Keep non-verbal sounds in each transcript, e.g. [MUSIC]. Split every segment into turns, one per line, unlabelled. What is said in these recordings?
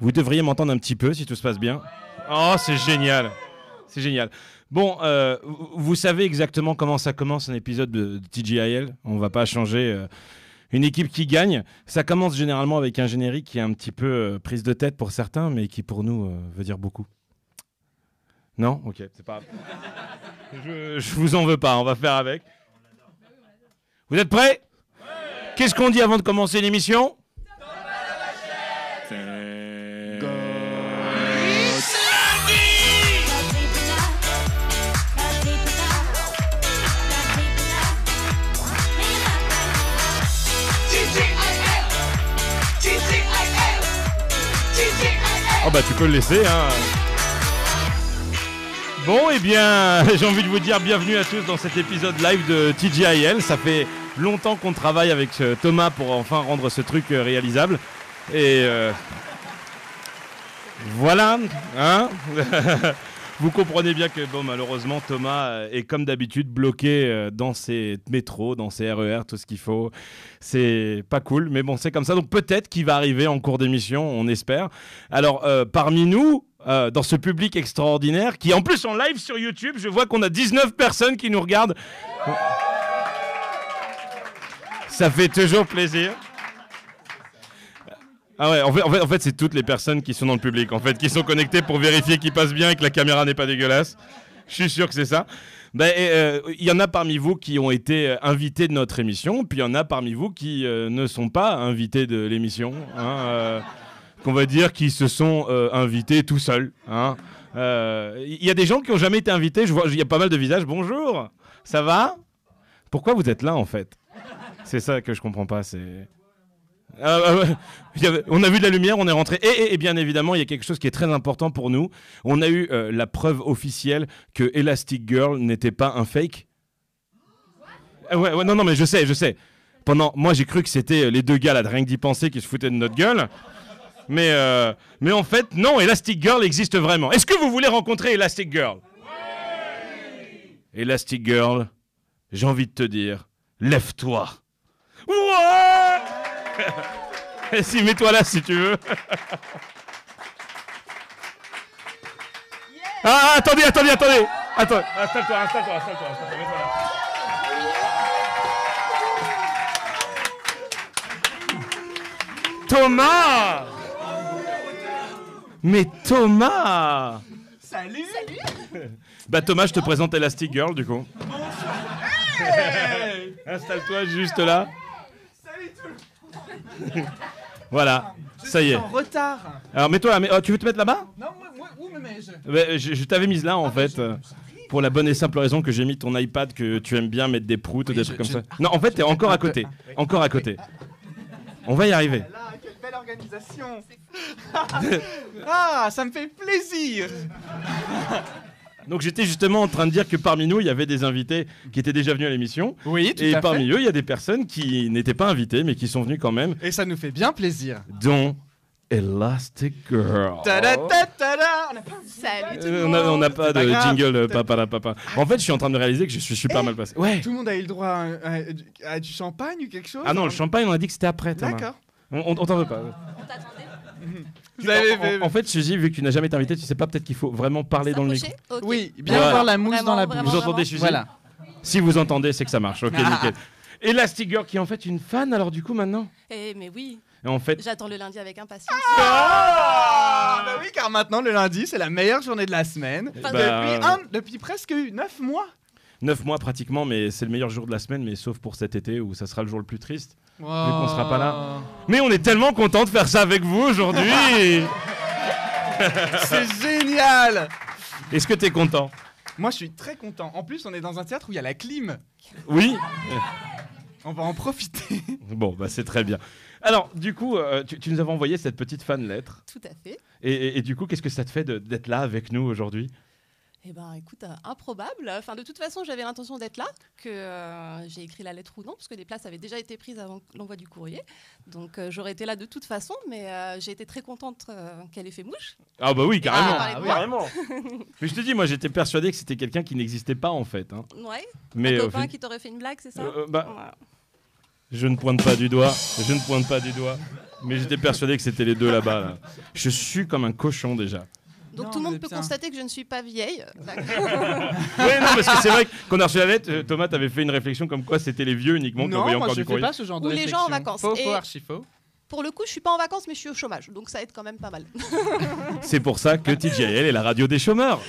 Vous devriez m'entendre un petit peu si tout se passe bien. Oh, c'est génial. C'est génial. Bon, euh, vous- vous savez exactement comment ça commence un épisode de, de TGIL. On va pas changer. euh, une équipe qui gagne, ça commence généralement avec un générique qui est un petit peu euh, prise de tête pour certains, mais qui pour nous euh, veut dire beaucoup. Non Ok, c'est
[LAUGHS]
pas grave. Je, je vous en veux pas, on va faire avec. Vous êtes prêts Qu'est-ce qu'on dit avant de commencer l'émission Oh bah tu peux le laisser hein. Bon et bien [LAUGHS] j'ai envie de vous dire bienvenue à tous dans cet épisode live de TGIL. Ça fait longtemps qu'on travaille avec euh, Thomas pour enfin rendre ce truc euh, réalisable. Et euh, voilà, hein [LAUGHS] Vous comprenez bien que bon malheureusement Thomas euh, est comme d'habitude bloqué euh, dans ses métros, dans ses RER, tout ce qu'il faut. C'est pas cool, mais bon c'est comme ça. Donc peut-être qu'il va arriver en cours d'émission, on espère. Alors, euh, parmi nous, euh, dans ce public extraordinaire, qui est en plus en live sur YouTube, je vois qu'on a 19 personnes qui nous regardent. Ça fait toujours plaisir. Ah ouais, en fait, en fait, en fait, c'est toutes les personnes qui sont dans le public, en fait, qui sont connectées pour vérifier qu'ils passent bien et que la caméra n'est pas dégueulasse. Je suis sûr que c'est ça. Ben, et, euh, il y en a parmi vous qui ont été euh, invités de notre émission, puis il y en a parmi vous qui euh, ne sont pas invités de l'émission. hein, euh, qu'on va dire qui se sont euh, invités tout seuls. hein. Euh, Il y a des gens qui n'ont jamais été invités. Je vois, il y a pas mal de visages. Bonjour, ça va Pourquoi vous êtes là en fait C'est ça que je comprends pas. C'est ah, ah, ouais. Il y avait- on a vu de la lumière, on est rentré. Et, et- et bien évidemment, il y a quelque chose qui est très important pour nous. On a eu euh, la preuve officielle que Elastic Girl n'était pas un fake. Ah Ouais, ouais, non, non, mais je sais, je sais. Pendant, moi, j'ai cru que c'était euh, les deux gars là, de rien que d'y penser, qui se foutaient de notre gueule. Mais, euh, mais en fait, non, Elastic Girl existe vraiment. Est-ce que vous voulez rencontrer Elastic Girl Elastic Girl, j'ai envie de te dire, lève-toi. [LAUGHS] Ouais Si, mets-toi là si tu veux. Ah, attendez, attendez, attendez. Attends, installe-toi, installe-toi, installe-toi, installe-toi, mets-toi là. Thomas Mais Thomas
Salut!
Bah Thomas, je te présente Elastic Girl du coup. Installe-toi juste là.
Salut tout le monde!
[LAUGHS] Voilà, ça y est.
En retard!
Alors mets-toi là, mais, oh, tu veux te mettre là-bas
Non, moi, moi où me mets-je?
Bah, je, je t'avais mise là
Ah,
en
bah,
fait. euh, Pour la bonne et simple raison que j'ai mis ton iPad que tu aimes bien mettre des proutes, des
je-
trucs comme
je-
ça. Non, en fait, t'es encore à côté. Encore à côté. On va y arriver.
Là, quelle belle organisation! ah, ça me fait plaisir!
Donc j'étais justement en train de dire que parmi nous, il y avait des invités qui étaient déjà venus à l'émission.
Oui, tout
Et
à
parmi eux, il y a des personnes qui n'étaient pas invitées, mais qui sont venues quand même,
fait. Et ça nous fait bien plaisir.
dont Elastic Girl.
Ta-da, ta, ta-da. On a pas-
Salut tout
Oh. Euh,
le
on
monde.
a- on n'a pas
c'est pas
de
grave.
jingle euh, papa la papa. En fait, je suis en train de réaliser que je suis super
Eh
mal passé. Ouais.
Tout le monde a eu le droit à, à- à du champagne ou quelque chose? hein
Ah non, le champagne, on a dit que c'était après. Thomas.
D'accord.
On, on- on t'en veut pas.
On t'attendait.
Vous avez
En- en, en fait, Suzy, vu que tu n'as jamais été invitée, tu sais pas peut-être qu'il faut vraiment parler dans le micro.
S'approcher Ok.
Oui, bien
Voilà.
avoir la mousse
Vraiment,
dans la
vraiment.
Vous
bouche.
entendez Suzy
Voilà.
Si vous entendez, c'est que ça marche. Ok,
Ah.
nickel. Elastic Girl qui est en fait une fan alors du coup maintenant.
Eh mais oui,
Et en fait,
j'attends le lundi avec impatience.
Ah bah oui, car maintenant le lundi, c'est la meilleure journée de la semaine.
Bah,
depuis, un- depuis presque 9 mois. [LAUGHS]
9 mois pratiquement, mais c'est le meilleur jour de la semaine, mais sauf pour cet été où ça sera le jour le plus triste. qu'on sera pas là. Mais on est tellement content de faire ça avec vous
[LAUGHS]
aujourd'hui.
C'est génial
Est-ce que t'es content
Moi, je suis très content. En plus, on est dans un théâtre où il y a la clim.
Oui.
On va en profiter.
Eh. Bon, bah c'est très bien. Alors, du coup, euh, tu, tu nous avais envoyé cette petite fan lettre.
Tout à fait.
Et, et- et du coup, qu'est-ce que ça te fait de- d'être là avec nous aujourd'hui
Eh ben écoute, euh, improbable. Enfin de toute façon, j'avais l'intention d'être là, que euh, j'ai écrit la lettre ou non, parce que les places avaient déjà été prises avant l'envoi du courrier. Donc euh, j'aurais été là de toute façon, mais euh, j'ai été très contente euh, qu'elle ait fait mouche.
Ah bah oui,
carrément.
carrément.
on va parler de moi.
Ah
carrément.
[LAUGHS]
Mais je te dis, moi, j'étais persuadé que c'était quelqu'un qui n'existait pas en fait. hein.
Ouais.
Mais
Un
au
copain
fin-
qui t'aurait fait une blague, c'est ça
Euh, euh, bah,
Ouais.
Je ne pointe pas du doigt. Je ne pointe pas du doigt. Mais j'étais persuadé que c'était les deux là-bas. là. Je suis comme un cochon déjà.
Donc
Non,
tout le monde
mais
peut
putain.
constater que je ne suis pas
[LAUGHS]
vieille. D'accord.
Oui, non, parce que c'est vrai qu'on a reçu la lettre. euh, Thomas, t'avais fait une réflexion comme quoi c'était les vieux uniquement qui
non,
envoyaient
moi,
encore
je
du
fais
courrier.
pas ce genre de
Ou les gens en
réflexion.
vacances.
Faux,
Et-
faux, archi faux.
Pour le coup, je suis pas en vacances, mais je suis au chômage, donc ça aide quand même pas
[LAUGHS]
mal.
C'est pour ça que TJL est la radio des chômeurs.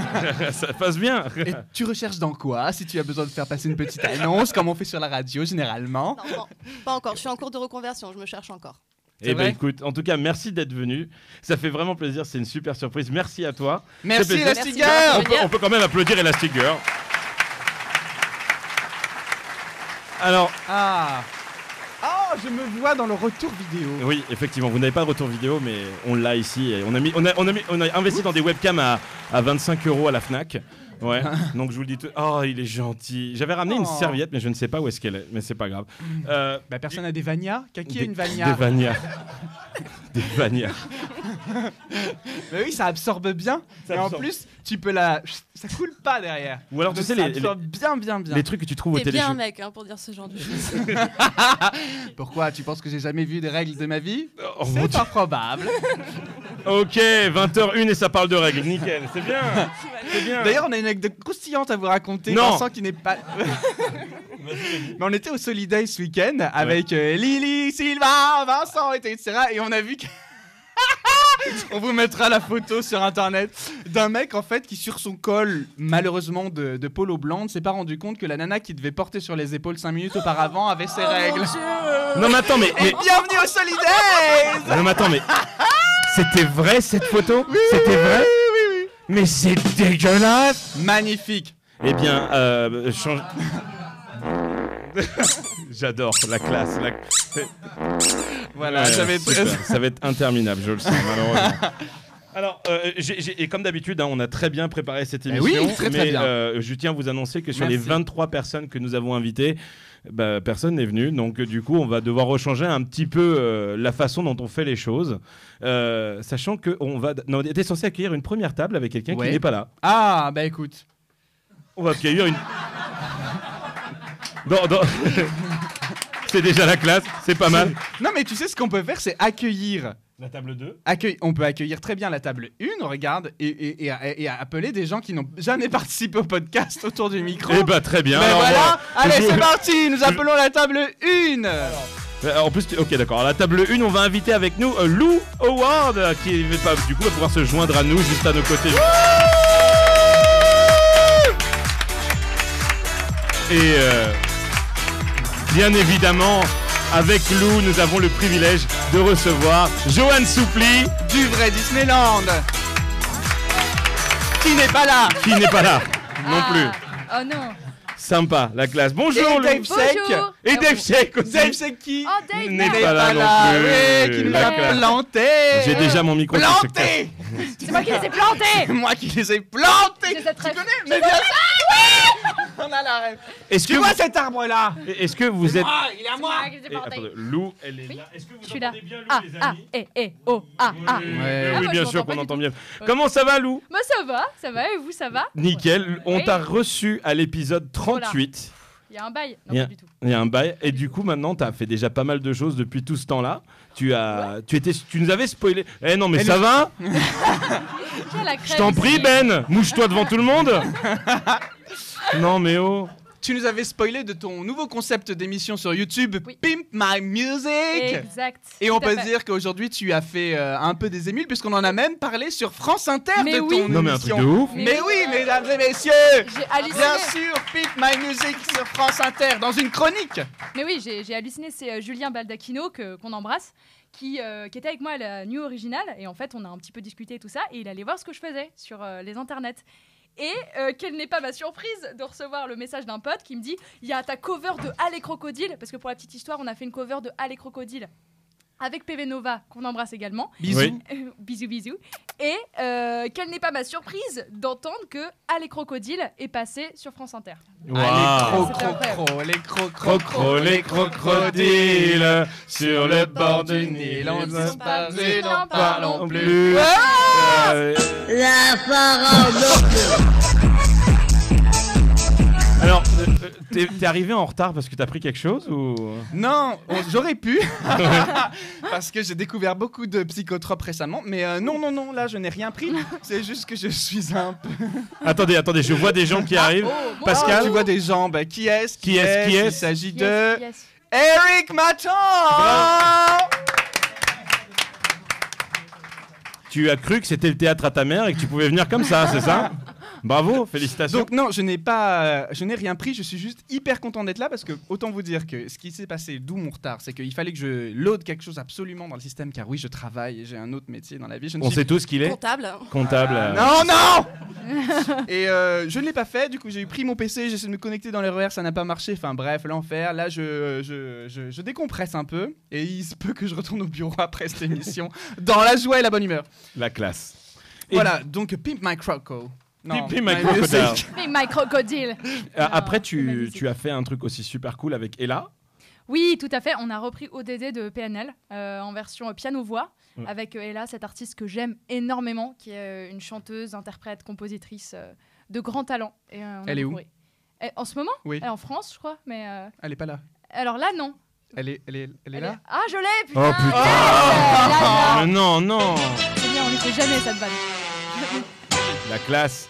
[LAUGHS] ça passe bien.
Et tu recherches dans quoi Si tu as besoin de faire passer une petite annonce, comme on fait sur la radio généralement.
Non, non, pas encore. Je suis en cours de reconversion, je me cherche encore.
C'est
Eh ben
vrai
écoute, en tout cas, merci d'être venu. Ça fait vraiment plaisir. C'est une super surprise. Merci à toi.
Merci
plaisir.
Elastigirl
Merci,
on, peut, on peut quand même applaudir Elastic Girl. Alors,
Ah Oh, je me vois dans le retour vidéo.
oui, effectivement, vous n'avez pas de retour vidéo, mais on l'a ici. Et on, a mis, on, a, on, a mis- on a investi dans des webcams à, à 25 euros à la Fnac.
[LAUGHS]
Ouais, donc je vous le dis tout. Oh, il est gentil. J'avais ramené une
Oh.
serviette, mais je ne sais pas où est-ce qu'elle est, mais c'est pas grave. Euh,
Bah, personne n'a des Vania Kaki a
des-
une
Des
Vania.
vanillas. [LAUGHS] des vanillas.
[LAUGHS] Mais oui, ça absorbe bien.
Ça
et
absorbe.
en plus, tu peux la. Ça coule pas derrière.
Ou alors, tu
Donc,
sais,
ça
les, les, [LAUGHS]
absorbe bien, bien, bien.
les trucs que tu trouves au
T'es bien un
téléphone.
mec hein, pour dire ce
[LAUGHS]
genre de choses.
Pourquoi Tu penses que j'ai jamais vu des règles de ma vie
Oh, mon
C'est pas probable.
Ok, 20h01 et ça parle de règles, nickel, c'est bien, [LAUGHS] c'est bien.
D'ailleurs, on a une anecdote croustillante à vous raconter.
Non.
Vincent qui
[LAUGHS]
n'est pas. [LAUGHS] Mais on était au Soliday ce week-end avec euh, Lily, Sylvain, Vincent, et- etc. Et on a vu que. [LAUGHS] On vous mettra la photo sur internet d'un mec en fait qui sur son col malheureusement de, de polo blanc ne s'est pas rendu compte que la nana qui devait porter sur les épaules 5 minutes auparavant avait ses règles.
Non mais attends, mais,
Et
mais-
bienvenue au Solidays
non mais attends, mais c'était vrai cette photo C'était vrai Mais c'est dégueulasse.
Magnifique
Eh bien, euh, change. [LAUGHS] J'adore la classe. La...
Voilà,
Ouais,
ça va être
super. Ça va être interminable, je le sens
[LAUGHS]
malheureusement. Alors, euh, j'ai- j'ai- et comme d'habitude, hein, on a très bien préparé cette
Eh
émission.
oui, très, très
mais,
bien.
euh, je tiens à vous annoncer que sur les
Merci.
23 personnes que nous avons invitées, bah, personne n'est venu. Donc, euh, du coup, on va devoir rechanger un petit peu euh, la façon dont on fait les choses. Euh, sachant qu'on va. Non, on était censé accueillir une première table avec quelqu'un
Ouais.
qui n'est pas là.
Ah bah écoute.
On va accueillir une. Non, non. [LAUGHS] C'est déjà la classe, [LAUGHS] c'est pas mal.
Non mais tu sais ce qu'on peut faire c'est accueillir.
La table 2
Accueille- on peut accueillir très bien la table 1, regarde, et, et- et- et appeler des gens qui n'ont jamais [LAUGHS] participé au podcast autour du micro.
Eh bah, très bien.
Ben
Alors,
voilà, allez
je-
c'est parti, nous appelons la table 1
Euh, En plus, tu- ok, d'accord. À la table 1, on va inviter avec nous euh, Lou Howard, euh, qui va pas- du coup va pouvoir se joindre à nous juste à nos côtés. Et euh, bien évidemment, avec Lou, nous avons le privilège de recevoir Johan Soupli,
du vrai Disneyland. Qui n'est pas là
Ah, qui n'est pas là non plus.
Oh non.
Sympa, la classe. Bonjour
Et
Lou.
Dave Sec.
Bonjour.
Et Dave Sheik aussi.
Dave c'est qui
Oh Dave,
N'est
merde.
pas là non plus,
oui, qui nous
la
a
classe.
plantés.
J'ai déjà mon micro. sur ce casque.
planté.
c'est moi qui les ai
[LAUGHS]
plantés.
Moi qui les ai plantés.
Je sais très-
Tu connais Mais bien On a la rêve.
Est-ce
Tu
que
vois
vous,
cet arbre là
est-ce que vous êtes
Ah, il est à
C'est
moi.
qui les ai
Eh,
plantés.
attendez, Lou, elle est là. Est-ce que vous
Je suis là.
entendez bien Lou,
Ah,
les
ah,
amis
eh, eh, oh, ah, ah.
Oui,
Ouais.
oui,
Ah, moi,
bien
je m'entends
sûr qu'on
pas du
entend
tout.
bien. Comment ça va, Lou
Moi ça va, ça va, et vous ça va
Nickel. On
Oui.
t'a reçu à l'épisode 38.
Il y a un bail Non,
Bien.
pas du tout.
Il y a un bail. Et du coup, maintenant, t'as fait déjà pas mal de choses depuis tout ce temps-là. Tu as, tu étais, tu nous avais spoilé. Eh non, mais
Elle
ça va
Tiens, la crème,
Je t'en
c'est-
prie, Ben. Mouche-toi devant tout le monde.
[LAUGHS]
non, mais oh.
Tu nous avais spoilé de ton nouveau concept d'émission sur YouTube,
Oui.
Pimp My Music.
Exact.
Et on
Tout à
peut
fait.
dire qu'aujourd'hui tu as fait euh, un peu des émules puisqu'on en a même parlé sur France Inter
Mais
de
oui.
ton
Non, mais un truc
émission.
de ouf.
Mais oui, mesdames et messieurs,
J'ai halluciné.
bien sûr, Pimp My Music sur France Inter dans une chronique.
Mais oui, j'ai j'ai halluciné. C'est euh, Julien Baldacchino que- qu'on embrasse, qui, euh, qui était avec moi à la New Original. Et en fait, on a un petit peu discuté et tout ça. Et il allait voir ce que je faisais sur euh, les internets. Et euh, quelle n'est pas ma surprise de recevoir le message d'un pote qui me dit Il y a ta cover de Allez Crocodile. Parce que pour la petite histoire, on a fait une cover de Allez Crocodile avec PV Nova, qu'on embrasse également.
Bisous.
Oui.
Euh, [LAUGHS] bisous, bisous. Et euh, quelle n'est pas ma surprise d'entendre que Allez Crocodile est passé sur France Inter.
Ah,
Waouh.
les cro cro cro, les cro cro
Crocro, les crocodiles, sur le bord du Nil, on
Ils sont pas
disparaît,
venus, n'en
parlons plus. Euh,
La parole
Alors, euh, euh, T'es t'es arrivé en retard parce que t'as pris quelque chose ou [LAUGHS]
Non, on- j'aurais pu, [LAUGHS] parce que j'ai découvert beaucoup de psychotropes récemment, mais euh, non, non, non, là, je n'ai rien pris. C'est juste que je suis un
[LAUGHS]
peu...
Attendez, attendez, je vois des gens qui arrivent.
Oh, bon,
Pascal,
Ah, tu vois des jambes. Qui est-ce
Qui est-ce Qui est-ce
Il s'agit
yes,
de...
yes.
Eric Matan
Tu as cru que c'était le théâtre à ta mère et que tu pouvais venir comme ça, c'est ça Bravo, félicitations.
Donc non, je n'ai pas, euh, je n'ai rien pris. Je suis juste hyper content d'être là parce que autant vous dire que ce qui s'est passé, d'où mon retard, c'est qu'il fallait que je load quelque chose absolument dans le système car oui, je travaille et j'ai un autre métier dans la vie. Je ne
on
suis-
sait tous qu'il est
Comptable.
comptable. euh,
Non, non Et euh, je ne l'ai pas fait, du coup j'ai pris mon PC, j'ai essayé de me connecter dans les RER, ça n'a pas marché, enfin bref, l'enfer. Là je, je, je, je décompresse un peu et il se peut que je retourne au bureau après cette émission dans la joie et la bonne humeur.
La classe. Et-
Voilà, donc Pimp My Croco. Non,
Pimp My
My
Crocodile.
Music.
Mais my crocodile
Euh, Après,
la
tu,
musique.
tu as fait un truc aussi super cool avec Ella.
Oui, tout à fait. On a repris ODD de PNL euh, en version euh, piano-voix
Mm.
Ouais.
avec euh, Ella, cette artiste que j'aime énormément, qui est euh, une chanteuse, interprète, compositrice euh, de grand talent. Et, euh, on
Elle
a
est où
adoré. Elle- En ce moment
Oui.
Elle est en France, je crois. Mais euh,
Elle est pas là.
alors là, non.
Elle est, elle est, elle est là
Ah, je l'ai putain,
Oh, putain.
Yes Là, là.
Mais Ah, non, non
C'est bien, on ne fait jamais cette balle.
La classe.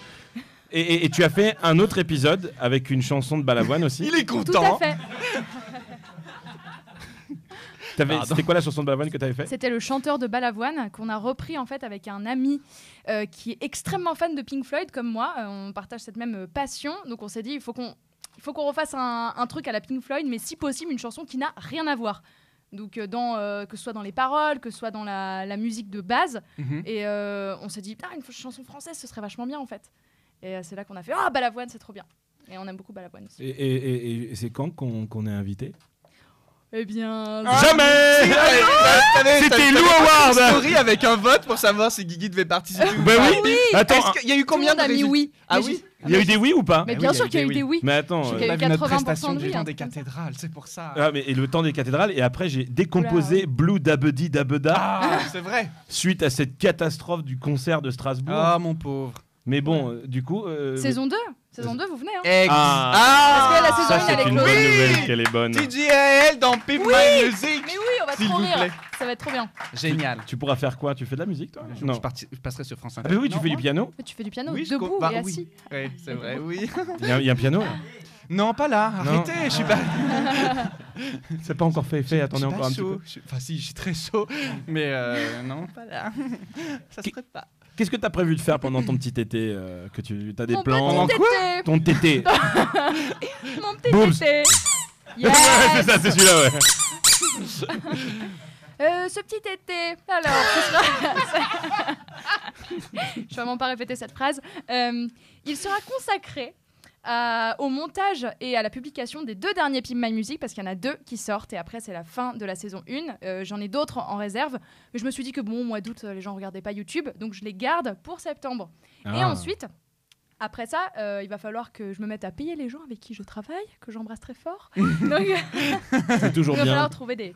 Et, et- et tu as fait un autre épisode avec une chanson de Balavoine aussi.
Il est
Tout à
content. [LAUGHS]
fait.
T'avais-
Pardon.
C'était quoi la chanson de Balavoine que tu avais fait
C'était le chanteur de Balavoine qu'on a repris en fait avec un ami euh, qui est extrêmement fan de Pink Floyd comme moi. Euh, on partage cette même euh, passion, donc on s'est dit il faut qu'on il faut qu'on refasse un, un truc à la Pink Floyd, mais si possible une chanson qui n'a rien à voir. Donc euh, dans, euh, que ce soit dans les paroles, que ce soit dans la, la musique de base.
Mhm.
Et euh, on s'est dit putain une chanson française ce serait vachement bien en fait. Et euh, c'est là qu'on a fait ah Balavoine c'est trop bien. Et on aime beaucoup Balavoine. aussi.
Et, c'est quand qu'on est invité
Eh bien
Ah,
Ah,
Jamais ah, C'était Lou Howard
Story avec un vote pour savoir si Guigui devait participer. ou
Ben
pas.
oui, Attends,
Est-ce qu'il y a eu
tout le
combien
monde
de
a mis
résultats
oui.
Ah
Mais
oui.
il y a eu des oui ou pas
Mais
Ah
bien
oui,
sûr qu'il y a eu des oui.
Mais attends.
J'ai-
euh,
eu
Pas vu notre
80%
prestation
de hein.
du
oui,
temps
un
des
truc comme ça.
cathédrales, c'est pour ça.
ah, mais et le temps des cathédrales, et après j'ai décomposé Blue Dabedi Dabeda
Ah, c'est vrai.
suite à cette catastrophe du concert de Strasbourg.
Ah mon pauvre.
Mais bon, euh, du coup. euh,
Saison 2 Saison 2 vous venez hein.
Ex.
Ah.
Parce que la
Ça,
saison 1 elle
c'est
est
une bonne
close.
nouvelle qu'elle est bonne.
TJAL dans Pimp My Music.
Mais oui, on va
S'il
trop
vous
rire.
plaît.
Ça va être trop bien.
Génial.
Tu pourras faire quoi Tu fais de la musique toi
Je, parti- je passerai sur France
Ah,
5.
bah oui, tu fais du piano.
Tu fais du piano
Oui, je
debout
co- bah
et
oui.
assis. [LAUGHS]
Oui, c'est vrai, oui.
Il y, a- il y a un piano
[LAUGHS]
là
Non, pas là,
Non.
arrêtez, je suis pas,
C'est pas encore fait, fait.
je
[LAUGHS]
suis
Attendez
pas
encore un petit
chaud.
peu.
Je suis- Enfin si, je suis très chaud, mais euh, non, pas là. [LAUGHS] Ça se
Qui-
prépare.
Qu'est-ce que t'as prévu de faire pendant ton petit été euh, Que tu as des
Mon
plans
petit tété
Ton tété.
[LAUGHS]
[LAUGHS]
Mon petit
Boobs.
tété
c'est
Yes
ça, [LAUGHS] c'est celui-là, ouais.
Euh, Ce petit été Alors, ce sera... [LAUGHS] Je vais vraiment pas répéter cette phrase. Euh, il sera consacré à- au montage et à la publication des deux derniers Pimp My Music parce qu'il y en a deux qui sortent et après c'est la fin de la saison 1. Euh, J'en ai d'autres en réserve, mais je me suis dit que bon, au mois d'août, euh, les gens regardaient pas YouTube, donc je les garde pour septembre. Et
Ah.
ensuite, après ça, euh, il va falloir que je me mette à payer les gens avec qui je travaille, que j'embrasse très
[LAUGHS]
fort. Donc,
[LAUGHS] C'est toujours
il va
bien.
falloir trouver des,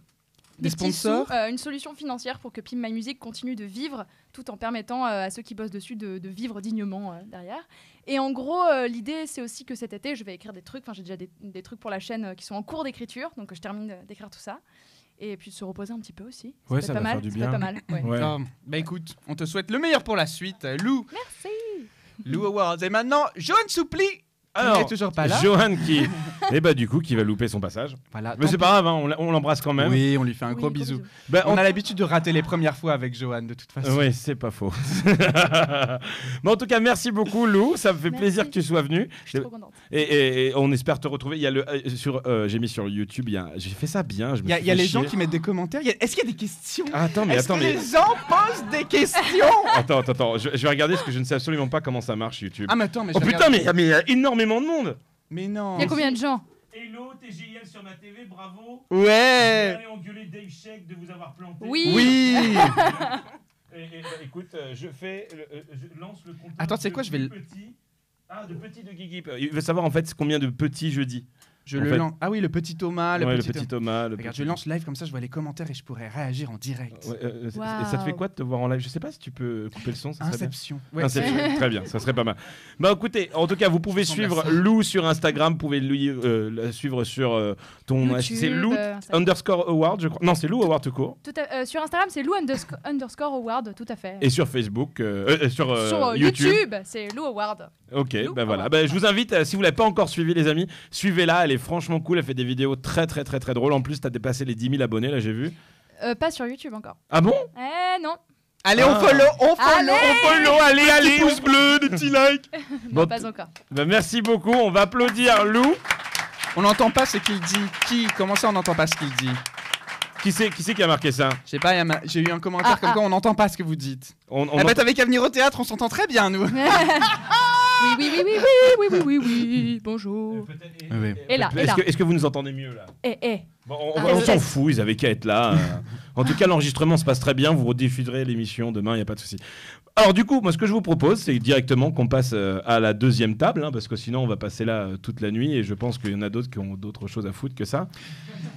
Des
petits
sponsors
sous, euh, une solution financière pour que Pim My Music continue de vivre tout en permettant euh, à ceux qui bossent dessus de, de vivre dignement euh, derrière. Et en gros, euh, l'idée, c'est aussi que cet été, je vais écrire des trucs. Enfin, j'ai déjà des, des trucs pour la chaîne euh, qui sont en cours d'écriture, donc euh, je termine de- d'écrire tout ça. Et puis de se reposer un petit peu aussi. Ça
Ouais,
peut
ça
être pas
va
mal,
faire du
peut être
bien.
pas mal. ouais.
Ouais.
Ah, bah écoute, on te souhaite le meilleur pour la suite, euh, Lou,
Merci.
Lou Awards. Et maintenant, Johan Soupli, il est
Alors,
toujours pas là.
Johan qui.
[LAUGHS]
Eh bah, du coup, qui va louper son passage.
Voilà,
Mais
tant
c'est
pis.
pas grave, hein, on l'a- on l'embrasse quand même.
Oui, on lui fait un
Oui,
gros bisou.
Bah,
On a l'habitude de rater les premières fois avec Johan, de toute façon.
Oui, Ah, c'est pas faux. [LAUGHS] Mais en tout cas, merci beaucoup, Lou. Ça me fait
Merci.
plaisir que tu sois venu.
Je suis trop contente.
Et, et- et on espère te retrouver. Il y a le euh, sur, euh, j'ai mis sur YouTube. il y a- J'ai fait ça bien. Je me
[LAUGHS] Il y a,
suis
il y a
fait
les
chier.
gens qui mettent des commentaires. Il y a- Est-ce qu'il y a des questions
Ah, attends, mais
Est-ce
attends,
que
mais
les gens posent
[LAUGHS]
des questions
attends, attends, attends. Je, je vais regarder parce que je ne sais absolument pas comment ça marche YouTube.
Ah, mais attends, mais euh,
oh
je
putain,
regarde-
mais mais il y a énormément de monde.
Mais non
Il y a combien de gens
Hello, TGIL sur ma TV, bravo. Vous
Ouais
allez engueuler Dave Sheck de vous avoir planté.
Oui.
[LAUGHS] Oui
[LAUGHS] Et- et- bah, écoute, euh, je fais, le- euh, je lance le compteur.
Attends, c'est
de
quoi, je vais
plus
le-
Euh,
Petit. Ah, de petit de Guigui.
Il veut savoir en fait combien de petits je dis.
Je
En
le
fait-
lance. Ah oui, le petit Thomas. Le
Ouais,
petit Thomas.
Thomas. le
Regarde,
petit-
je lance live comme ça, je vois les commentaires et je pourrais réagir en direct.
Ouais, euh, c'est- Et ça te fait
Waouh.
quoi de te voir en live Je sais pas si tu peux couper le son. Ça serait bien.
Inception. Ouais.
Inception.
[LAUGHS]
Très bien, ça serait pas mal. Bah écoutez, en tout cas, vous pouvez
ressemble à
suivre
ça.
Lou sur Instagram, vous pouvez lui, euh, la suivre sur euh, ton.
YouTube,
c'est Lou
euh, Instagram.
underscore award, je crois. Non, c'est Lou award tout court.
Tout à- euh, sur Instagram, c'est Lou undersco- underscore Award, tout à fait.
Et sur Facebook, euh, euh, sur, euh,
sur euh,
YouTube.
YouTube, c'est Lou Award.
Ok, ben
Lou
voilà.
Award.
Bah, je vous invite, euh, si vous l'avez pas encore suivi, les amis, suivez-la. Elle est franchement cool. Elle fait des vidéos très, très, très, très drôles. En plus, t'as dépassé les 10 000 abonnés, là, j'ai vu.
Euh, pas sur YouTube encore.
Ah bon
Eh non,
Allez,
Ah.
on follow, on
Allez
follow.
On follow,
Eh
allez, allez Pouce bleu, des petits likes
[LAUGHS] non,
Bon,
pas encore. [LAUGHS]
bah, Merci beaucoup, on va applaudir Lou.
On n'entend pas ce qu'il dit. Qui Comment ça, on n'entend pas ce qu'il dit
Qui c'est qui, c'est qui a marqué ça
Je sais pas, il y a ma- j'ai eu un commentaire
Ah,
comme
ah.
quoi on n'entend pas ce que vous dites.
On- on
eh ben,
entend-
t'avais qu'à venir au théâtre, on s'entend très bien, nous.
oui, oui, oui, oui, oui, oui, oui, oui, oui, bonjour.
Oui.
Et là, et
Est-ce
là.
que, est-ce que vous nous entendez mieux là
Eh, eh.
Bon, On, on-
Ah,
on
je
s'en
laisse.
fout, ils avaient qu'à être là. euh. en tout cas, l'enregistrement se passe très bien. Vous rediffuserez l'émission demain, il n'y a pas de souci. Alors du coup, moi ce que je vous propose, c'est directement qu'on passe euh, à la deuxième table, hein, parce que sinon on va passer là euh, toute la nuit et je pense qu'il y en a d'autres qui ont d'autres choses à foutre que ça.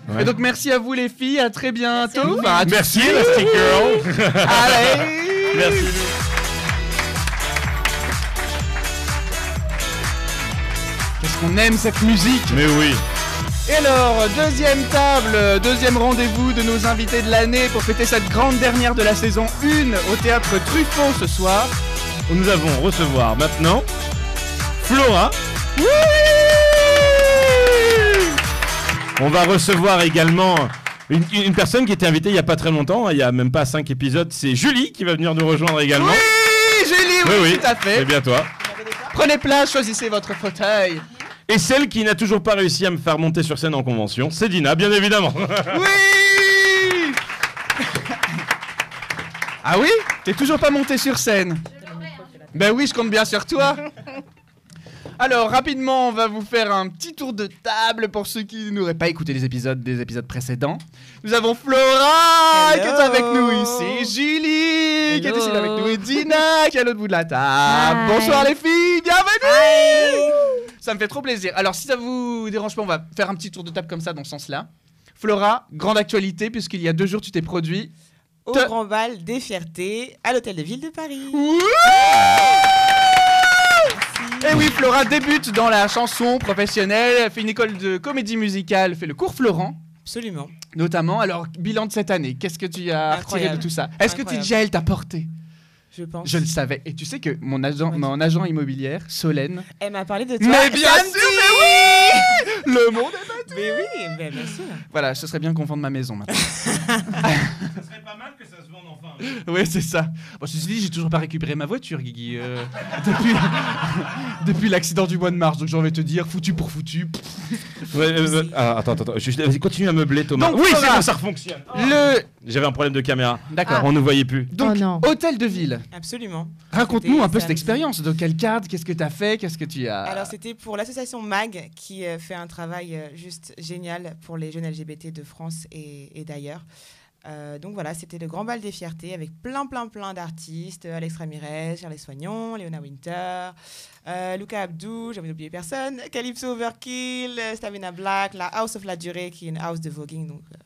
Ouais.
[LAUGHS] Et donc, merci à vous, les filles. À très bientôt.
vous.
Enfin, à tout-
Merci Elastic Girl
[LAUGHS] Allez
Merci.
Qu'est-ce qu'on aime cette musique
Mais oui
Et alors, deuxième table, euh, deuxième rendez-vous de nos invités de l'année pour fêter cette grande dernière de la saison 1 au théâtre Truffaut ce soir.
Nous avons recevoir maintenant Flora. On va recevoir également une, une personne qui était invitée il n'y a pas très longtemps, hein, il n'y a même pas cinq épisodes, c'est Julie qui va venir nous rejoindre également.
Oui, Julie, oui,
Oui, oui.
tout à
C'est
fait.
bien toi.
Prenez place, choisissez votre fauteuil.
Et celle qui n'a toujours pas réussi à me faire monter sur scène en convention, c'est Dina, bien évidemment. [LAUGHS]
Oui Ah oui T'es toujours pas monté sur scène Ben oui, je compte bien sur toi Alors, rapidement, on va vous faire un petit tour de table pour ceux qui n'auraient pas écouté les épisodes des épisodes précédents. Nous avons Flora,
Hello.
qui est avec nous ici, Julie, qui est ici avec nous, et Dina, qui est à l'autre bout de la table.
Hi.
Bonsoir les filles, bienvenue ça me fait trop plaisir. Alors, si ça vous dérange pas, on va faire un petit tour de table comme ça dans ce sens-là. Flora, grande actualité, puisqu'il y a deux jours, tu t'es produit.
Au
Te-
grand bal des fiertés à l'hôtel de ville de Paris.
Et Eh oui, Flora débute dans la chanson professionnelle, elle fait une école de comédie musicale, fait le cours Florent,
Absolument.
notamment. Alors, bilan de cette année, qu'est-ce que tu as retiré
Incroyable.
de tout ça Est-ce que
Incroyable.
TJ, elle t'a porté
Je pense.
Je le savais. Et tu sais que mon agent, mon agent immobilière, Solène.
Elle m'a parlé de toi.
mais bien sûr, mais oui Le monde est-
Mais oui, mais bien sûr.
Voilà, ce serait bien qu'on vende ma
[LAUGHS]
maison maintenant.
Ça serait pas mal que ça se vende enfin. hein.
Ouais, c'est ça. Bon, ceci dit, j'ai toujours pas récupéré ma voiture, Guigui. euh, [LAUGHS] depuis depuis l'accident du mois de mars, donc j'en vais te dire, foutu pour foutu.
euh, ah, attends, attends, attends, je- je- vas-y, continue à meubler Thomas.
Donc,
oui,
Flora.
c'est bon, ça fonctionne.
Le.
J'avais un problème de caméra.
D'accord.
On ne voyait plus.
Donc,
Oh non.
hôtel de ville.
Absolument.
Raconte-nous
C'était
un peu cette
samedi.
expérience. Dans quel cadre Qu'est-ce que t'as fait Qu'est-ce que tu as.
Alors c'était pour l'association MAG qui euh, fait un travail euh, juste génial pour les jeunes LGBT de France et, et d'ailleurs. Euh, donc voilà, c'était le grand bal des fiertés avec plein, plein, plein d'artistes. Euh, Alex Ramirez, Charles Soignon, Léona Winter, euh, Luca Abdou, j'ai envie d'oublier personne, Calypso Overkill, euh, Stamina Black, la House of la Durée qui est une house de voguing. Donc, euh,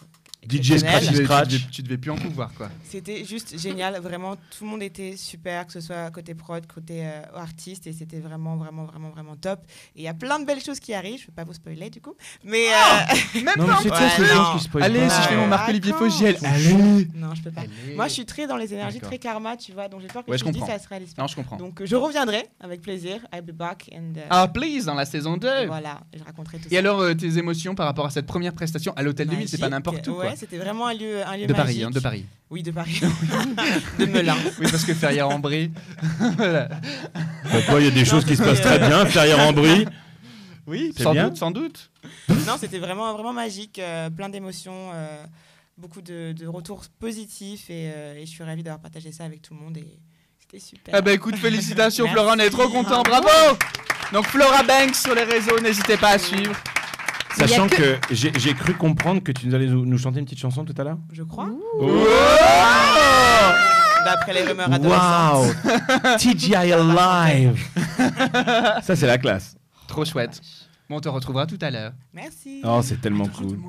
DJ
exceptionnelle.
Scratch.
tu, devais,
Scratch.
tu devais- tu devais plus en pouvoir, quoi.
C'était juste génial, vraiment tout le monde était super, que ce soit côté prod, côté euh, artiste, et c'était vraiment, vraiment, vraiment, vraiment top. Et il y a plein de belles choses qui arrivent, je ne vais pas vous spoiler du coup, mais... euh,
Ah
[LAUGHS]
Même
Non, mais
pas en
Ouais,
c'est toi, c'est les
non.
gens qui se posent
Allez,
pas.
si je fais mon
Ouais.
Marc-Olivier
Attends.
Fogiel. Allez
non, je peux pas. Moi, je suis très dans les énergies,
D'accord.
très karma, tu vois, donc j'ai peur que
Ouais,
tu
je
me dises
comprends.
ça se réalise pas.
Non, je comprends.
Donc euh, je reviendrai avec plaisir, I'll be back, and... euh,
Ah, please, dans la saison 2.
Voilà, je raconterai tout ça.
Et alors, euh, tes émotions par rapport à cette première prestation à l'hôtel de ville, c'est pas
Magique.
n'importe où, quoi.
Ouais, c'était [LAUGHS] vraiment un lieu, un lieu
De Paris, hein,
magique.
de Paris.
Oui, de Paris. [LAUGHS] de Melun.
Oui, parce que Ferrière-en-Brie. [LAUGHS] Voilà.
Bah, quoi, il y a des choses qui se passent
c'est-
très bien. Ferrière en brie.
[LAUGHS] Oui,
C'est
sans
bien.
doute, sans doute.
non, c'était vraiment, vraiment magique, euh, plein d'émotions, euh, beaucoup de, de retours positifs et, euh, et je suis ravie d'avoir partagé ça avec tout le monde et c'était super.
Eh ben écoute, félicitations
Merci.
Flora, on est trop content, bravo Donc Flora Banks sur les réseaux, n'hésitez pas à suivre.
Sachant
[LAUGHS]
que, j'ai j'ai cru comprendre que tu nous allais nous nous chanter une petite chanson tout à l'heure.
Je crois,
Oh.
d'après les rumeurs adolescentes.
Wow [LAUGHS] TGI Alive Ça, c'est la classe.
Trop chouette. Bon, on te retrouvera tout à l'heure.
Merci.
Oh, c'est tellement cool.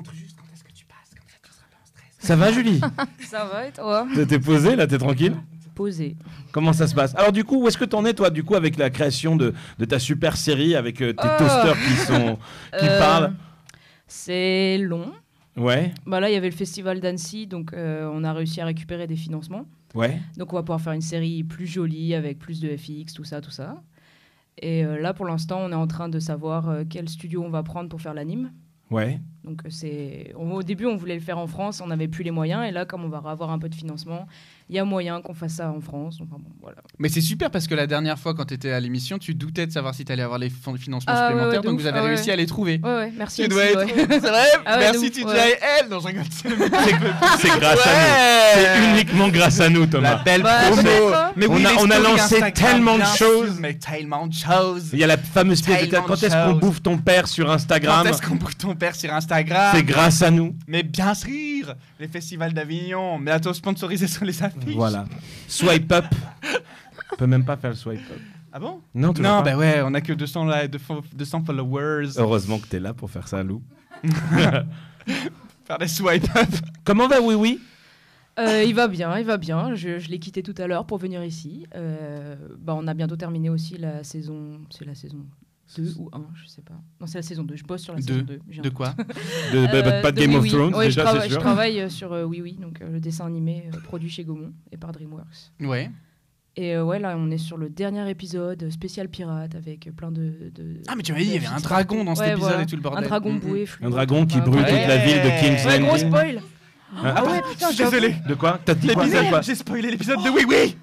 Ça va, Julie
[LAUGHS] Ça va et toi
[LAUGHS] T'es- T'es posée, là T'es tranquille
Posé.
Comment ça se passe Alors, du coup, où est-ce que t'en es, toi, du coup, avec la création de, de ta super série, avec euh, tes
Oh.
toasters qui [LAUGHS] sont... qui
Euh,
parlent
C'est long.
Ouais,
Bah là, il y avait le festival d'Annecy, donc euh, on a réussi à récupérer des financements.
ouais.
Donc on va pouvoir faire une série plus jolie avec plus de FX, tout ça, tout ça. Et euh, là, pour l'instant, on est en train de savoir euh, quel studio on va prendre pour faire l'anime.
Ouais.
Donc euh, c'est, on- au début, on voulait le faire en France, on n'avait plus les moyens. Et là, comme on va avoir un peu de financement, il y a moyen qu'on fasse ça en France. Enfin bon, voilà.
Mais c'est super parce que la dernière fois, quand tu étais à l'émission, tu doutais de savoir si tu allais avoir les fonds de financement
Ah, ouais,
supplémentaires,
ouais, de
donc
ouf.
vous avez
Ah, ouais,
réussi
ouais.
à les trouver.
Ouais, ouais, merci. MC,
Tu dois être-
ouais.
[LAUGHS] C'est vrai
Ah ouais, de
Merci
ouf,
TJL
ouais.
Non, je rigole.
[LAUGHS]
C'est grâce à nous. C'est uniquement grâce à nous,
La
Thomas.
belle
Bah,
promo.
peut-être, hein.
Mais
On a-
les
on a
stories
lancé
Instagram,
tellement de
bien
choses.
sûr, Mais tellement de choses.
Il y a la fameuse pièce de théâtre.
Tellement
Quand est-ce qu'on
chose.
bouffe ton père sur
Quand
Instagram
est-ce qu'on bouge ton père sur Instagram
C'est grâce à nous.
Mais bien sûr Les festivals d'Avignon, mais attends, sponsorisés sur les affiches.
Voilà. Swipe up. On peut même pas faire le swipe up.
Ah bon
Non, toujours
Non,
pas.
bah ouais, on a que 200, li- 200 200 followers.
Heureusement que t'es là pour faire ça, Lou.
[LAUGHS] Faire des swipe up.
[LAUGHS] Comment va Oui Oui
Euh, il va bien, il va bien. Je, je l'ai quitté tout à l'heure pour venir ici. Euh, bah, on a bientôt terminé aussi la saison. C'est la saison 2 ou 1, je sais pas. Non, c'est la saison 2. Je bosse sur la
Deux.
saison 2. j'ai un
[LAUGHS] De
doute.
quoi
de, bah, bah,
Euh,
Pas de Game
Oui
of
Oui.
Thrones,
Ouais, je
déjà,
trava-
c'est
Je
sûr.
travaille euh, sur euh, Oui Oui, donc euh, le dessin animé euh, produit chez Gaumont et par DreamWorks.
Ouais.
Et euh, ouais, là, on est sur le dernier épisode euh, spécial pirate avec euh, plein de. de-
Ah, mais tu m'as dit, il y avait un dragon dans cet
Ouais,
épisode
voilà.
et tout le
Un
bordel.
dragon
Mhm.
boué. fluo,
Un dragon qui
enfin,
brûle toute
bref.
la ville de King's
Ouais, gros
Landing.
spoil
Hein
Ah ouais, putain,
Je suis désolé.
De quoi T'as dit quoi,
L'épisode,
quoi
j'ai spoilé l'épisode de Oui Oui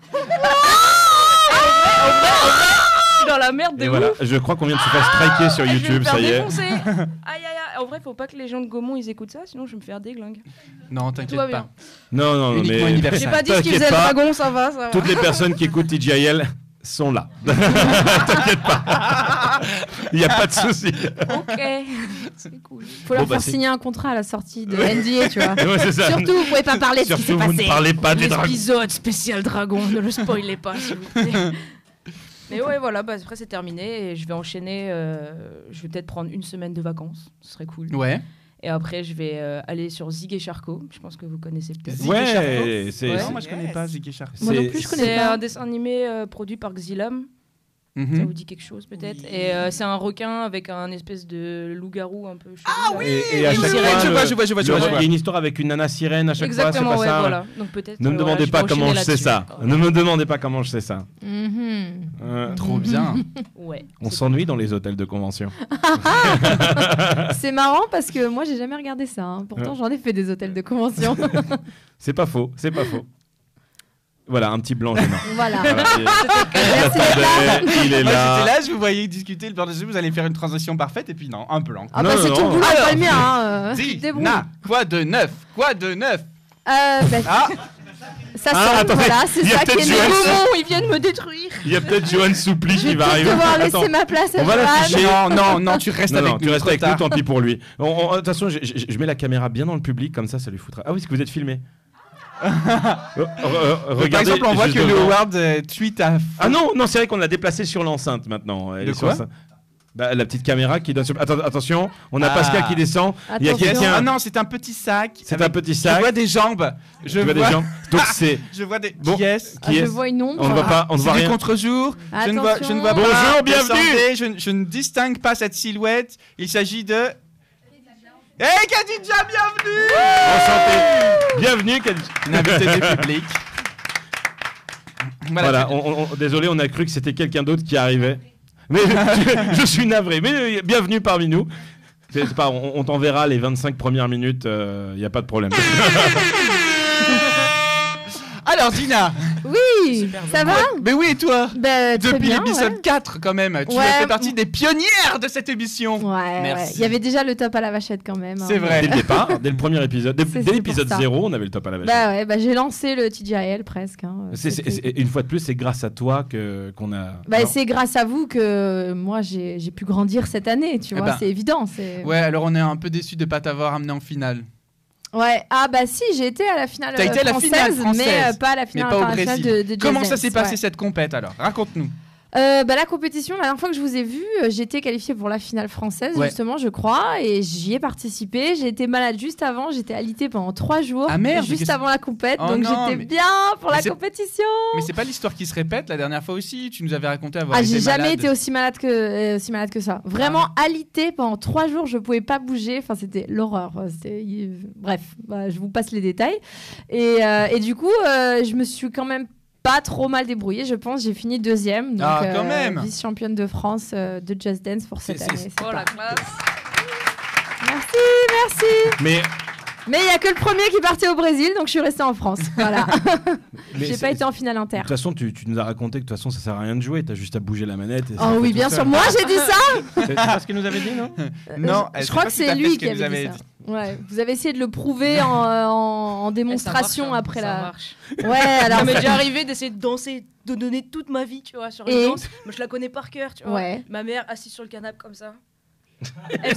je suis dans la merde
Et
de
voilà,
ouf
je crois qu'on vient de se faire striker sur
Et je vais me
YouTube,
faire
ça y est. [LAUGHS]
défoncer. aïe aïe aïe. En vrai, faut pas que les gens de Gaumont ils écoutent ça, sinon je vais me faire déglingue.
Non,
Tout va
t'inquiète
bien.
pas.
Non, non, non,
Uniquement
mais
universel.
J'ai pas dit ce qu'ils
T'inquiète
faisaient le
pas.
dragon, ça va, ça va.
toutes les personnes qui
[LAUGHS]
écoutent TJL sont là. [LAUGHS] T'inquiète pas. Il n'y a pas
[LAUGHS]
de souci.
[LAUGHS]
Ok. C'est cool.
Faut leur
Bon, bah,
faire
c'est-
signer un contrat à la sortie de NDA, tu vois.
[LAUGHS] Ouais, c'est ça.
Surtout, vous pouvez pas parler de ce qui s'est
Surtout, vous ne
passé.
parlez pas des dragons.
L'épisode spécial dragon, ne le spoilez pas, s'il vous plaît. [LAUGHS] Mais ouais, voilà, bah, après c'est terminé et je vais enchaîner. euh, je vais peut-être prendre une semaine de vacances, ce serait cool.
Ouais.
Et après, je vais euh, aller sur Zig et Charcot, je pense que vous connaissez peut-être.
Zig
Ouais, c'est.
Ouais.
c'est-
Non, moi je connais
Yes.
pas Ziggy Shark.
Moi non
c'est-
plus, je connais
C'est
pas.
un dessin animé euh, produit par Xilam, ça
Mhm.
vous dit quelque chose peut-être
Oui.
Et euh, c'est un requin avec un espèce de loup-garou un peu chelou.
Ah
là.
Et, et à
oui,
chaque
oui,
fois,
oui,
je
le-
vois, je vois, je vois,
le-
je vois.
il y a une histoire avec une nana sirène à chaque
Exactement,
fois, c'est
ouais,
pas ça.
voilà. Donc peut-être.
Ne me
euh,
demandez
voilà, je
pas
vais
comment je
enchaîner
sais ça.
là-dessus.
Ne me demandez pas comment je sais ça.
Mhm.
Euh,
Trop bien.
[LAUGHS] Ouais.
on
c'est-
s'ennuie dans les hôtels
[LAUGHS]
de convention.
C'est marrant parce que moi, j'ai jamais regardé ça. hein. Pourtant, j'en ai fait des hôtels de
[LAUGHS]
convention. [LAUGHS]
C'est pas faux, c'est pas faux. Voilà, un petit blanc gênant.
voilà.
[LAUGHS]
Voilà, [LAUGHS] il-
Merci.
Attendez, il est
Moi j'étais
là.
là, je vous voyais discuter le bordel, vous allez faire une transition parfaite et puis non, un blanc.
Ah
Non,
bah, c'est
non,
ton
non.
boulot, pas le mien. Hein. euh, tu te débrouilles.
Zina, quoi de neuf Quoi de neuf
Euh, bah,
Ah,
Ça
Ah,
sonne,
attendez,
voilà, c'est
il y a
ça Oh, qui
peut-être
est
Joël.
nouveau.
Gaumont, ils viennent me détruire.
Il y a peut-être Johan Soupli
Je
qui
vais
va
peut-être
arriver.
devoir laisser
Attends.
ma place à
on va la
Johan.
afficher.
non, non, non, tu restes
Non,
avec
non,
nous.
tu restes
trop
avec nous,
tard.
tant pis pour lui. On- on- De toute façon, je, je- je mets la caméra bien dans le public, comme ça, ça lui foutra. Ah oui, est-ce que vous êtes
[LAUGHS]
filmé Oh, euh, Regardez.
Par exemple, on voit
juste
que le
devant.
Howard euh, tweet à.
Ah non, non, c'est vrai qu'on l'a déplacé sur l'enceinte maintenant. Elle
De
est sur
quoi
l'enceinte. Bah, La petite caméra qui donne sur. Atten- attention, on a
Ah.
Pascal qui descend. Il y a
Attention.
quelqu'un.
Ah non, c'est un petit sac.
C'est
avec-
un petit
Je
sac.
vois des jambes. Je
Tu vois
vois
des
[LAUGHS]
gens. Donc c'est.
Je vois des.
Bon.
Qui est-ce
Ah,
Qui
je
est
vois une ombre.
On ne voit pas. On ne
C'est
voit
du
rien.
contre-jour. Je ne vois, je ne vois
Attention.
pas.
Bonjour, bienvenue.
Descendez, Je, ne- je ne distingue pas cette silhouette. Il s'agit de. Eh, hey, Khadija, bienvenue
Enchanté. Bienvenue. Kadji-
Une
[LAUGHS]
invitée du public.
Voilà, on- on- désolé, on a cru que c'était quelqu'un d'autre qui arrivait. Mais je, je suis navré, mais euh, bienvenue parmi nous. C'est- c'est pas- on on t'enverra les 25 premières minutes, il n'y a pas de problème.
Ah,
Alors, Dina,
Oui, ça va
mais oui, et toi
Bah, très
Depuis
bien,
l'épisode
ouais.
4, quand même, tu
Ouais.
as fait partie des pionnières de cette émission.
Ouais, ouais.
Merci.
Il y avait déjà le top à la vachette quand même. hein.
C'est
[LAUGHS]
vrai.
dès le départ, dès le premier épisode, dès,
C'est-
dès
c'est
l'épisode
pour ça.
0, on avait le top à la vache.
Bah ouais, bah j'ai lancé le TGIL presque. hein.
C'est- c'est-
C'était-
c'est- une fois de plus, c'est grâce à toi que qu'on a.
Bah,
Alors,
c'est grâce à vous que euh, moi j'ai j'ai pu grandir cette année, tu
Eh
vois,
ben.
c'est évident. c'est-
Ouais, alors on est un peu déçus de pas t'avoir amené en finale.
Ouais. Ah bah si, j'ai été à la finale euh,
T'as été à la
française,
finale française,
mais euh, pas à la
Mais
finale
pas au
internationale
Brésil.
de, de Just
Comment ça
Dance,
s'est passé
ouais.
cette compète alors Raconte-nous.
Euh, bah, la compétition, la dernière fois que je vous ai vu, euh, j'étais qualifiée pour la finale française,
Ouais.
justement, je crois, et j'y ai participé. J'ai été malade juste avant, j'étais alitée pendant trois jours,
Ah, merde, mais
juste
qu'est-ce-
avant la compète,
Oh
donc
non,
j'étais
mais-
bien pour
Mais
la
c'est-
compétition.
Mais c'est pas l'histoire qui se répète la dernière fois aussi. Tu nous avais raconté avoir
Ah,
été
j'ai jamais
malade. Ah.
été aussi malade que euh, aussi malade que ça. Vraiment alitée pendant trois jours, je pouvais pas bouger. Enfin, c'était l'horreur. C'était- il- Bref, bah, je vous passe les détails. Et, euh, et du coup, euh, je me suis quand même pas trop mal débrouillée, je pense. J'ai fini deuxième, donc
Ah, quand même.
vice championne de France euh, de Just Dance pour cette
C'est- c'est-
année. c'est
Oh
pas-
la classe
Merci, merci.
Mais,
Mais il y a que le premier qui partait au Brésil, donc je suis restée en France.
[LAUGHS]
Voilà. [LAUGHS]
mais
j'ai
c'est-
pas été en finale
De
inter.
toute façon, tu, tu nous as raconté que de toute façon, ça sert à rien de jouer. T'as juste à bouger la manette. et ça
Oh
fait
oui,
tout
bien
seul.
sûr. Moi, j'ai dit ça.
C'est c'est pas ce qu'il nous avait dit, non
Non,
je,
elle
je
sait
crois
pas
que
tout à
c'est
fait
lui
ce
qui
qu'elle nous
avait, dit,
avait
ça. Ouais, vous avez essayé de le prouver en, euh, en- en démonstration après
ça
la.
Eh, marche.
Ouais, alors.
Ça m'est déjà arrivé d'essayer de danser, de donner toute ma vie, tu vois, sur une
Et
danse. Moi, je la connais par cœur, tu vois.
Ouais.
Ma mère assise sur le canapé comme ça. Elle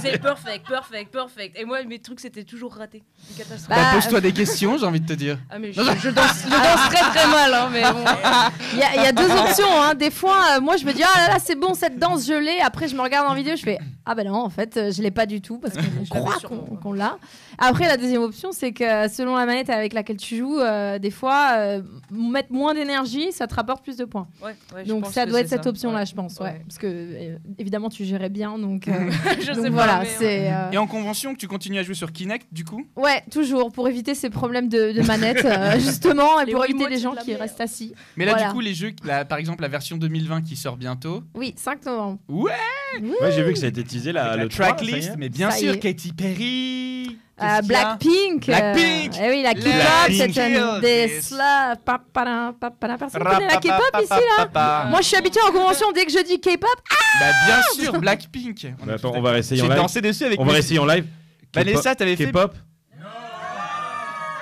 [LAUGHS]
faisait perfect, perfect, perfect. Et moi, mes trucs, c'était toujours raté. Une catastrophe.
Bah,
Bah, Pose-toi des questions, j'ai envie de
[LAUGHS]
te dire.
Ah, mais je, je danse,
[LAUGHS]
je danse très très mal, hein, mais bon.
Il y, a- il y a deux options. Hein. Des fois, euh, moi, je me dis, ah là là, c'est bon, cette danse, je l'ai. Après, je me regarde en vidéo, je fais, ah ben non, en fait, euh, je l'ai pas du tout parce qu'on croit
sur
qu'on
moi.
qu'on l'a. Après, la deuxième option, c'est que euh, selon la manette avec laquelle tu joues, euh, des fois, euh, mettre moins d'énergie, ça te rapporte plus de points.
Ouais, ouais, je
donc,
pense
ça
que
doit
c'est
être cette
ça.
option-là,
Ouais.
je pense. Ouais.
Ouais.
Parce que, euh, évidemment, tu gérais bien. Donc, euh,
[LAUGHS] je
donc
sais
voilà,
pas. mais, euh,
c'est. euh,
Et en convention, que tu continues à jouer sur Kinect, du coup
Ouais, toujours, pour éviter ces problèmes de, de
[LAUGHS]
manette, euh, justement, et
Les
pour
Wiimotes,
éviter les
c'est
gens
de la
qui
merde.
restent assis.
Mais là,
Voilà.
du coup, les jeux, la- par exemple, la version 2020 qui sort bientôt.
Oui, 5 novembre.
Ouais
Ouais,
Euh,
j'ai vu que ça a été teasé là.
avec la
le 3, ça y
tracklist,
est.
mais bien
Ça y
sûr,
est.
Katy Perry.
Euh,
Qu'est-ce qu'il y a
Blackpink
Blackpink
euh, eh oui, la K-pop,
Blackpink.
c'est un des sla- pa- pa- pa- pa- pa- pa- Personne connaît la K-pop ici, là
là
Moi, je suis habituée en convention, dès que je dis K-pop...
Bah bien sûr, Blackpink.
Bah, attends,
est
on va
tout à-
réessayer en
J'ai
live.
dansé dessus avec
On va
mes-
essayer en live.
Vanessa, t'avais fait.
K-pop.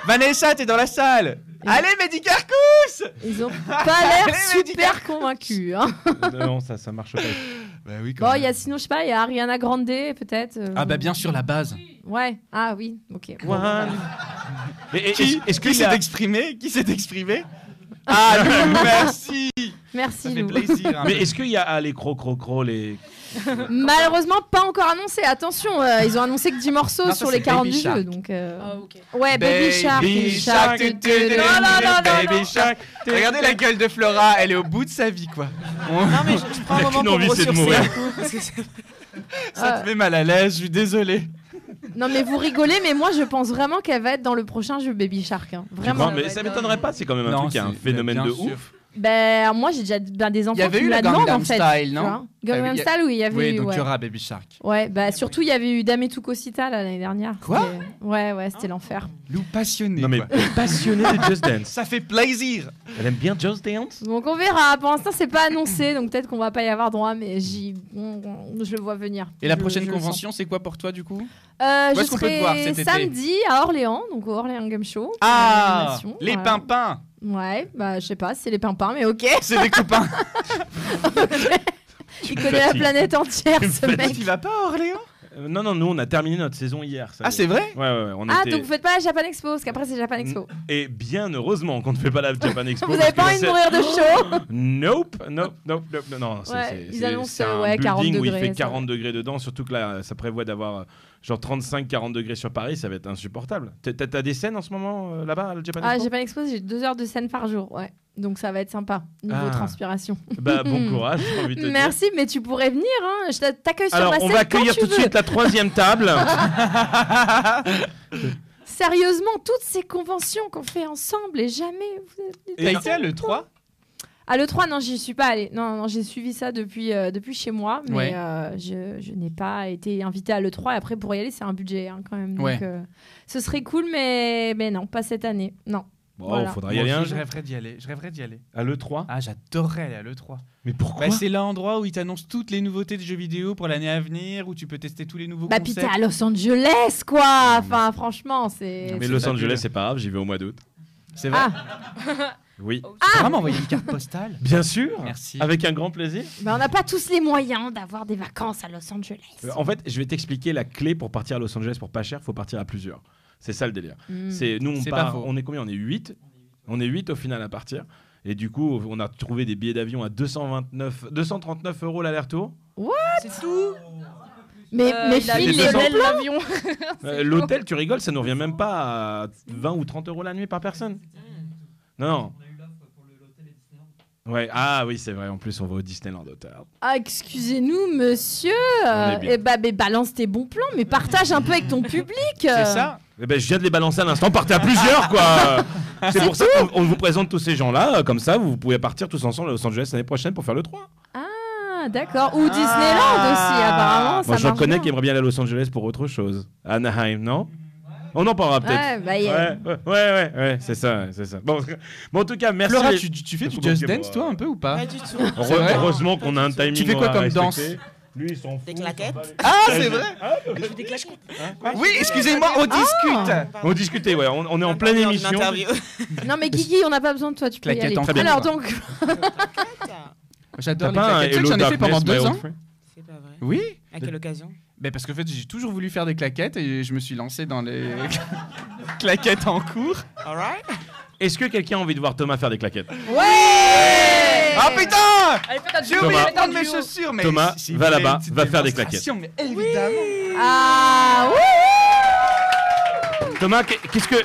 Vanessa, t'es dans la salle.
Et-
Allez, Medicarco
Ah Ils ont pas l'air
Elle m'a dit
super convaincus.
[LAUGHS]
hein.
non, ça, ça marche pas.
Bah oui,
Bon, il y a sinon, je sais pas, il y a Ariana Grande, peut-être. euh,
Ah bah bien sûr, la base.
Ouais, ah oui, ok. Bon, voilà.
Et- et-
Qui,
est-ce
qui
qu'il
s'est
a-
exprimé Qui s'est exprimé Ah Lou, merci Ça
Merci,
fait
Lou.
plaisir. hein. un
Mais
peu.
est-ce qu'il y a ah, les cro-cro-cro, les.
Malheureusement, pas encore annoncé. Attention, euh, ils ont annoncé que 10 morceaux
Non, ça,
sur
c'est
les 40
Baby
du
Shark.
jeu. Donc, euh,
Ah, ok.
Ouais, Baby Shark.
Shark, tu- tu- tu-
Non, non, non, non, non.
Baby Shark. Regardez la gueule de Flora, elle est au bout de sa vie quoi. On-
Non, mais je, je prends
Il
un
a
moment
qu'une
pour
envie,
me
c'est de
ressourcer,
mourir.
du coup, parce que c'est-
[LAUGHS] Ça te met mal à l'aise, je suis désolé.
Non, mais vous rigolez, mais moi je pense vraiment qu'elle va être dans le prochain jeu Baby Shark. hein.
Tu
Vraiment.
crois Mais ça m'étonnerait pas, c'est quand même un truc qui a un
c'est-
phénomène
bien
de
sûr.
ouf.
Ben, moi j'ai déjà ben, des enfants
Il y avait
qui
eu
me la
la
demandent
Gangnam
en fait.
Style,
tu
non
vois.
Euh,
Gangnam
il y a-
Style, oui, il y avait
Oui,
eu.
donc il
Ouais.
y aura Baby Shark. Ah,
Ouais, bah surtout il y avait eu Dame Tukosita là l'année dernière.
Quoi
C'était- Ouais, ouais,
Ah.
c'était l'enfer.
Lou passionné.
Non mais
quoi.
passionnée de Just Dance.
ça fait plaisir.
Elle aime bien Just Dance
Donc on verra. Pour l'instant c'est pas annoncé, donc peut-être qu'on va pas y avoir droit, mais j'y, je le vois venir.
Et la
Je-
prochaine
je le sens.
convention, c'est quoi pour toi du coup
Euh,
Où
je
est-ce qu'on peut te
serai
voir cet été
samedi à Orléans, donc au Orléans Game Show. pour
Ah,
l'animation,
les
voilà.
pimpins,
Ouais, bah je sais pas, c'est les pimpins, mais ok,
[LAUGHS]
c'est des copains.
[LAUGHS] il connaît la planète entière
Tu me
ce
fatigues.
mec.
Tu vas pas à Orléans
Euh, Non, non, nous on a terminé notre saison hier. ça y
Ah,
est.
c'est vrai
Ouais, ouais, ouais, on
Ah,
était-
donc vous faites pas la Japan Expo, parce qu'après c'est Japan Expo.
Et bien heureusement qu'on ne fait pas la Japan Expo.
Vous
parce
avez
que
pas envie de
c'est-
mourir de chaud
Nope, nope, nope, nope, nope, non, c'est-
Ouais,
c'est-
ils
c'est-
annoncent,
c'est un
ouais, 40
building où il
degrés, ça.
fait 40 degrés dedans, surtout que là, ça prévoit d'avoir euh, genre 35-40 degrés sur Paris, ça va être insupportable. T'as- T'as t'as des scènes en ce moment euh, là-bas à la Japan
Ah,
Expo
Japan Expo, j'ai deux heures de scène par jour, ouais. Donc ça va être sympa, niveau
Ah.
transpiration. [LAUGHS]
Bah bon courage, j'ai envie de te dire.
Merci, mais tu pourrais venir, hein. Je t'a- t'accueille sur
Alors
ma
on
scène
va
quand
accueillir
tu
tout de
veux.
suite la
[LAUGHS]
troisième table. Euh,
Sérieusement, toutes ces conventions qu'on fait ensemble et jamais... vous êtes-
T'as été à l'E3
Ah, le 3, non, j'y suis pas allée. Non, non, j'ai suivi ça depuis, euh, depuis chez moi, mais
Ouais.
euh, je, je n'ai pas été invitée à l'E3. Et après, pour y aller, c'est un budget hein, quand même. Donc,
Ouais.
euh, ce serait cool, mais, mais non, pas cette année. Non.
Oh,
Bon,
Voilà.
faudra y aller
Moi
un
aussi, Je
jour.
rêverais d'y aller, je rêverais d'y aller.
À l'E3
Ah, j'adorerais aller à l'E3.
Mais pourquoi
Bah, c'est l'endroit où ils t'annoncent toutes les nouveautés de jeux vidéo pour l'année à venir, où tu peux tester tous les nouveaux
Bah, puis
concepts.
t'es à Los Angeles, quoi Enfin, franchement, c'est.
Non,
Mais
c'est
Los
pas
Angeles,
cool.
c'est pas grave, j'y vais au mois d'août.
C'est vrai.
Ah, [LAUGHS]
Oui.
Tu peux Ah, vraiment envoyer une carte postale
Bien sûr
Merci.
Avec un grand plaisir.
bah, on n'a pas tous les moyens d'avoir des vacances à Los Angeles.
Euh, En fait, je vais t'expliquer la clé pour partir à Los Angeles pour pas cher, faut partir à plusieurs. C'est ça le délire.
Hmm.
C'est nous on
C'est pas
part,
faux.
on est combien On est 8. On est 8 au final à partir. Et du coup, on a trouvé des billets d'avion à 229, 239 euros l'aller-retour.
C'est tout
Mais,
Euh,
mais
il a
file
mis le
le
bel
plan.
L'avion.
Euh, L'hôtel, tu rigoles, ça nous revient même pas à 20 ou 30 euros la nuit par personne. Non, non. Ouais, ah oui, c'est vrai, en plus on va au Disneyland Hotel.
[LAUGHS] Ah, excusez-nous, monsieur.
On est bien.
Eh bah, mais balance tes bons plans, mais partage un peu avec ton public.
C'est ça
Eh ben, je viens de les balancer à l'instant, partez à plusieurs
[LAUGHS]
quoi C'est pour ça qu'on on vous présente tous ces gens-là, euh, comme ça vous pouvez partir tous ensemble à Los Angeles l'année prochaine pour faire le 3.
Ah, d'accord. Ou
Ah.
Disneyland aussi, apparemment. Ah,
Moi
ça
j'en
marche
connais
bien.
qui aimeraient bien aller à Los Angeles pour autre chose. Anaheim, non Oh, On en parlera
Ouais,
peut-être.
bah, il y
Ouais,
a-
ouais, ouais, ouais, ouais, c'est ça, c'est ça. Bon, [LAUGHS] bon, en tout cas, merci.
Flora,
les-
tu, tu- tu fais du
Surtout
just
que-
dance, toi, un peu ou pas
Pas du tout.
Heure-
C'est vrai
Heureusement qu'on a un timing.
Tu fais quoi
à
comme
respecter.
danse
Lui, il s'en fout.
Des claquettes
Ah, c'est vrai
Je fais des claquettes.
Hein Oui, excusez-moi, on
Ah.
discute
On discutait, ouais, on, on est en pleine émission.
Interview.
Non, mais Guigui, on n'a pas besoin de toi, tu peux y aller.
Claquette en
Très bien.
Alors, donc, [LAUGHS]
T'as
J'adore les
pas un
claquettes. Tu sais que
Hello
j'en ai fait pendant
Darkness,
deux
My
ans
Old Friend
C'est pas vrai.
Oui
À quelle occasion
Mais parce que en fait, j'ai toujours voulu faire des claquettes et je me suis lancé dans les
[LAUGHS]
[LAUGHS] claquettes en cours.
Alright.
Est-ce que quelqu'un a envie de voir Thomas faire des claquettes
Ouais
Ah putain
Allez, fais ta
J'ai
Thomas.
oublié
Thomas.
de prendre mes chaussures, mais
Thomas,
c'est- c'est
va
une
là-bas,
petite
va faire des
démonstration, mais Évidemment.
ah, oui.
Thomas, qu'est- qu'est-ce que, qu'est-ce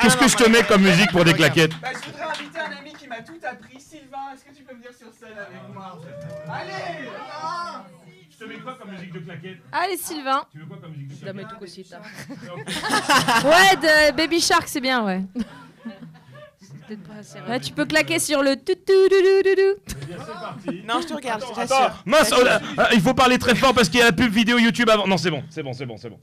Ah non,
que je te
moi,
mets comme musique pour des claquettes
Bah, je voudrais inviter un ami qui m'a tout appris, Sylvain. Est-ce que tu peux venir sur scène avec moi Allez
Je te mets quoi comme musique de claquette
Allez, Sylvain.
Tu veux quoi comme musique de
Dame et
claquette
tout aussi,
[LAUGHS]
t'as.
Ouais, de Baby Shark, c'est bien, ouais.
Peut-être pas assez
Là, tu peux claquer sur le tout tout dou dou dou dou.
Eh bien, c'est parti.
Non, je te regarde, je
Attends,
t'assure.
mince, oh là, ah, il faut parler très fort parce qu'il y a la pub vidéo YouTube avant. Non, c'est bon, c'est bon, c'est bon, c'est bon.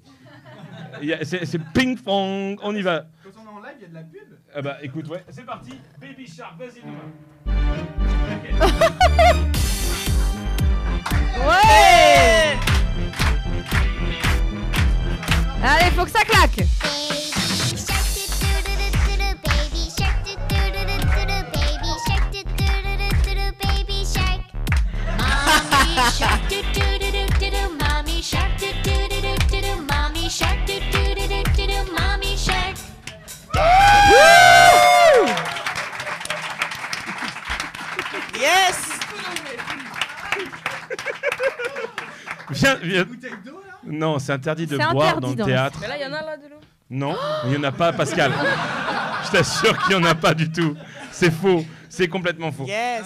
Il y a- C'est c'est ping pong, on y va.
Quand on est en live, il y a de la pub.
Ah bah écoute, ouais.
C'est parti. Baby Shark, vas-y, Thomas. [LAUGHS]
Ouais Allez, faut que ça claque
[LAUGHS]
[LAUGHS]
Yes
Viens, viens. Non, c'est interdit de
C'est
boire
interdit
dans le
dans-
théâtre.
Mais là, il y en a là de l'eau.
Non, il n'y en a pas,
[LAUGHS]
Pascal. Je t'assure qu'il n'y en a pas du tout. C'est faux. C'est complètement faux.
Yes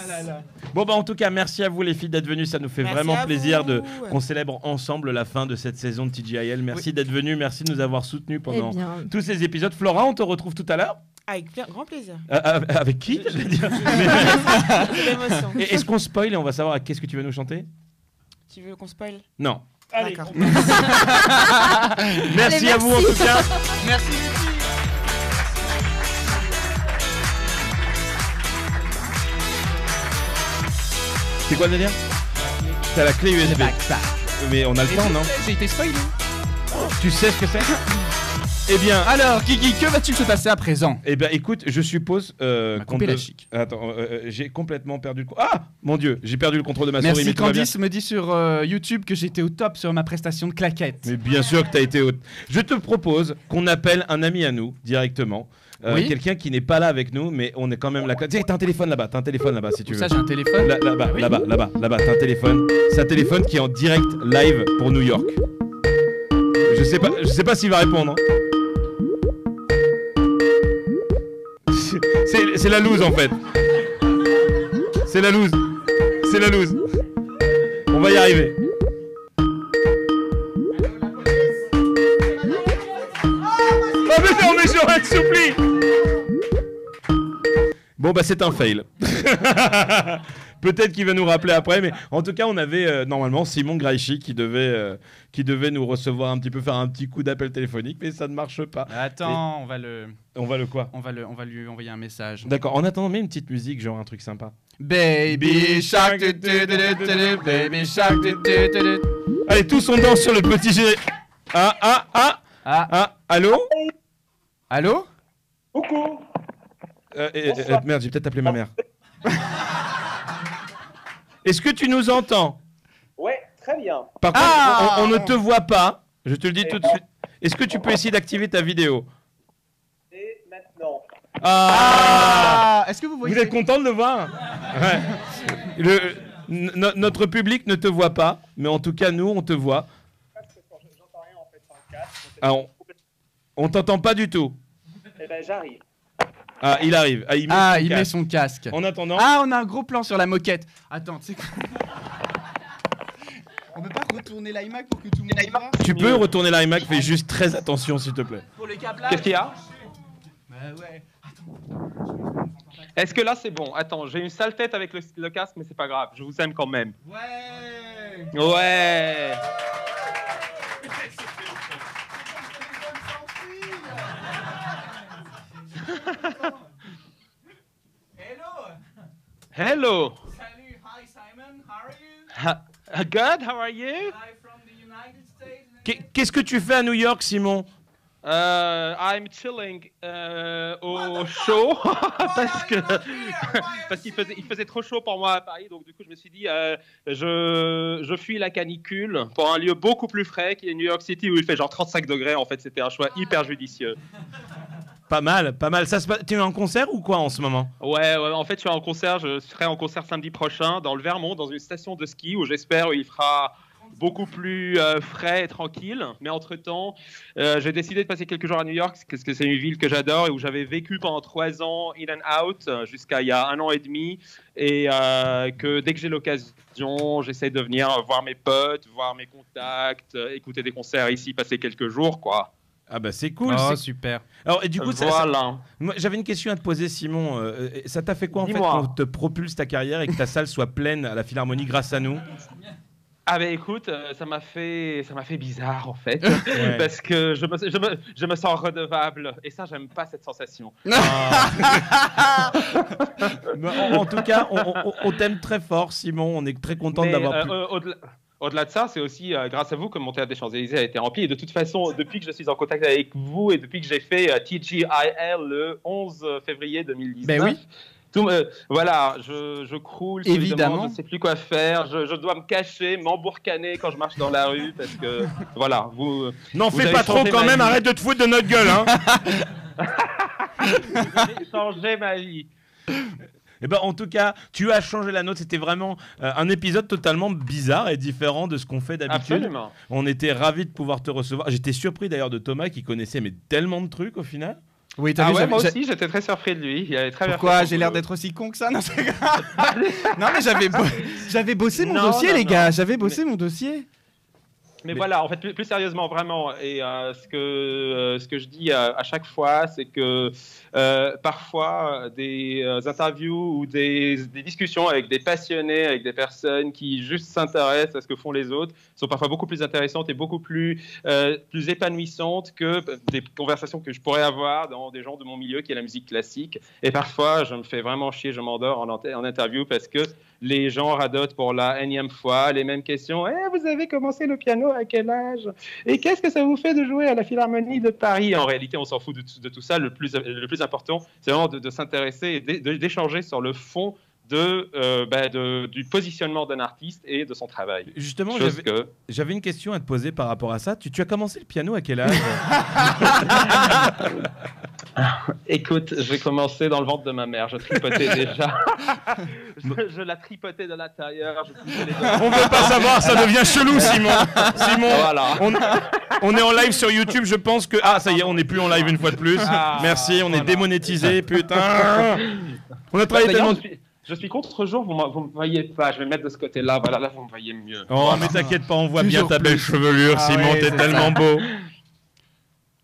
Bon, bah, en tout cas, merci à vous, les filles, d'être venues. Ça nous fait
Merci
vraiment
à
plaisir de
vous.
qu'on célèbre ensemble la fin de cette saison de TGIL. Merci d'être venues. Merci de nous avoir soutenus
Eh
pendant
bien,
tous ces épisodes. Flora, on te retrouve tout à l'heure.
Avec pla- grand plaisir.
Euh, euh, avec qui
[LAUGHS]
je veux dire.
C'est l'émotion.
Mais- Et Est-ce qu'on spoil et on va savoir à qu'est-ce que tu vas nous chanter
Tu veux qu'on spoil
Non.
Allez,
[LAUGHS]
D'accord.
Merci, à vous, en tout cas. C'est quoi le délire T'as la clé USB. Mais on a le temps, non
J'ai été spoilé.
Tu sais ce que c'est Eh bien,
Alors, Guigui, que va-t-il se passer à présent
eh bien, écoute, je suppose euh,
m'a
qu'on
coupé la
dev-
chic.
Attends, euh, euh, j'ai complètement perdu le co- Ah Mon Dieu, j'ai perdu le contrôle de ma souris.
Merci
mais tout va bien.
Candice me dit sur euh, YouTube que j'étais au top sur ma prestation de claquette.
Mais bien sûr que t'as été haute. Je te propose qu'on appelle un ami à nous directement. Euh,
Oui.
Quelqu'un qui n'est pas là avec nous, mais on est quand même là. Tiens, T'as un téléphone là-bas, t'as un téléphone là-bas si tu veux.
Ça, j'ai un téléphone.
Là- Là-bas,
Oui.
là-bas, là-bas, là-bas, t'as un téléphone. C'est un téléphone qui est en direct live pour New York. Je sais pas, je sais pas s'il va répondre. hein. [LAUGHS] C'est c'est la loose en fait. C'est la loose. C'est la loose. On va y arriver. Oh mais non mais j'aurais te supplie Bon bah c'est un fail. [LAUGHS] Peut-être qu'il va nous rappeler après, mais en tout cas, on avait euh, normalement Simon Graichi qui devait, euh, qui devait nous recevoir un petit peu, faire un petit coup d'appel téléphonique, mais ça ne marche pas.
Attends, on va le,
On va le quoi
on va le, on va lui envoyer un message.
D'accord, en attendant, mets une petite musique, genre un truc sympa.
Baby shark, tu, tu, tu, tu, tu, tu, baby shark, tu, tu, tu, tu.
Allez, tous on danse sur le petit G. Ah, ah, ah,
Ah,
ah, allô
allô
coucou.
Euh, euh, euh, Merde, j'ai peut-être appelé
[LAUGHS]
ma mère. Est-ce que tu nous entends
Ouais, très bien.
Par contre,
Ah
on, on ne te voit pas, je te le dis tout de suite. Est-ce que tu peux essayer d'activer ta vidéo
Et maintenant.
Ah,
Est-ce que vous
Vous êtes content de le voir Ouais. Le- no- Notre public ne te voit pas, mais en tout cas, nous, on te voit. Ah, on on t'entend pas du tout.
Eh ben, j'arrive.
Ah, il arrive. Ah, il met,
Ah,
son,
il met
casque.
son casque.
En attendant,
Ah, on a un gros plan sur la moquette. Attends, tu sais quoi On peut pas retourner l'iMac pour que tout le monde voit
tu peux retourner l'iMac, fais juste très attention, s'il te plaît.
Pour le câblage
Qu'est-ce qu'il y a
Bah ouais.
Est-ce que là c'est bon Attends, j'ai une sale tête avec le, le casque, mais c'est pas grave. Je vous aime quand même.
Ouais
Ouais.
Hello
Hello.
Salut, hi Simon, how are you
Ha- Good. How are you
I'm from the United States.
Qu'est- Qu'est-ce que tu fais à New York, Simon
Euh, I'm chilling euh, au [LAUGHS] chaud parce que parce qu'il faisait, il faisait trop chaud pour moi à Paris, donc du coup je me suis dit euh, je je fuis la canicule pour un lieu beaucoup plus frais qui est New York City où il fait genre 35 degrés. En fait, c'était un choix hyper judicieux.
Pas mal, pas mal. Ça se passe- Tu es en concert ou quoi en ce moment
Ouais, ouais, en fait, je suis en concert. Je serai en concert samedi prochain dans le Vermont, dans une station de ski où j'espère il fera beaucoup plus euh, frais et tranquille. Mais entre-temps, euh, j'ai décidé de passer quelques jours à New York parce que c'est une ville que j'adore et où j'avais vécu pendant trois ans in and out euh, jusqu'à il y a un an et demi. Et euh, que dès que j'ai l'occasion, j'essaie de venir voir mes potes, voir mes contacts, euh, écouter des concerts ici, passer quelques jours, quoi.
Ah bah c'est cool. c'est-
super.
Alors et du coup, ça- ça-
voilà.
Moi, J'avais une question à te poser, Simon. Euh, euh, ça t'a fait quoi en fait
Dis-moi.
qu'on te propulse ta carrière et que ta salle soit pleine à la Philharmonie grâce à nous
[LAUGHS] Ah ben écoute, euh, ça m'a fait ça m'a fait bizarre en fait
Ouais.
[LAUGHS] parce que je me, je, me, je me sens redevable et ça j'aime pas cette sensation. [LAUGHS]
Ah. Mais en, en tout cas, on, on- on t'aime très fort, Simon. On est très content de
Mais,
l'avoir
euh,
pu.
euh, au-delà au-delà de ça, c'est aussi euh, grâce à vous que mon théâtre des Champs-Élysées a été rempli. Et de toute façon, depuis que je suis en contact avec vous et depuis que j'ai fait euh, TGIL le 11 février 2019,
Ben oui.
tout me- voilà, je, je croule, solidement,
Évidemment.
je ne sais plus quoi faire, je, je dois me cacher, m'embourcaner quand je marche dans la rue parce que voilà, vous,
N'en
vous
fais
avez
pas trop
chanté
quand
ma
même.
vie.
Arrête
[LAUGHS]
de te foutre de notre gueule. Hein.
avez changé ma vie.
Eh ben, en tout cas, tu as changé la note. C'était vraiment euh, un épisode totalement bizarre et différent de ce qu'on fait d'habitude.
Absolument.
On était ravis de pouvoir te recevoir. J'étais surpris d'ailleurs de Thomas qui connaissait mais tellement de trucs au final.
Oui, t'as
Ah
vu,
ouais,
j'avais-
moi
j'a-
aussi, j'étais très surpris de lui. Il avait très bien fait
Pourquoi
son
j'ai l'air
boulot.
d'être
[LAUGHS]
aussi con que ça Non, c'est grave. non mais j'avais [LAUGHS] bo- j'avais bossé mon
Non,
dossier
non,
les
non.
gars, j'avais bossé mon dossier.
Mais,
Mais-
voilà, en fait, plus, plus sérieusement, vraiment, et euh, ce, que, euh, ce que je dis euh, à chaque fois, c'est que euh, parfois, euh, des euh, interviews ou des, des discussions avec des passionnés, avec des personnes qui juste s'intéressent à ce que font les autres, sont parfois beaucoup plus intéressantes et beaucoup plus, euh, plus épanouissantes que euh, des conversations que je pourrais avoir dans des gens de mon milieu qui est la musique classique. Et parfois, je me fais vraiment chier, je m'endors en, ante- en interview parce que les gens radotent pour la énième fois les mêmes questions. Eh, vous avez commencé le piano à quel âge Et qu'est-ce que ça vous fait de jouer à la Philharmonie de Paris En réalité, on s'en fout de, tout- de tout ça. Le plus, le plus important, c'est vraiment de, de s'intéresser et d'é- de- d'échanger sur le fond de, euh, bah, de- du positionnement d'un artiste et de son travail.
Justement,
Chose
j'avais-
que-
j'avais une question à te poser par rapport à ça. Tu, tu as commencé le piano à quel âge
Écoute, j'ai commencé dans le ventre de ma mère. Je tripotais Bah,
[LAUGHS]
déjà. je, je la tripotais de
Bah
l'intérieur. Je poussais les doigts.
On veut pas savoir, ça devient chelou, Simon. Simon,
Voilà.
on, on est en live sur YouTube, je pense que. Ah, ça y est, on n'est plus en live une fois de plus.
Ah,
Merci, on est
voilà. [LAUGHS]
démonétisé, putain. On a travaillé
Bah, D'ailleurs,
tellement.
je suis, je suis contre-jour, vous ne me voyez pas. Je vais me mettre de ce côté-là. Voilà, là, vous me voyez mieux.
Oh, mais t'inquiète pas, on voit bien
Toujours
ta belle
plus.
chevelure,
Ah
Simon,
ouais,
t'es
c'est
tellement
ça.
beau.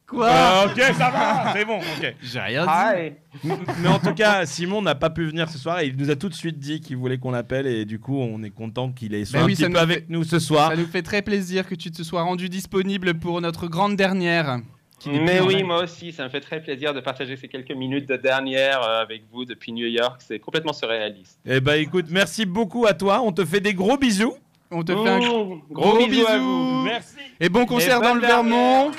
Quoi
Ah, ok, ça va,
[LAUGHS]
c'est bon, ok.
J'ai rien
Hi.
Mais en tout cas, Simon n'a pas pu venir ce soir et il nous a tout de suite dit qu'il voulait qu'on l'appelle et du coup, on est content qu'il ait soit
Bah
un
oui,
petit
ça
peu
nous
avec nous ce soir.
Ça nous fait très plaisir que tu te sois rendu disponible pour notre grande dernière. qui n'est
Mais
plus en
oui,
live.
moi aussi, ça me fait très plaisir de partager ces quelques minutes de dernière euh, avec vous depuis New York. C'est complètement surréaliste.
Eh bah écoute, merci beaucoup à toi, on te fait des gros bisous.
On te fait un
Oh,
Ouh,
gros
bisous à
bisou.
vous. Merci.
Et bon concert
Et
dans
bonne
le
dernière.
Vermont.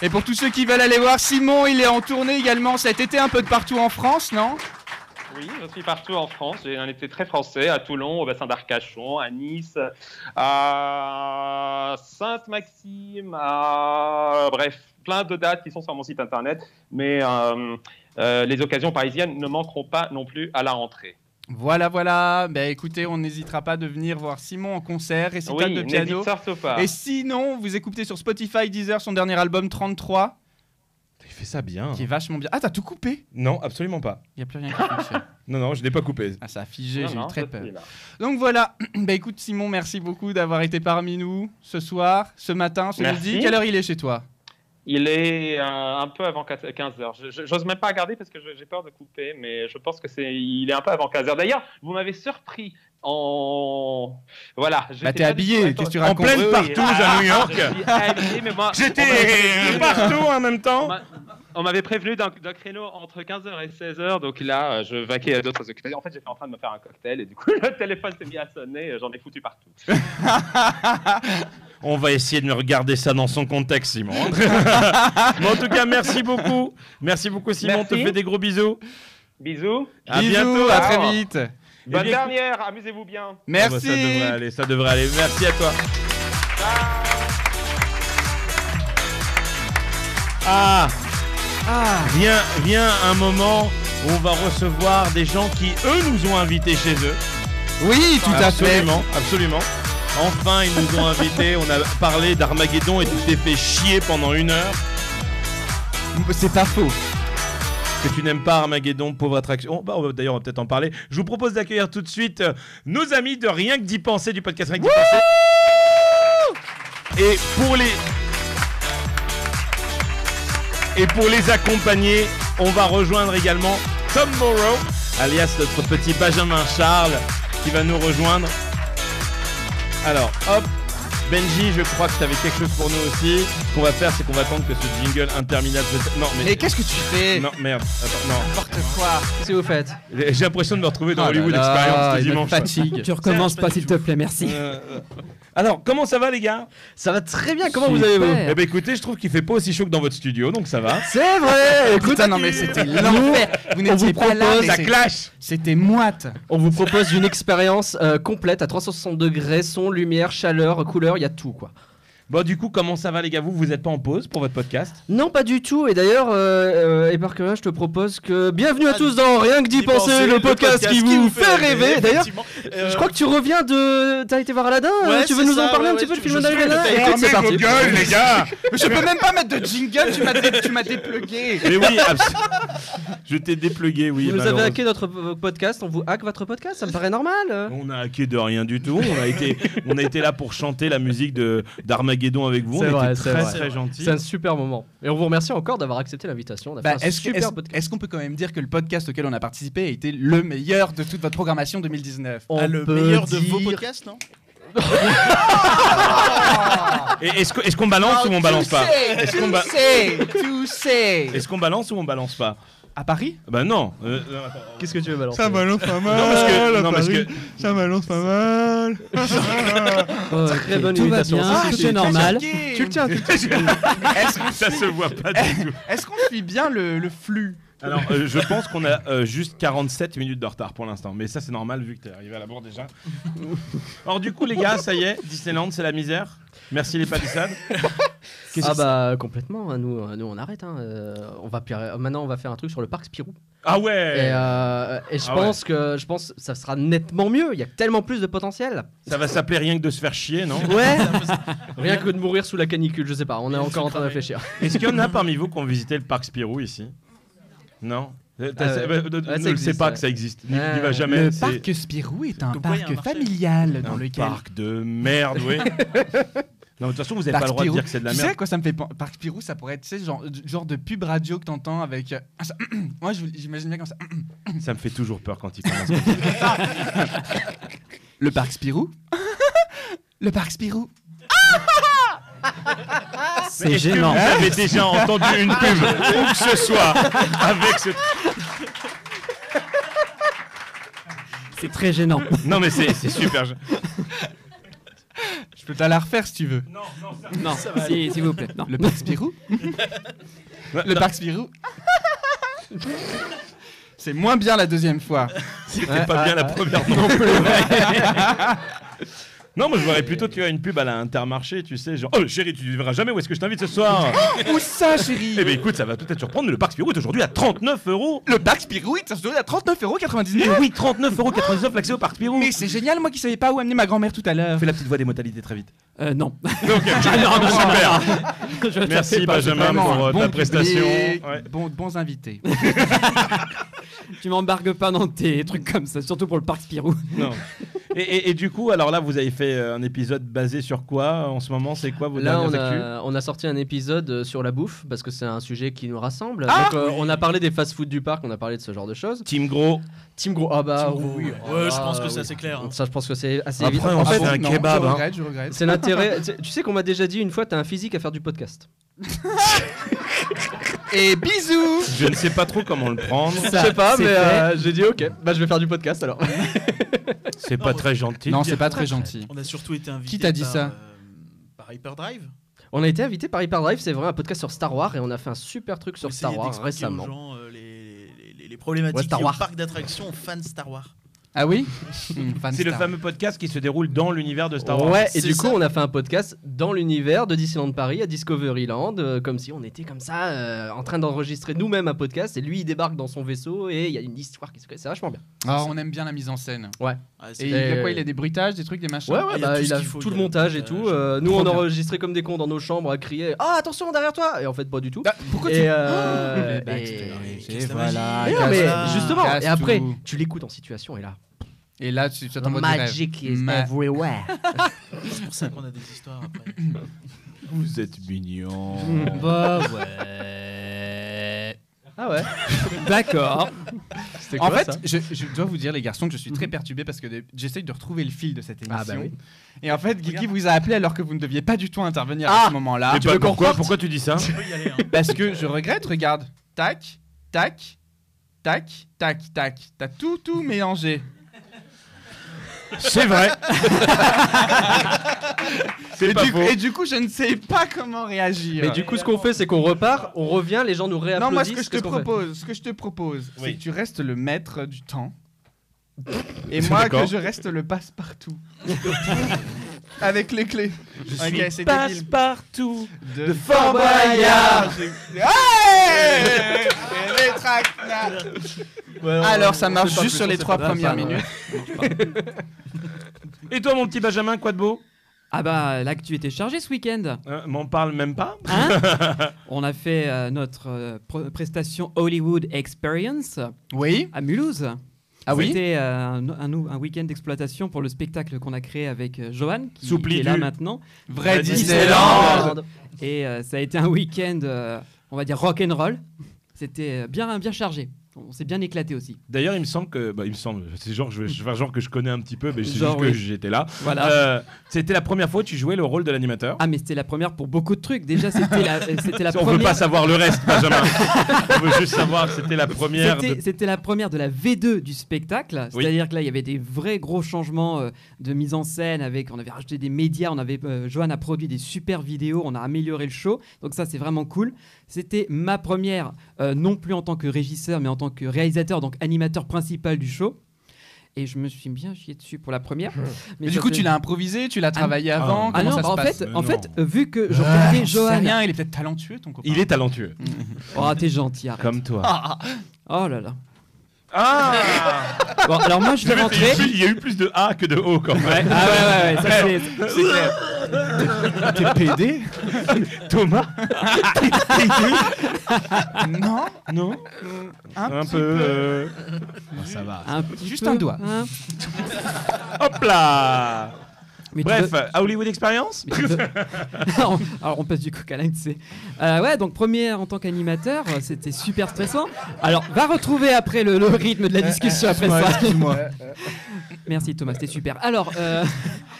Et pour tous ceux qui veulent aller voir Simon, il est en tournée également cet été un peu de partout en France, non
Oui, je suis partout en France. J'ai un été très français à Toulon, au bassin d'Arcachon, à Nice, à Sainte-Maxime, à... bref, plein de dates qui sont sur mon site internet. Mais euh, euh, les occasions parisiennes ne manqueront pas non plus à la rentrée.
Voilà, voilà. Ben écoutez, on n'hésitera pas de venir voir Simon en concert, récital
Oui,
de piano.
n'hésite surtout pas.
Et sinon, vous écoutez sur Spotify, Deezer, son dernier album 33,
Il fait ça bien.
qui est vachement bien. Ah, t'as tout coupé
Non, absolument pas.
Il n'y a plus rien qui fonctionne.
[LAUGHS] Non, non, je n'ai pas coupé.
Ah, ça a figé,
Non,
j'ai eu
non,
très
ça,
peur.
c'est là.
Donc voilà. [CLEARS THROAT] bah écoute, Simon, merci beaucoup d'avoir été parmi nous ce soir, ce matin, ce
Merci.
midi. Quelle heure il est chez toi
Il est euh, un peu avant 15h. J'ose même pas regarder parce que je- j'ai peur de couper, mais je pense que c'est il est un peu avant 15h. D'ailleurs, vous m'avez surpris en
Bah,
voilà. j'étais
t'es
pas
habillé,
du tout-
qu'est-ce que tu
en
racontes
pleine
Oui, oui.
partouze
Ah,
Je suis habillé, mais moi, on
[LAUGHS]
m'avait
J'étais
prévenu-
partout en même
on
temps.
m'a- On m'avait prévenu d'un d'un créneau entre 15h et 16h, donc là, euh, je vaquais à d'autres occupations. En fait, j'étais en train de me faire un cocktail et du coup, [LAUGHS] le téléphone s'est mis à sonner. euh, J'en ai foutu partout.
On va essayer de me regarder ça dans son contexte,
[LAUGHS]
Simon. [LAUGHS] Mais en tout cas, merci beaucoup. Merci beaucoup, Simon. On te
Merci.
fait des gros bisous.
Bisous.
À
Bisous,
bientôt.
à
alors.
très vite.
Eh
Bonne
bien,
dernière. Amusez-vous bien.
Ah bah,
Merci.
ça devrait aller. Ça devrait aller. Merci à toi. Ah.
Ah.
Viens, viens un moment où on va recevoir des gens qui, eux, nous ont invités chez eux.
Oui, tout à fait.
absolument, Absolument. Enfin, ils nous ont invités. On a parlé d'Armageddon et tu t'es fait chier pendant une heure.
C'est pas faux.
Que tu n'aimes pas Armageddon, pauvre attraction. Oh, bah, on va- D'ailleurs, on va peut-être en parler. Je vous propose d'accueillir tout de suite euh, nos amis de Rien que d'y penser du podcast Rien que d'y penser. Et pour les. Et pour les accompagner, on va rejoindre également Tom Morrow, alias notre petit Benjamin Charles, qui va nous rejoindre. Alors, hop, Benji, je crois que tu avais quelque chose pour nous aussi. Ce qu'on va faire, c'est qu'on va attendre que ce jingle interminable. se- Non, mais.
Mais qu'est-ce que tu fais
Non, merde. Attends, non.
N'importe quoi.
Si vous faites.
J'ai l'impression de me retrouver dans
Oh là
Hollywood
là,
Experience
il
ce
me
dimanche.
Fatigue.
Tu recommences pas, s'il te plaît, merci.
Euh, euh, Alors, comment ça va les gars
Ça va très bien, comment vous allez-vous
Eh ben écoutez, je trouve qu'il fait pas aussi chaud que dans votre studio, donc ça va.
C'est
[LAUGHS]
vrai Eh, Écoute,
Putain, non mais c'était l'enfer. Vous
on
n'étiez
vous
pas là.
propose-
mais
Ça
c'est-
clash
C'était moite.
on vous propose une expérience euh, complète à 360 degrés, son, lumière, chaleur, couleur, il y a tout quoi.
Bon, du coup, comment ça va les gars Vous, vous êtes pas en pause pour votre podcast
Non, pas du tout. Et d'ailleurs, euh, euh, et par curieux, je te propose que bienvenue à tous dans Rien que Ah, d'y penser, le podcast, qui vous fait rêver. D'ailleurs,
Euh,
je crois que tu reviens de. T'as été voir Aladdin euh, Tu veux nous en parler un petit peu le film d'Aladdin Écoute, c'est parti.
les
[LAUGHS]
gars
Mais je peux même pas mettre de jingle. Tu m'as dé- tu m'as déplugué.
Mais [LAUGHS] oui, abs- je t'ai déplugué, oui.
Vous nous avez
malheureusement.
hacké notre euh, podcast, on vous hack votre podcast, ça me paraît normal. euh.
On a hacké de rien du tout. On a été, on a été là pour chanter la musique de d'Armageddon avec vous. On
C'est
était
vrai, c'est
très
vrai.
très gentils.
C'est un super moment. Et on vous remercie encore d'avoir accepté l'invitation. On a
Bah,
fait un
est-ce que-
super
est-ce
podcast.
est-ce qu'on peut quand même dire que le podcast auquel on a participé a été le meilleur de toute votre programmation 2019
On
Ah, le
peut
meilleur de vos
dire-
podcasts, non
Et Est-ce que- est-ce qu'on balance
Ah,
ou on balance pas Est-ce qu'on ba-
sais, tu sais.
Est-ce qu'on balance ou on balance pas
À Paris
Bah non. euh, non, attends.
Qu'est-ce que tu veux balancer
balance pas mal.
Non, parce que- non, parce que-
[LAUGHS]
Ça balance pas mal.
Oh, Très bonne invitation.
Ah,
Si,
j'ai
si,
été choqué.
Tu le tiens,
[LAUGHS]
tu le tiens.
Est-ce
Ça se voit pas du tout.
est-ce qu'on suit bien le, le flux
Alors, euh, je pense qu'on a euh, juste 47 minutes de retard pour l'instant. Mais ça, c'est normal vu que t'es arrivé à la bourre déjà. Alors, du coup, les gars, ça y est, Disneyland, c'est la misère. Merci les palissades. Qu'est-ce
Ah
que-
bah complètement, hein, nous, euh, nous on arrête. hein, euh, on va, pire- maintenant on va faire un truc sur le parc Spirou.
Ah
Et,
ouais
euh, et je
Ah
pense que je pense que ça sera nettement mieux, il y a tellement plus de potentiel.
Ça va s'appeler rien que de se faire chier, non
Ouais
[LAUGHS]
Rien que de mourir sous la canicule, je sais pas, on est encore en train de réfléchir.
Est-ce qu'il y
[LAUGHS]
en a parmi vous qui ont visité le parc Spirou ici Non Euh, t'as-
[LAUGHS] Ah ouais.
bah, de- de- Ne
Ouais, ça
le sais
existe,
pas
ouais. Euh, Ah,
que ça existe. N'y n'y va
Ouais.
jamais.
Le
c'est
parc Spirou est un
Comme quoi, il y a
parc
un marché.
familial dans
un
lequel.
parc de merde,
[LAUGHS]
oui. non, mais de toute façon, vous n'avez
Parc
pas le droit de
Spirou.
dire que c'est de la
tu
merde.
sais à quoi ça me fait pen- Parc Spirou, ça pourrait être tu sais, genre, du- genre de pub radio que t'entends avec. euh, ah, ça- [CLEARS THROAT] Moi, je- j'imagine bien comme ça. [CLEARS THROAT]
Ça me fait toujours peur quand il commence.
[LAUGHS]
[LAUGHS] Le parc Spirou. [LAUGHS] Le parc Spirou.
Mais est-ce
C'est
que
gênant. Ah,
Vous avez déjà entendu une pub, où que ce soit, avec ce.
C'est très gênant.
[LAUGHS] Non, mais c'est c'est super. gê-
[LAUGHS] Je peux te la refaire si tu veux.
Non, si- s'il vous plaît. Non.
Le parc
[LAUGHS]
Spirou Le parc Spirou C'est moins bien la deuxième fois.
C'était
Ouais,
pas
ouais,
bien la première non plus. Non, moi je
Euh.
verrais plutôt tu as une pub à la Intermarché, tu sais, genre Oh chérie, tu ne verras jamais où est-ce que je t'invite ce soir
Ah, Où ça, chérie
Eh ben écoute, ça va peut-être te surprendre, mais le parc Spirou est aujourd'hui à 39 euros
Le parc Spirou est aujourd'hui à 39,99€
Eh oui, 39,99€ l'accès au parc Spirou
Mais c'est génial, moi qui savais pas où amener ma grand-mère tout à l'heure
Fais la petite voix des modalités très vite.
Euh,
[LAUGHS]
non.
Ah
Ah
non, non, super. Merci Benjamin
Vraiment,
pour euh,
bon
ta
public,
prestation. Ouais.
bon- bons invités.
[LAUGHS] tu m'embarques pas dans tes trucs comme ça, surtout pour le parc Spirou.
Non. Et, et- et du coup, alors là, vous avez fait euh, un épisode basé sur quoi en ce moment C'est quoi vos
Là, on
dernières actus
a, on a sorti un épisode euh, sur la bouffe parce que c'est un sujet qui nous rassemble.
Ah
Donc, euh, on a parlé des fast-food du parc, on a parlé de ce genre de choses.
Team Gros.
Team Gros, ah bah oui. ah
Ouais,
bah
je pense que c'est
oui.
assez clair, hein.
Ça, je pense que Ah, c'est assez
Après,
évident.
on se fait un Non, kebab, je hein. regrette,
je regrette.
C'est [LAUGHS]
[LAUGHS]
l'intérêt. tu sais- Tu sais qu'on m'a déjà dit une fois, t'as un physique à faire du podcast.
Et bisous
Je ne sais pas trop comment le prendre.
Je sais pas, mais euh, j'ai dit ok, bah je vais faire du podcast alors.
[LAUGHS] C'est pas très gentil.
Non, c'est pas très gentil.
On a surtout été invité.
Qui t'a dit
par,
ça
euh, Par Hyperdrive.
On a été invité par Hyperdrive, c'est vrai, un podcast sur Star Wars et on a fait un super truc sur
Pour
Star
essayer
Wars
d'expliquer
récemment.
aux gens, euh, les, les- les- les
Ouais,
problématiques
Star
liées au
Wars.
parc d'attractions aux fans de Star Wars.
Ah oui
[LAUGHS]
euh, C'est le fameux podcast qui se déroule dans l'univers de Star Wars.
Ouais, et du coup, on a fait un podcast dans l'univers de Disneyland Paris à Discoveryland, euh, comme si on était comme ça, euh, en train d'enregistrer nous-mêmes un podcast, et lui, il débarque dans son vaisseau, et il y a une histoire qui se crée, c'est vachement bien.
Ah, on aime bien la mise en scène.
Ouais.
Ah,
Et il y a quoi Il y a des bruitages, des trucs, des machins
Ouais, ouais, bah, il a tout le montage et tout. euh, nous,
Trop
on
bien.
enregistrait comme des cons dans nos chambres à crier Ah, attention, derrière toi Et en fait, pas du tout.
pourquoi
et,
tu-
euh,
Les backstage,
et-
et voilà,
Mais non,
casse
mais
ça,
justement,
casse
et après,
tout.
tu l'écoutes en situation, et là.
Et là, tu tu
The
attends votre rêve.
magic is
Ma- [LAUGHS]
everywhere.
[LAUGHS] C'est pour ça qu'on a des histoires après.
Vous êtes mignon.
[LAUGHS] bah ouais. Ah ouais.
Euh, [LAUGHS] D'accord.
C'était
En
quoi,
fait,
ça
je, je dois vous dire, les garçons, que je suis
Mhm.
très perturbé parce que de- j'essaye de retrouver le fil de cette émission.
Ah bah oui.
Et en fait, Guigui vous a appelé alors que vous ne deviez pas du tout intervenir à
Ah
ce moment-là.
Mais
Tu
pas-
veux qu'on
pourquoi,
reporte
pourquoi tu
[LAUGHS]
dis ça
hein.
Parce que je regrette, regarde. Tac, tac, tac, tac, tac. T'as tout, tout mélangé.
C'est
[LAUGHS]
vrai.
et,
C'est pas
du,
faux.
et du coup, je ne sais pas comment réagir.
Mais du coup, ce qu'on fait, c'est qu'on repart, on revient, les gens nous réapplaudissent.
non, moi, ce que je te
qu'est-ce qu'on fait
propose, ce que je te propose, c'est
Oui.
que tu restes le maître
[LAUGHS]
du temps. Et
C'est
moi, que
d'accord.
je reste le passe-partout. [LAUGHS] Avec les clés.
Je suis
Ok, c'est débile.
passe-partout
De
de Fort Boyard.
Hey Et les traquenards. Alors, ça marche juste sur les trois premières minutes.
euh,
[LAUGHS] Et toi, mon petit Benjamin, quoi de beau
Ah bah là que tu étais chargé ce week-end.
Euh, M'en parle même pas. [LAUGHS]
Hein On a fait euh, notre euh, pr- prestation Hollywood Experience
Oui.
à Mulhouse.
Ah oui
C'était euh, un, un nou- un week-end d'exploitation pour le spectacle qu'on a créé avec euh, Johan, qui,
Soupli
qui est là
du-
maintenant.
Vrai Disneyland.
Disneyland.
Et euh, ça a été un week-end, euh, on va dire rock and roll. C'était euh, bien, bien chargé. On s'est bien éclaté aussi.
[LAUGHS] D'ailleurs, il me semble que, bah, il me semble, c'est genre, je vais je vais faire genre que je connais un petit peu, mais c'est
Genre,
juste que
oui.
j'étais là.
Voilà.
Euh, C'était la première fois que tu jouais le rôle de l'animateur.
Ah mais c'était la première pour beaucoup de trucs. Déjà c'était
[LAUGHS]
la, euh, c'était la
on veut
première.
pas savoir le reste,
[LAUGHS]
Benjamin. on veut juste savoir. C'était la première.
C'était
de-
c'était la première de la V2 du spectacle,
Oui.
c'est-à-dire que là il y avait des vrais gros changements euh, de mise en scène avec on avait rajouté des médias, on avait euh, Johan a produit des super vidéos, on a amélioré le show. Donc ça c'est vraiment cool. C'était ma première euh, non plus en tant que régisseur mais en tant que réalisateur donc animateur principal du show. Et je me suis bien chié dessus pour la première.
Mais
ça,
du coup,
c'est-
tu l'as improvisé, tu l'as travaillé
Ah.
avant.
Ah non,
comment ça
bah,
se
en
passe
fait,
Mais
en
non.
fait, euh, vu que je regardais
J'en sais
Johan,
rien, il est peut-être talentueux ton copain.
Il est talentueux,
[LAUGHS] oh t'es gentil, arrête.
comme toi.
[LAUGHS] Oh là là.
Ah
Bon, alors moi je vais
J'avais fait-
rentrer.
Il y a eu plus de A que de O quand même.
Ah ouais, ouais, ouais, ça c'est.
C'est clair.
T'es PD Thomas
non,
[LAUGHS] Non
un,
Un
petit
peu. euh,
ça va.
Un petit
Juste
peu,
un doigt.
[LAUGHS]
hein.
Hop là
Mais tu
Bref,
veux-
à Hollywood Experience
mais tu veux- [LAUGHS] alors, alors, on passe du coq à l'âne, tu sais. Euh, ouais, donc première en tant qu'animateur, euh, c'était super stressant. Alors va retrouver après le, le rythme de la
Euh,
discussion après ça. [LAUGHS]
Excuse-moi.
Merci Thomas, c'était super. Alors, euh,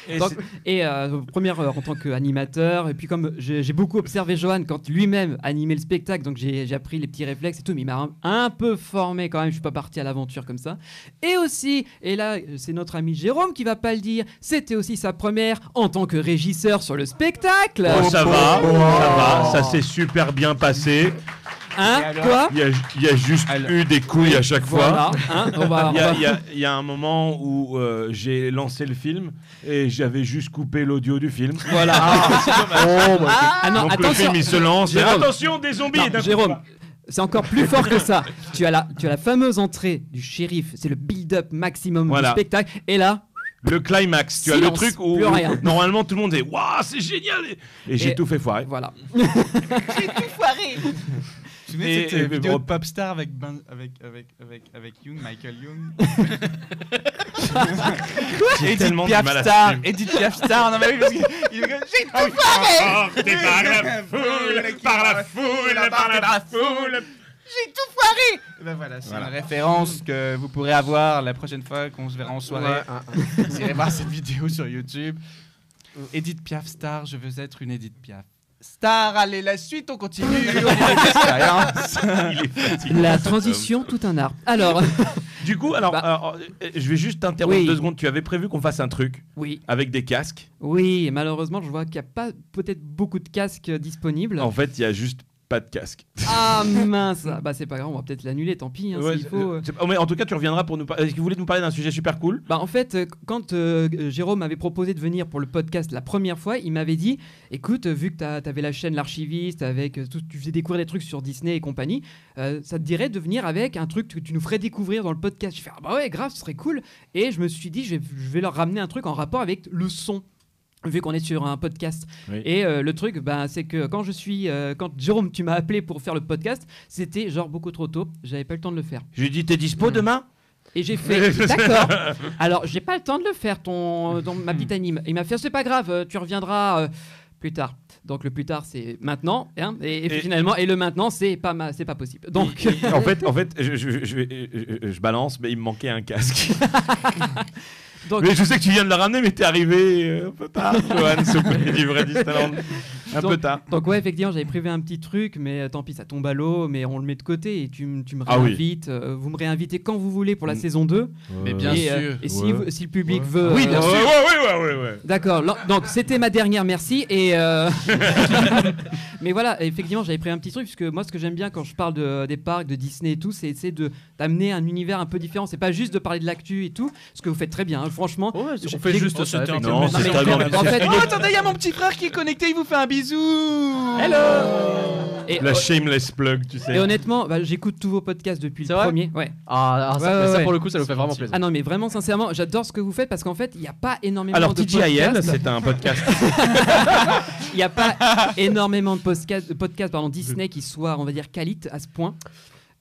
Et
donc-
c'est-
et euh, première euh, en tant qu'animateur, et puis comme j'ai j'ai beaucoup observé Johan quand lui-même animait le spectacle, donc j'ai j'ai appris les petits réflexes et tout, mais il m'a un, un peu formé quand même, je suis pas parti à l'aventure comme ça. Et aussi, et là euh, c'est notre ami Jérôme qui va pas le dire, c'était aussi sa première en tant que régisseur sur le spectacle. Oh,
Oh, ça va, ça va, ça s'est super bien passé.
Hein, quoi
Il y a, il y a juste eu des couilles à chaque
Voilà,
fois.
hein, on va- on
il, y
va-
a, il y a- il y a un moment où euh, j'ai lancé le film et j'avais juste coupé l'audio du film.
Voilà.
Ah, c'est dommage.
Oh, bah, Ah non,
Donc
attention.
le film il se lance. et
Jérôme.
attention des zombies.
Non,
d'un coup,
Jérôme, c'est encore plus fort que ça. tu, as la, tu as la fameuse entrée du shérif, c'est le build-up maximum
Voilà.
du spectacle. Et là,
le climax. Tu as le
Silence,
truc où
plus rien.
[LAUGHS] normalement tout le monde est waouh c'est génial et, et j'ai
Et-
tout fait foirer.
Voilà.
[LAUGHS] Tu me souviens de
Et-
cette euh,
et-
vidéo
bon.
de Popstar avec, Ben- avec, avec, avec, avec Young, Michael Young
[LAUGHS]
[LAUGHS]
J'ai tellement du
Piaf
mal à ce
Star,
film.
Edith Piaf Star, non mais oui, parce qu'il
[LAUGHS]
il est comme, J'ai
Ah
tout
Emporté
foiré
par la foule, par la foule, par la foule
J'ai tout foiré Et ben voilà, c'est
Voilà.
une référence que vous pourrez avoir la prochaine fois qu'on se verra en soirée.
Ouais, hein,
[LAUGHS] Vous irez voir cette vidéo sur YouTube. Euh, Edith Piaf Star, je veux être une Edith Piaf. Star, allez, la suite, on [LAUGHS] continue. on
[LAUGHS]
fait l'expérience.
Il est fatigué.
la transition, tout un art. Alors, [LAUGHS]
Du coup, alors, alors, euh, je vais juste t'interrompre
Bah. Oui.
deux secondes. Tu avais prévu qu'on fasse un truc
Oui.
avec des casques.
oui, et malheureusement, je vois qu'il n'y a pas peut-être beaucoup de casques euh, disponibles.
En fait, il y a juste pas de casque.
Ah mince Bah c'est pas grave, on va peut-être l'annuler, tant pis. hein,
Ouais,
s'il faut, euh.
c'est- oh, mais en tout cas, tu reviendras pour nous parler. Est-ce que vous voulez nous parler d'un sujet super cool
Bah en fait, euh, quand euh, Jérôme m'avait proposé de venir pour le podcast la première fois, il m'avait dit "Écoute, euh, vu que t'as- t'avais la chaîne l'archiviste avec euh, tout- tu faisais découvrir des trucs sur Disney et compagnie, euh, ça te dirait de venir avec un truc que tu nous ferais découvrir dans le podcast." Je fais "Ah bah ouais, grave, ce serait cool." Et je me suis dit je vais, je vais leur ramener un truc en rapport avec le son. Vu qu'on est sur un podcast.
Oui.
Et euh, le truc, bah, c'est que quand je suis. euh, quand Jérôme, tu m'as appelé pour faire le podcast, c'était genre beaucoup trop tôt. J'avais pas le temps de le faire.
Je lui ai dit T'es dispo demain
Mm. Et j'ai
[LAUGHS]
fait, d'accord. Alors, j'ai pas le temps de le faire, ton, ton- ma petite anime. Il m'a fait, c'est pas grave, euh, tu reviendras euh, plus tard. Donc, le plus tard, c'est maintenant. hein, et, et
Et-
finalement, et le maintenant, c'est pas, ma- c'est pas possible. Donc,
Il-
[LAUGHS]
il- en fait, en fait je, je- je- je- je- je balance, mais il me manquait un casque.
Donc-
mais je sais que tu viens de le ramener, mais t'es arrivé euh, un
[LAUGHS]
peu tard, Johan, s'il vous plaît, du vrai Disneyland. Un
donc-
peu tard.
Donc, ouais, effectivement, j'avais prévu un petit truc, mais euh, tant pis, ça tombe à l'eau, mais on le met de côté et tu, m- tu me
Ah oui.
réinvites. euh, vous me réinvitez quand vous voulez pour la
Mm.
saison 2.
Mais
bien
et, euh,
sûr.
et si,
Ouais.
vous- si le public veut.
Oui, bien
euh,
sûr. Ouais, ouais, ouais, ouais, ouais.
D'accord, lan- donc c'était ma dernière merci et euh, mais voilà effectivement j'avais pris un petit truc puisque moi ce que j'aime bien quand je parle de- des parcs de Disney et tout c'est essayer de d'amener un univers un peu différent c'est pas juste de parler de l'actu et tout ce que vous faites très bien hein, franchement
on
j'ai-
fait
j'ai-
juste
Oh,
ça,
c'était un
effectivement.
peu-
Non, c'est très bien.
mais en fait-
Oh, attendez, il y a mon petit frère qui est connecté, il vous fait un bisou.
Hello et, oh,
La shameless plug, tu sais.
et honnêtement bah, j'écoute tous vos podcasts depuis le
C'est vrai
premier ouais
Ah, ah, ça,
Ouais,
mais
ouais,
ça,
ouais.
pour le coup, ça nous fait vraiment plaisir.
ah non mais vraiment sincèrement j'adore ce que vous faites parce qu'en fait il n'y a pas énormément
Alors,
de
TGIL,
podcasts
c'est un podcast.
[LAUGHS] il n'y
[LAUGHS]
a pas énormément de podcasts, de podcasts pardon, Disney qui soient, on va dire, qualit à ce point.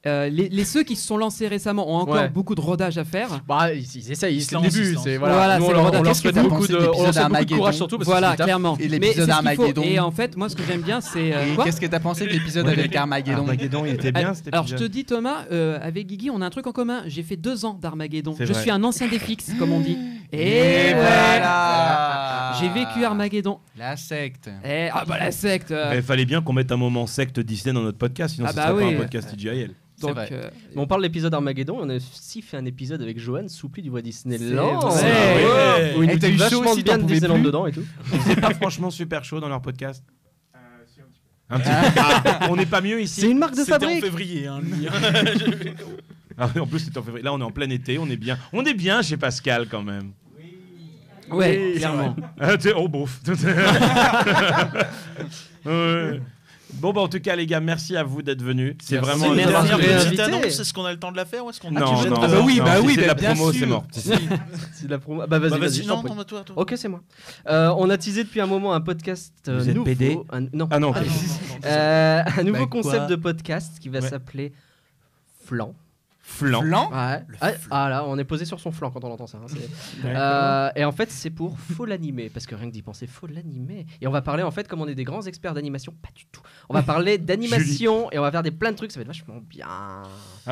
Euh, les, les ceux qui se sont lancés récemment ont encore
Ouais.
beaucoup de rodage à faire.
Bah, ils, ils essayent, c'est le
lancent, ils
début.
se
C'est
lancent.
voilà.
Voilà,
Nous,
c'est
on
le
leur,
rodage.
on leur
Qu'est-ce que
souhaite
vous
beaucoup
pensez
de, on
de
leur souhaite beaucoup
l'épisode
de
d'Armageddon
courage surtout parce
voilà,
que c'est du taf.
clairement.
Et
Mais
l'épisode
c'est ce qu'il faut.
Armageddon.
Et en fait, moi, ce que j'aime bien, c'est euh,
Et
quoi
qu'est-ce que t'as pensé de l'épisode avec Armageddon
il était bien cet
Ah, Alors, je te dis, Thomas, euh, avec Guigui, on a un truc en commun. J'ai fait deux ans d'Armageddon.
C'est
Je
vrai.
suis un ancien des fixes, comme on dit.
Et
Et,
voilà
J'ai vécu
Ah.
Armageddon.
La secte.
Et, ah bah la secte. euh,
Il fallait bien qu'on mette un moment secte Disney dans notre podcast, sinon
Ah
ce
bah
serait
oui.
pas un podcast TGIL.
donc,
vrai.
euh,
Mais on parle de l'épisode Armageddon, on a aussi fait un épisode avec Johan Soupli du Voix Disneyland.
C'est
vrai.
Eh, Ah Ouais. Où il
Et
nous
t'as
dit
eu chaud
vachement
aussi,
bien
t'en
de
pouvais
Disneyland
plus
dedans
[LAUGHS]
et tout.
[LAUGHS]
C'est pas franchement super chaud dans leur podcast Euh, un petit Ah, on n'est pas mieux ici.
C'est une marque de
C'était en
fabrique.
février. hein,
[LAUGHS]
lui.
Ah, en plus, c'est en février. Là, on est en plein été. On est bien. On est bien chez Pascal quand même.
ouais, clairement.
Ah, tu sais, oh,
[LAUGHS]
bof. Ouais. Bon, bah, en tout cas, les gars, merci à vous d'être venus. C'est
Merci.
vraiment.
C'est une
Merci.
dernière
Merci.
petite
Invité.
annonce. Est-ce qu'on a le temps de la faire ou est-ce qu'on
Non, non,
tu jettes-
non,
Ah bah oui,
non,
bah
si
oui,
c'est de
bah
la
bien
promo,
sûr.
c'est mort.
[LAUGHS]
C'est de la promo. Ah Bah vas-y,
Bah
vas-y,
vas-y,
je t'en
non,
prie.
non, bah toi, toi.
Ok, c'est moi. Euh, on a teasé depuis un moment un podcast euh,
Vous êtes
nouveau.
PD?
un- non.
Ah non,
Ah non,
ok.
non, non,
Euh, un nouveau
Bah,
concept
quoi
de podcast qui va
Ouais.
s'appeler Flan.
Flan.
Flan
Ouais.
Le
Ah,
flan.
ah, là, on est posé sur son flanc quand on entend ça. hein,
[LAUGHS]
c'est- Euh, et en fait, c'est pour faut l'animer, parce que rien que d'y penser, faut l'animer. Et on va parler en fait, comme on est des grands experts d'animation, pas du tout. On va
[LAUGHS]
parler d'animation et on va faire des plein de trucs. Ça va être vachement bien.
Ah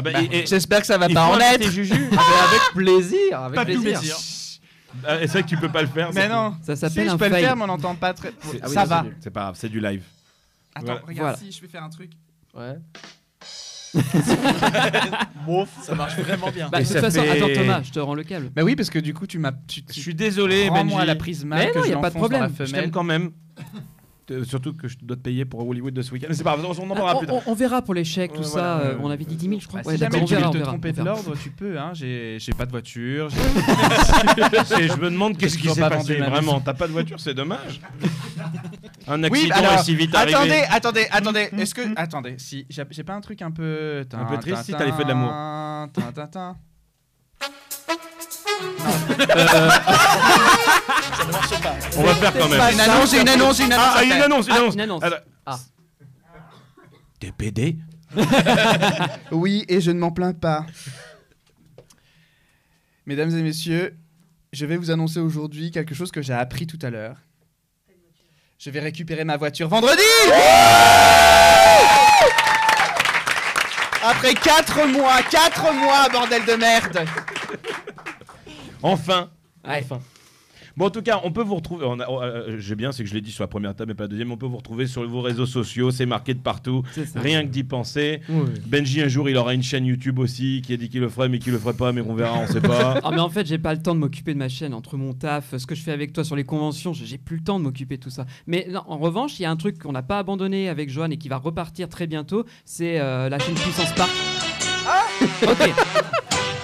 bah,
Bah,
et- et-
J'espère que ça va
il
pas
faut
en
inviter
être.
Juju.
Ah, mais avec plaisir, avec
Pas de
plaisir.
plaisir.
Ah, C'est vrai que tu peux pas le faire.
Mais
c'est-
non.
Ça
Si,
s'appelle
je
un
peux le
fail.
faire, mais on n'entend pas très.
C'est- ah oui,
Ça
non,
va.
c'est nul.
C'est pas grave, c'est du live.
Attends,
Voilà.
regarde
Voilà.
si je vais faire
[LAUGHS]
un truc.
Ouais.
Ça marche vraiment bien.
Bah,
Et
de toute
ça
façon,
fait-
attends Thomas, je te rends le câble.
Bah oui, parce que du coup, tu m'as.
Je suis désolé,
Rends-moi
Benji.
la prise
Mais
mal que
non,
je
y a pas de
l'enfonce dans la
problème.
Je t'aime
femelle.
quand même. Euh, surtout que je dois te payer pour Hollywood de ce week-end. C'est pas grave, on en parlera
Ah,
plus
on,
tard.
on- on verra pour les chèques, tout
Ouais,
ça.
voilà,
euh,
euh,
on avait dit 10 000, je crois.
Bah,
Ouais,
si jamais
d'accord, on
tu veux
verra,
te
on verra,
tromper
on
de
verra.
l'ordre, tu peux. Hein. J'ai j'ai pas de voiture.
[LAUGHS]
[LAUGHS]
Et je me demande qu'est-ce qui s'est passé vraiment. T'as pas de voiture, c'est dommage. [LAUGHS] Un accident est si vite arrivé.
Attendez, attendez, attendez. Est-ce que. Attendez, si. J'ai j'ai pas un truc un peu.
Un peu triste, si t'as les feux de l'amour.
Tin, tin, tin. [LAUGHS]
Ça ne marche pas.
Euh, On va faire quand même.
Une annonce, une annonce, une annonce.
Ah, une annonce, une
Ah,
annonce.
une annonce.
Alors,
T'es PD [LAUGHS] Oui, et je ne m'en plains pas. Mesdames et messieurs, je vais vous annoncer aujourd'hui quelque chose que j'ai appris tout à l'heure. Je vais récupérer ma voiture vendredi Après 4 mois, 4 mois, bordel de merde
Enfin. Enfin. Bon, en tout cas, on peut vous retrouver. on a- on- euh, J'ai bien, c'est que je l'ai dit sur la première table, mais pas la deuxième. On peut vous retrouver sur vos réseaux sociaux. C'est marqué de partout. Rien que d'y penser.
Oui.
Benji, un jour, il aura une chaîne YouTube aussi qui a dit qu'il le ferait, mais qu'il le ferait pas, mais on verra, Ben, on sait pas.
[LAUGHS] Ah mais en fait j'ai pas le temps de m'occuper de ma chaîne entre mon taf, ce que je fais avec toi sur les conventions, j'ai j'ai plus le temps de m'occuper de tout ça. Mais non, en revanche il y a un truc qu'on n'a pas abandonné avec Joanne et qui va repartir très bientôt, c'est euh, la chaîne Puissance Park. ok.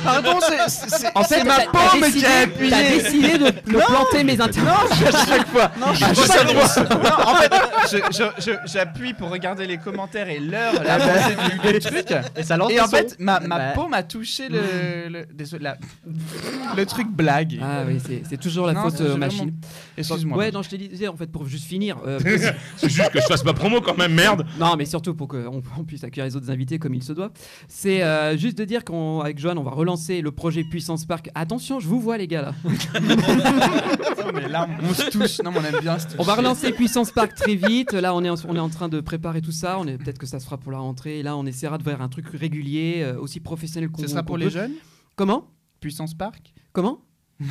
Ah Pardon, c'est- c'est
En fait,
c'est ma
t'as- t'as
pomme qui
décidé-
a appuyé.
t'as décidé de- de planter mes
[LAUGHS]
interventions.
à chaque fois.
Non, je
À
suis
chaque
pas
fois.
drôle.
Non, en fait, je- je- je- j'appuie pour regarder les commentaires et l'heure, la
Ah bah.
pensée du, du truc.
Et ça lance
en
des
fait,
sons.
ma,
Ah
ma
bah.
paume a touché le, le, désolé, la- le truc blague.
Ah oui, c'est- c'est toujours la
Non,
faute
c'est
euh,
vraiment-
machine.
Excuse-moi.
Ouais, non, je te disais en fait pour juste finir. euh,
[LAUGHS] C'est juste que je fasse ma promo quand même, merde.
Non, mais surtout pour qu'on on puisse accueillir les autres invités comme il se doit. C'est euh, juste de dire qu'avec Joanne, on va relancer le projet Puissance Park. Attention, je vous vois les gars là.
[LAUGHS] Non, mais là, on se touche. Non, mais on aime bien se toucher.
On va relancer Puissance Park très vite. Là, on est en, on est en train de préparer tout ça. On est peut-être que ça se fera pour la rentrée. Et là, on essaiera de faire un truc régulier, euh, aussi professionnel qu'on
Ce sera pour
qu'on
les
peut.
jeunes
Comment
Puissance Park
Comment
Ce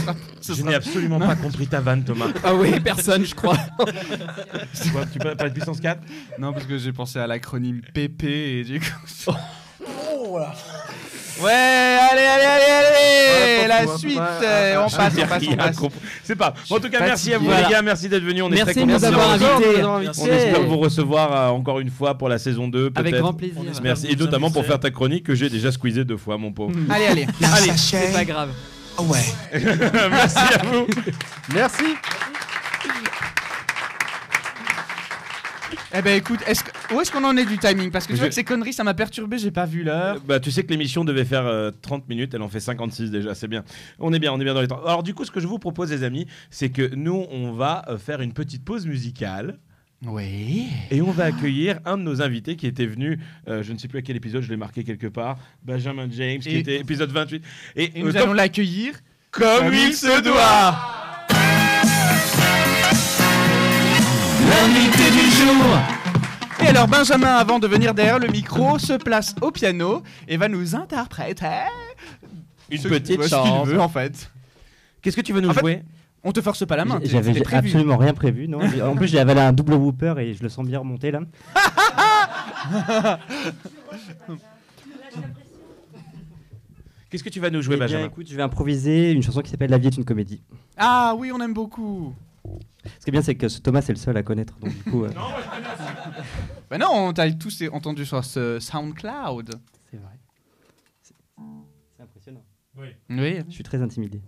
sera- ce
Je
sera- [LAUGHS]
n'ai absolument
Non.
pas compris ta vanne, Thomas.
Ah oui, personne, je crois.
Quoi, tu peux pas de puissance 4
Non, parce que j'ai pensé à l'acronyme PP et du coup.
Oh,
Oh. Ouais, allez, allez, allez, allez
Voilà,
La
pour-
suite,
ouais,
euh,
ouais,
on
ouais.
passe,
Je veux
on passe,
dire,
on
il a
passe.
compris. C'est pas. Bon, en tout cas,
Fatigué.
merci à vous, les gars. Merci d'être venus. On est
Merci
très
de nous
contents.
avoir
On
invités.
espère- On espère vous recevoir euh, encore une fois pour la saison 2.
Avec
peut-être.
grand plaisir. On espère
Merci.
vous
Et notamment pour
amuser.
faire ta chronique que j'ai déjà squeezée deux fois, mon pauvre.
Allez, allez.
Allez, c'est pas grave. [LAUGHS]
Oh.
Ouais. [LAUGHS]
[LAUGHS]
merci à vous.
Merci.
Eh ben écoute, est-ce que- où est-ce qu'on en est du timing Parce que je
Je-
vois que ces conneries, ça m'a perturbé, j'ai pas vu l'heure.
Bah, tu sais que l'émission devait faire euh, 30 minutes, elle en fait 56 déjà, c'est bien. On est bien, on est bien dans les temps. Alors du coup, ce que je vous propose, les amis, c'est que nous, on va euh, faire une petite pause musicale.
Oui.
Et on va accueillir un de nos invités qui était venu, euh, je ne sais plus à quel épisode, je l'ai marqué quelque part, Benjamin James, qui
Et-
était épisode 28. Et,
Et
euh,
nous
comme-
allons l'accueillir
comme, il se doit
L'invité du jour Et alors Benjamin, avant de venir derrière le micro, se place au piano et va nous interpréter
Une
ce-
petite
bah, ce
chanson.
qu'il veut en fait.
Qu'est-ce que tu veux nous
En fait,
jouer
On te force pas la main, t'es-
J'avais
c'était
j'ai
prévu.
absolument rien prévu.
[LAUGHS]
Non. En plus, j'ai avalé un double whooper et je le sens bien remonter là.
Qu'est-ce que tu vas nous jouer,
Eh bien,
Benjamin
écoute, je vais improviser une chanson qui s'appelle La vie est une comédie.
[LAUGHS] Ah oui, on aime beaucoup.
Ce qui est bien, c'est que ce Thomas c'est le seul à connaître. Donc, du coup, euh, [LAUGHS]
Bah non, on t'a tous entendu sur ce SoundCloud.
C'est vrai. c'est impressionnant.
Oui.
Je suis très intimidé.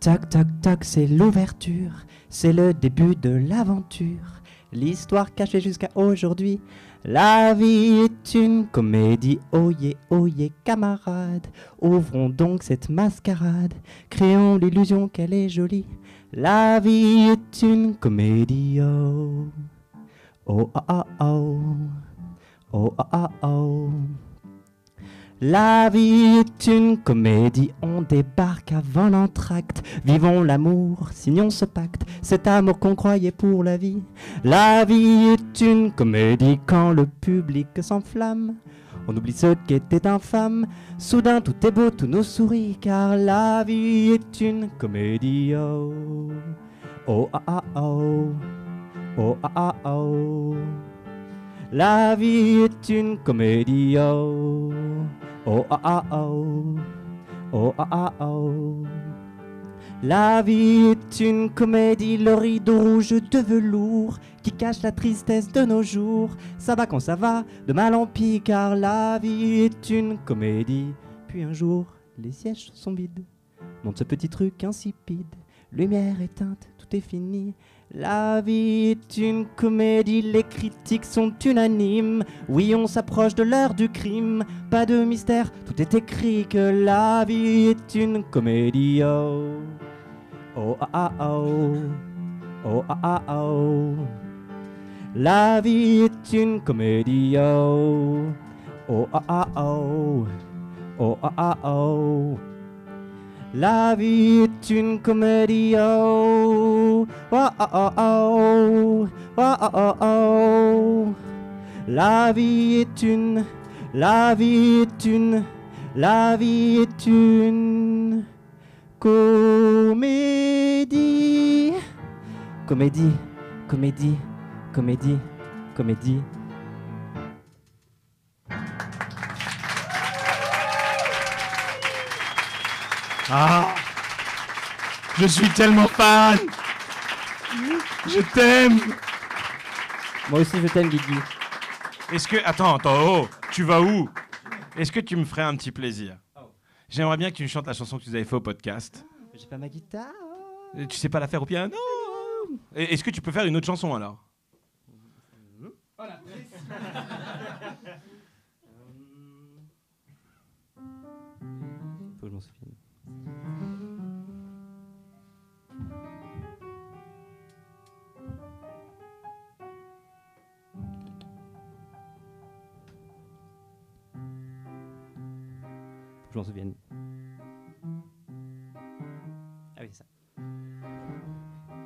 Tac tac tac, c'est l'ouverture, c'est le début de l'aventure. L'histoire cachée jusqu'à aujourd'hui. La vie est une comédie, oyez, oyez, camarades. Ouvrons donc cette mascarade, créons l'illusion qu'elle est jolie. La vie est une comédie, oh. Oh ah ah oh. Oh ah ah oh. La vie est une comédie, on débarque avant l'entracte. Vivons l'amour, signons ce pacte, cet amour qu'on croyait pour la vie. La vie est une comédie quand le public s'enflamme. On oublie ce qui était infâme. Soudain tout est beau, tout nous sourit, car la vie est une comédie. Oh, oh ah ah oh, oh ah ah oh. La vie est une comédie, oh, oh ah ah oh, oh ah ah oh. La vie est une comédie, le rideau rouge de velours qui cache la tristesse de nos jours. Ça va quand ça va, de mal en pis, car la vie est une comédie. Puis un jour, les sièges sont vides. Monte ce petit truc insipide, lumière éteinte, tout est fini. La vie est une comédie, les critiques sont unanimes. Oui, on s'approche de l'heure du crime, pas de mystère, tout est écrit que la vie est une comédie. Oh, oh, ah, ah, oh, oh, ah, ah, ah, oh. La vie est une comédie. Oh, oh, ah, ah, oh, oh, ah, ah, oh. La vie est une comédie. Oh, oh, oh, oh, oh, oh, oh, oh. La vie est une, la vie est une, la vie est une comédie. Comédie, comédie, comédie, comédie.
Ah Je suis
[LAUGHS]
tellement fan Je t'aime
Moi aussi, je t'aime, Guigui.
Est-ce que. Attends, attends, oh, tu vas où Est-ce que tu me ferais un petit plaisir J'aimerais bien que tu me chantes la chanson que tu nous avais fait au podcast.
J'ai pas ma guitare.
Euh, Tu sais pas la faire au piano Et- Est-ce que tu peux faire une autre chanson alors
Faut que je m'en souvienne. Faut que je m'en souvienne. Ah oui, c'est ça.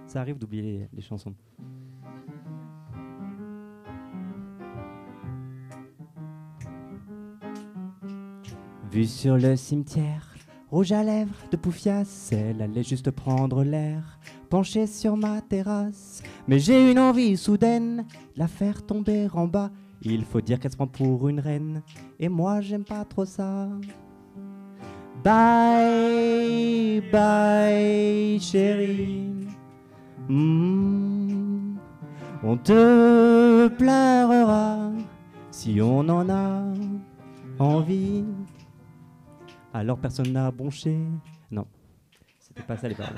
Ça arrive d'oublier les- les chansons. Vue sur le cimetière, rouge à lèvres de Poufias, elle allait juste prendre l'air, penchée sur ma terrasse. Mais j'ai une envie soudaine, la faire tomber en bas. Il faut dire qu'elle se prend pour une reine, et moi j'aime pas trop ça. Bye, bye, chérie. Hmm, on te pleurera si on en a envie. Alors personne n'a bronché. Non, c'était pas ça les paroles.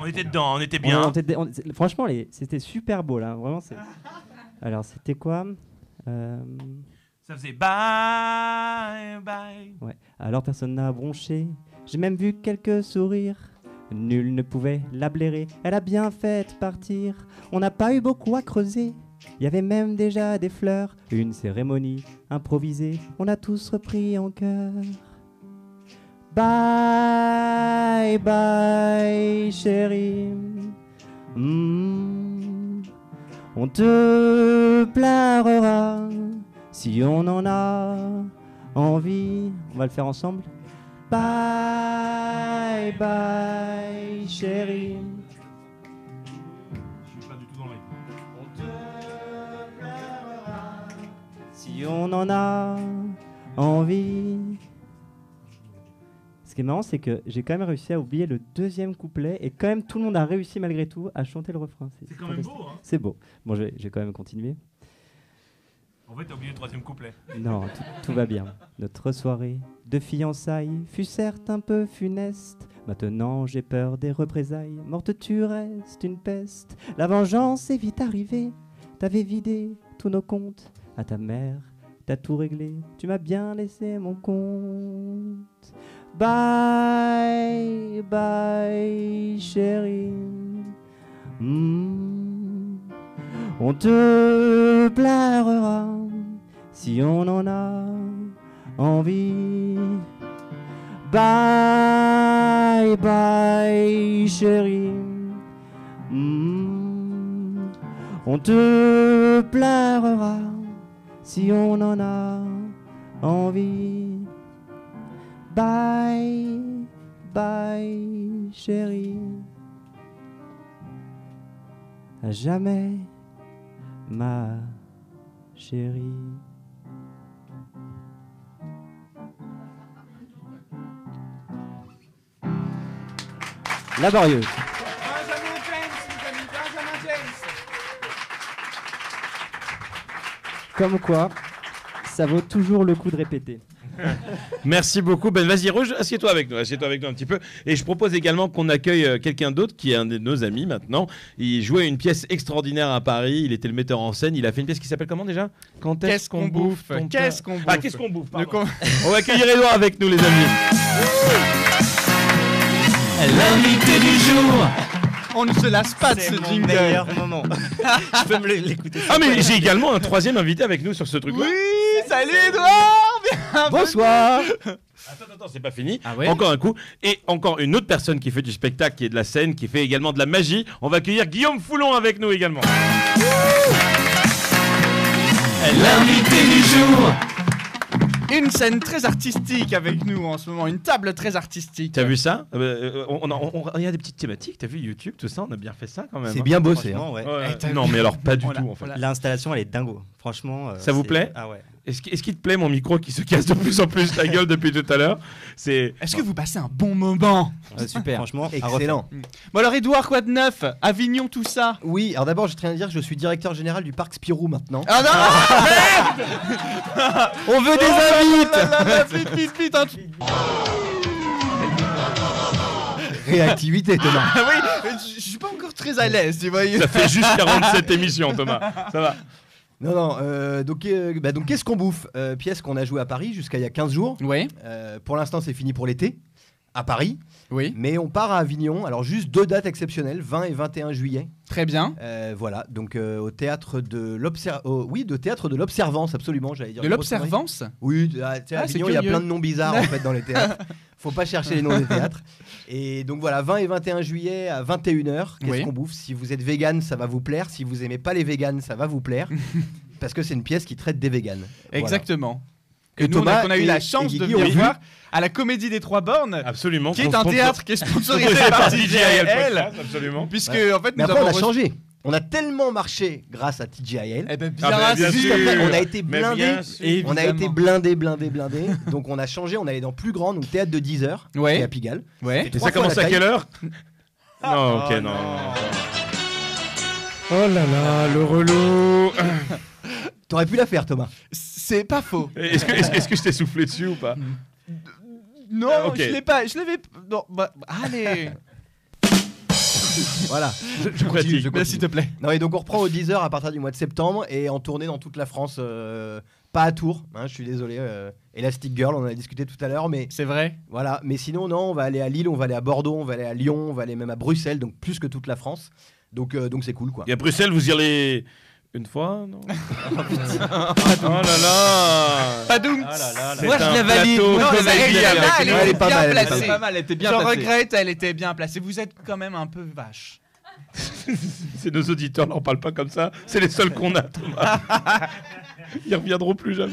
On était dedans, [LAUGHS] on était bien.
On- on était- on- c'est- franchement, les- c'était super beau là. Vraiment, c'est. Alors c'était quoi Euh,
Ça faisait bye bye.
Ouais. Alors personne n'a bronché. J'ai même vu quelques sourires. Nul ne pouvait la blairer. Elle a bien fait de partir. On n'a pas eu beaucoup à creuser. Il y avait même déjà des fleurs. Une cérémonie improvisée. On a tous repris en cœur. Bye bye chérie. Hmm. On te pleurera si on en a envie. On va le faire ensemble. Bye bye chérie.
Je suis pas du tout dans
Si on en a envie. Ce qui est marrant, c'est que j'ai quand même réussi à oublier le deuxième couplet et quand même tout le monde a réussi malgré tout à chanter le refrain. C'est
quand même
fantastique.
beau, hein.
C'est beau. Bon, je vais, je vais quand même continuer.
En fait, t'as oublié le troisième couplet.
Non, tout, tout
[LAUGHS]
va bien. Notre soirée de fiançailles fut certes un peu funeste. Maintenant, j'ai peur des représailles. Morte, tu restes une peste. La vengeance est vite arrivée. T'avais vidé tous nos comptes à ta mère. T'as tout réglé. Tu m'as bien laissé mon compte. Bye, bye, chérie. Hmm. On te pleurera si on en a envie. Bye bye chérie. Hmm. On te pleurera si on en a envie. Bye bye chérie. À jamais ma chérie. laborieuse.
Benjamin James, les amis, Benjamin James.
Comme quoi, ça vaut toujours le coup de répéter.
Merci beaucoup. Ben vas-y, Rouge, assieds-toi avec nous, assieds-toi avec nous un petit peu. Et je propose également qu'on accueille euh, quelqu'un d'autre qui est un de nos amis maintenant. Il jouait une pièce extraordinaire à Paris. Il était le metteur en scène. Il a fait une pièce qui s'appelle comment déjà Quand
Qu'est-ce qu'on bouffe euh,
ton
Qu'est-ce
pain
qu'on bouffe
Ah, qu'est-ce qu'on bouffe
Le
pardon. On va accueillir Edouard avec nous, les amis.
L'invité du jour. [LAUGHS] On ne se lasse pas de
C'est
ce
mon
jingle.
meilleur moment.
[LAUGHS] Je peux me l'écouter.
Ah, mais j'ai également un troisième invité avec nous sur ce truc-là.
Oui, salut Edouard. bienvenue.
Bonsoir. Attends, attends, c'est pas fini.
Ah
Encore un coup. Et encore une autre personne qui fait du spectacle, qui est de la scène, qui fait également de la magie. On va accueillir Guillaume Foulon avec nous également.
L'invité du jour. Une scène très artistique avec nous en ce moment, une table très artistique.
T'as vu ça Euh, euh, on, on- on- on- Il y a des petites thématiques, t'as vu YouTube, tout ça, on a bien fait ça quand même.
C'est
hein.
bien bossé.
Franchement,
hein.
ouais. Ouais. non, mais alors pas du tout en fait.
L'installation, elle est dingo. Franchement. euh,
Ça vous
c'est-
plaît
Ah ouais.
Est-ce qu'il est-ce qu'il te plaît mon micro qui se casse de plus en plus la gueule depuis tout à l'heure C'est.
Est-ce que vous passez un bon moment
Ah,
Hmm.
super. Franchement, à
excellent.
refaire.
Bon alors Edouard, quoi de neuf Avignon, tout ça
Oui, alors d'abord, je tiens à dire que je suis directeur général du parc Spirou maintenant.
Ah non
On veut des
là là là,
invites
vite, vite, vite,
hein.
[LAUGHS] un-
Réactivité, Thomas.
Ah oui, je- je suis pas encore très à l'aise, tu vois.
Ça fait juste
[LAUGHS]
47 émissions,
[LAUGHS]
Thomas. Ça va.
Non, non, euh, donc, euh, bah, donc qu'est-ce qu'on bouffe Euh, Pièce qu'on a jouée à Paris jusqu'à il y a 15 jours. Euh,
Oui.
pour l'instant, c'est fini pour l'été, à Paris. Oui. Mais on part à Avignon, alors juste deux dates exceptionnelles, 20 et 21 juillet.
Très bien.
voilà, donc euh, au théâtre de l'Observance. oui, de théâtre de l'Observance, absolument, j'allais dire.
De
une grosse connerie.
l'Observance
Oui, de- ah, tu sais, à
Ah, c'est
Avignon, il y a
curieux.
plein de noms bizarres en fait dans les théâtres.
[LAUGHS]
Faut pas chercher les noms des théâtres. Et donc voilà, 20 et 21 juillet à 21h, qu'est-ce
Oui.
qu'on bouffe Si vous êtes vegan, ça va vous plaire. Si vous aimez pas les véganes, ça va vous
[LAUGHS]
plaire. parce que c'est une pièce qui traite des véganes. Voilà.
Exactement.
Que
Que nous, on a-
Thomas
qu'on a eu
et-
la
et
chance de
Guigui ont
venir
vu.
voir à la Comédie des Trois Bornes.
Absolument.
Qui est
qu'on
un
sponsor-
théâtre qui est sponsorisé par DJIL. Puisque,
Ouais.
en fait,
Mais
nous
après,
avons
on a
reçu-
changé. On a tellement marché grâce à TGIL. Eh
bien Ah ben, bien
juste
sûr.
après, on a été
Mais
blindé.
bien sûr.
On a été
Évidemment.
blindé, blindé, blindé. [LAUGHS] donc on a changé. On allait dans plus grand, donc théâtre de 10 heures,
Ouais.
qui est à Pigalle.
Ouais.
C'était
Et
trois
ça
fois la
commence à
taille. [LAUGHS]
quelle heure
Non, ok,
Oh
non.
Oh là là, le relou. [COUGHS] T'aurais pu la faire, Thomas.
C'est pas faux.
Est-ce que, est-ce que- est-ce que je t'ai soufflé dessus ou pas
Non,
Ah, ok.
je l'ai pas. Je l'avais. Non, bah, allez.
Voilà. Je, je continue. je continue. Non, et donc on reprend aux 10h à partir du mois de septembre et en tournée dans toute la France. euh, pas à Tours, hein, je suis désolé. euh, Elastic Girl, on en a discuté tout à l'heure, mais.
C'est vrai.
Voilà, mais sinon, non, on va aller à Lille, on va aller à Bordeaux, on va aller à Lyon, on va aller même à Bruxelles, donc plus que toute la France. Donc euh, donc c'est cool quoi.
Et à Bruxelles, vous y allez une fois [LAUGHS] non Oh là Ah. là
Padoum.
là. Moi, C'est je un la valide. plateau
Non,
comédien.
elle, était là, elle
Ouais,
était
elle est pas
bien
mal, elle est
placée.
pas mal. Pas mal, elle était bien
J'en
placée.
regrette, elle était bien placée. Vous êtes quand même un peu vache.
C'est nos auditeurs, leur parle pas comme ça. C'est les seuls qu'on a, [LAUGHS] Thomas. Ils reviendront plus jamais.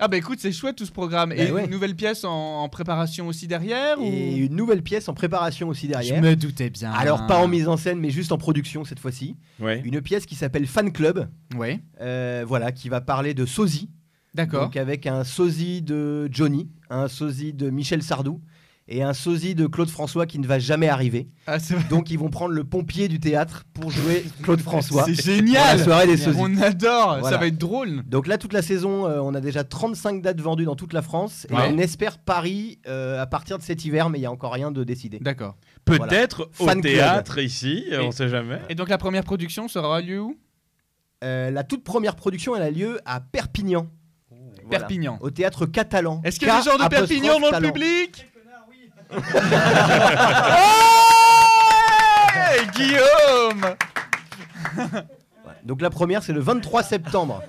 Ah bah écoute, c'est chouette tout ce programme.
Bah
Et
ouais.
une nouvelle pièce en, en préparation aussi derrière
Et
ou...
une nouvelle pièce en préparation aussi derrière.
Je me doutais bien.
Alors pas en mise en scène, mais juste en production cette fois-ci.
Ouais.
Une pièce qui s'appelle Fan Club.
Ouais.
Euh, voilà, qui va parler de sosie.
D'accord.
Donc avec un sosie de Johnny, un sosie de Michel Sardou et un sosie de Claude François qui ne va jamais arriver.
Ah,
Donc ils vont prendre le pompier du théâtre pour
[LAUGHS]
jouer Claude François.
C'est
pour
génial.
La soirée des sosies.
On adore, ça va être
drôle. Donc là toute la saison, euh, on a déjà 35 dates vendues dans toute la France et
Ouais.
on espère Paris euh, à partir de cet hiver, mais il y a encore rien de décidé.
D'accord.
Peut-être
Voilà.
au
Fan club.
théâtre ici, euh, on sait jamais.
Et donc la première production sera lieu où
Euh, la toute première production, elle a lieu à Perpignan. Voilà.
Perpignan.
Au théâtre catalan.
Est-ce qu'il y a des gens de
K-apostrophe
Perpignan dans le
talent. [LAUGHS]
public
Ah.
Hey, Guillaume
Donc la première, c'est le 23 septembre.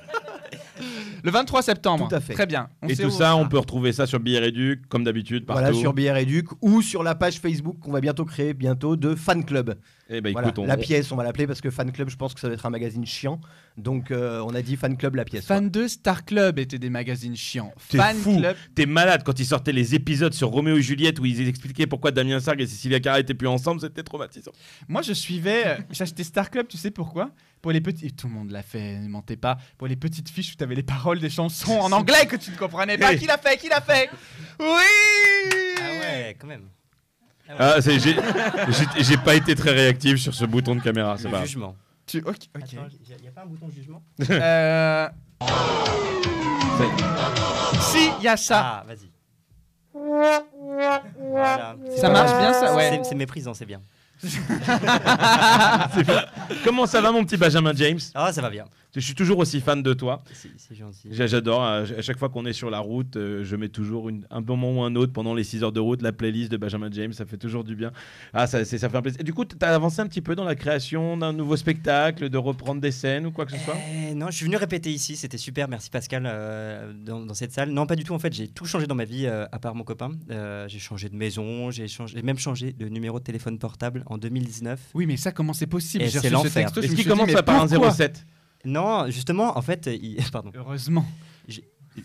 Le 23 septembre.
Tout à fait.
Très bien. On
Et
sait
tout
où-
ça, on peut retrouver ça sur Billets Réduc, comme d'habitude, partout.
Voilà, sur BR Educ ou sur la page Facebook qu'on va bientôt créer bientôt de Fan Club.
Eh ben,
Voilà,
écoute, on-
La
on-
pièce, on va l'appeler parce que Fan Club, je pense que ça va être un magazine chiant. Donc euh, on a dit Fan Club, la pièce.
Fan de Star Club étaient des magazines chiants.
T'es
Fan
fou,
Club.
t'es malade quand ils sortaient les épisodes sur Roméo et Juliette où ils expliquaient pourquoi Damien Sargue et Cécilia Cara étaient plus ensemble, c'était traumatisant.
Moi, je suivais. euh, J'achetais Star Club, tu sais pourquoi Pour les petits. et Tout le monde l'a fait, ne mentez pas. Pour les petites fiches où t'avais les paroles des chansons en anglais Ah,
Eh,
que tu ne comprenais pas.
Hey.
Ah
Qui l'a fait Qui l'a fait Oui
ouais, quand même.
Ah, c'est- j'ai- j'ai j'ai pas été très réactif sur ce bouton de caméra, c'est
Le
pas. grave.
jugement.
Tu... Ok. ok.
Il n'y a pas un bouton de jugement
Euh... Si, il y a
Ah,
ça.
vas-y.
Voilà.
C'est-
Ça marche bien, Ah, ça
C'est-
Ouais.
C'est méprisant, c'est
[LAUGHS]
bien.
C'est bien. Comment ça va, mon petit Benjamin James
Ah, ça va bien.
Je suis toujours aussi fan de toi.
C'est gentil.
J'a- J'adore. À à chaque fois qu'on est sur la route, euh, je mets toujours une- un moment ou un autre pendant les 6 heures de route, la playlist de Benjamin James. Ça fait toujours du bien. Ah, ça, c'est- ça fait un plaisir. Et du coup, t'as avancé un petit peu dans la création d'un nouveau spectacle, de reprendre des scènes ou quoi que ce soit
Eh non, je suis venu répéter ici, c'était super, merci Pascal, euh, dans, dans cette salle. Non, pas du tout, en fait, j'ai tout changé dans ma vie, euh, à part mon copain. Euh, j'ai changé de maison, j'ai changé- j'ai même changé de numéro de téléphone portable en 2019.
Oui, mais ça, comment c'est possible
Et
J'ai
c'est
reçu ce
l'enfer.
texto, je Est-ce me qu'il suis dit, commence mais par un pourquoi 07?
Non, justement, en fait, il... [LAUGHS] pardon.
Heureusement.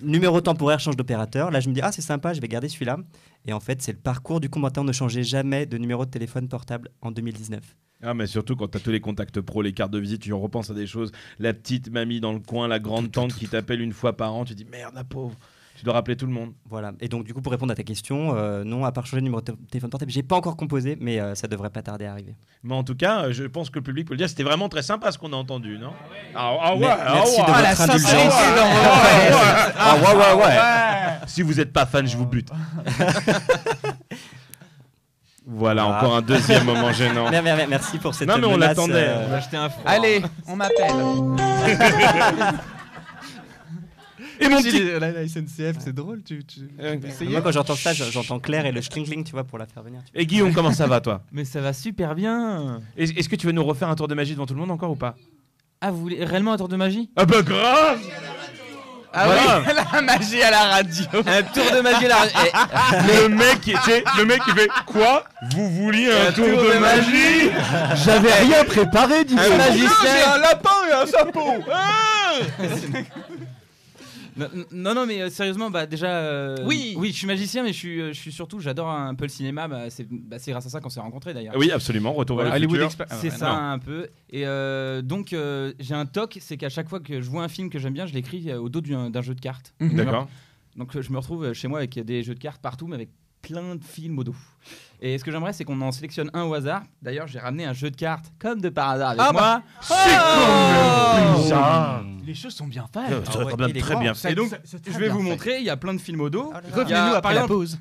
Numéro temporaire change d'opérateur. Là, je me dis, ah, c'est sympa, je vais garder celui-là. Et en fait, c'est le parcours du combattant ne changeait jamais de numéro de téléphone portable en 2019.
Ah, mais surtout quand t'as tous les contacts pro, les cartes de visite, tu repenses à des choses. La petite mamie dans le coin, la grande tante qui t'appelle une fois par an, tu dis merde, la pauvre. Tu dois rappeler tout le monde.
Voilà. Et donc, du coup, pour répondre à ta question, euh, non, à part changer le numéro de t- téléphone portable, j'ai pas encore composé, mais euh, ça devrait pas tarder à arriver.
Mais en tout cas, euh, je pense que le public peut le dire. C'était vraiment très sympa ce qu'on a entendu, non Ah, ah
Mais-
ouais, ah
merci de
ouais.
votre Ah, la indulgence. sincérité dans vos paroles.
Ah ouais, ouais, ouais.
Ah
Si vous n'êtes pas fan, je vous bute. voilà, encore un
[LAUGHS]
deuxième moment gênant.
Ah. Mer- mer- mer- Merci pour cette
Non, mais on
menace,
l'attendait.
euh,
On a acheté un froid.
Allez,
[LAUGHS]
on m'appelle.
Et mon
Si,
petit-
les- La, la SNCF, c'est drôle. Tu, tu, tu
Euh,
Euh,
peux essayer
Ah, Moi, quand j'entends ça, je- j'entends Claire et le schling tu vois, pour la faire venir. tu vois.
Et Guillaume, comment ça va, toi Mais ça va [LAUGHS] super bien. Est-ce que tu veux nous refaire un tour de magie devant tout le monde encore ou pas
Ah, vous voulez réellement un tour de magie
Ah bah grave
Ah oui, [LAUGHS] la magie à la radio.
Un tour de magie à
[LAUGHS]
la radio.
le mec, qui- tu sais, le mec qui fait quoi Vous vouliez un, tour, de, magie,
[LAUGHS]
J'avais
Ah,
rien préparé, dis
Un magicien.
magicien.
lapin et un chapeau.
Non, non, non, mais euh, sérieusement, bah déjà. oui. Oui, je suis magicien, mais je suis, euh, je suis surtout, j'adore un peu le cinéma. Bah, c'est bah, c'est grâce à ça qu'on s'est rencontrés d'ailleurs.
Oui, absolument, Retour vers le futur.
Express. C'est
Ah,
ça
non.
un peu. Et euh, donc euh, j'ai un toc, c'est qu'à chaque fois que je vois un film que j'aime bien, je l'écris euh, au dos d'un d'un jeu de cartes.
Mhm. D'accord.
Donc euh, je me retrouve euh, chez moi avec des jeux de cartes partout, mais avec plein de films au dos. Et ce que j'aimerais, c'est qu'on en sélectionne un au hasard. D'ailleurs, j'ai ramené un jeu de cartes, comme de par hasard, avec
Ah
moi. Oh
bah, c'est
Oh
comme le bizarre. Les choses sont bien faites.
Ah ouais, il est
Hmm. très
grand.
bien
Et
fait.
donc,
Ça- c'est très
je vais
bien
vous
fait.
montrer, il y a plein de films au dos.
là
Ah
là.
Il y a,
Revenez-nous après
par
la
exemple,
pause.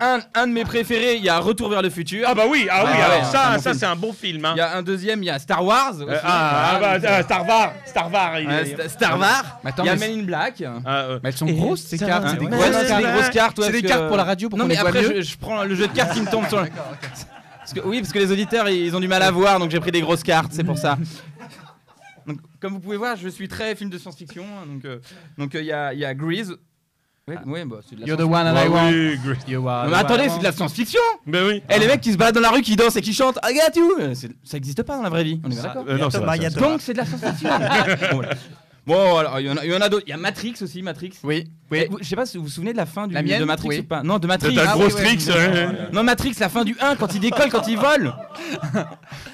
Un, un de mes préférés, il y a Retour vers le futur.
Ah bah oui, ah oui, alors ça,
un bon
ça,
film.
c'est un bon film. hein.
Il y a un deuxième, il y a Star Wars.
Euh, ah, ah bah, euh, Star Wars, Star Wars. il est-
Star, Star Wars.
Mais attends,
il y a
mais-
Men in Black.
Mais
hein. elles sont grosses ces cartes.
Ouais, ouais, c'est des grosses cartes. ouais,
C'est
parce
des
que-
cartes pour la radio pour
Non
qu'on
mais
les voit
après,
mieux.
je, je prends le jeu de cartes qui me tombe sur. le- Parce que, oui, parce que les auditeurs ils ont du mal à voir, donc j'ai pris des grosses cartes, c'est pour ça. [LAUGHS] Donc, comme vous pouvez voir, je suis très film de science-fiction. hein, Donc, euh, donc euh, il y, a, il y a Grease. Ouais, ouais, bah, c'est de la
You're the
science-
one and I
Ouais,
want.
oui, Grease.
You are
Non,
the
mais attendez,
one.
c'est de la science-fiction
Ben oui
Et les mecs qui se baladent dans la rue, qui dansent et qui chantent I got you Euh, c'est- Ça existe pas dans la vraie vie, on est bien
Ça-
d'accord
euh, non, c'est vrai, c'est vrai.
Donc c'est de la science-fiction [LAUGHS] Bon, voilà. Bon, alors il y en a, il y en a d'autres. Il y a Matrix aussi, Matrix. Oui. je sais pas si vous vous souvenez de la fin du,
La mienne
de Matrix
Oui.
ou pas. Non, de Matrix.
De ta
Ah,
grosse
oui, oui.
Trix, ouais.
Non, Matrix, la fin du 1, quand il décolle, quand il [LAUGHS] vole.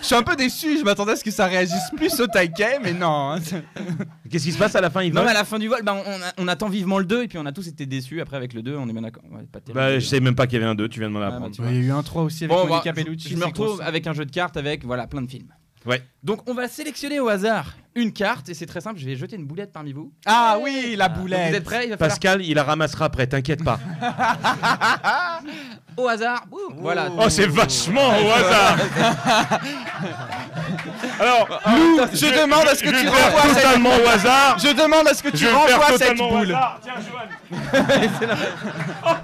Je suis un peu déçu, je m'attendais à ce que ça réagisse plus au taquet, mais non.
[LAUGHS] Qu'est-ce qui se passe à la fin
hein. Non, mais à la fin du vol, bah, on, on a- on attend vivement le 2 et puis on a tous été déçus après avec le 2, on est bien d'accord. Ouais, pas terrible.
Bah, je savais même pas qu'il y avait un 2, tu viens de m'en
bah,
apprendre.
tu vois.
Il y a eu un 3 aussi avec
Bon, bah,
Monica
je-
Bellucci.
Je me
c'est
retrouve [LAUGHS]
grosse.
avec un jeu de cartes avec voilà plein de films.
Ouais.
Donc on va sélectionner au hasard une carte et c'est très simple. Je vais jeter une boulette parmi vous.
Ah oui, la
donc
boulette.
Vous êtes prêts Il va falloir-
Pascal, il la ramassera après, t'inquiète pas.
Au hasard. boum, Voilà.
Oh, c'est vachement au hasard Alors,
Lou,
euh,
je demande
[LAUGHS]
à ce
[LAUGHS]
que
je
tu
vais faire
renvoies cette
totalement au hasard.
Je demande à ce que tu
Je vais faire
renvoies cette
totalement au
boule.
Oh.
hasard.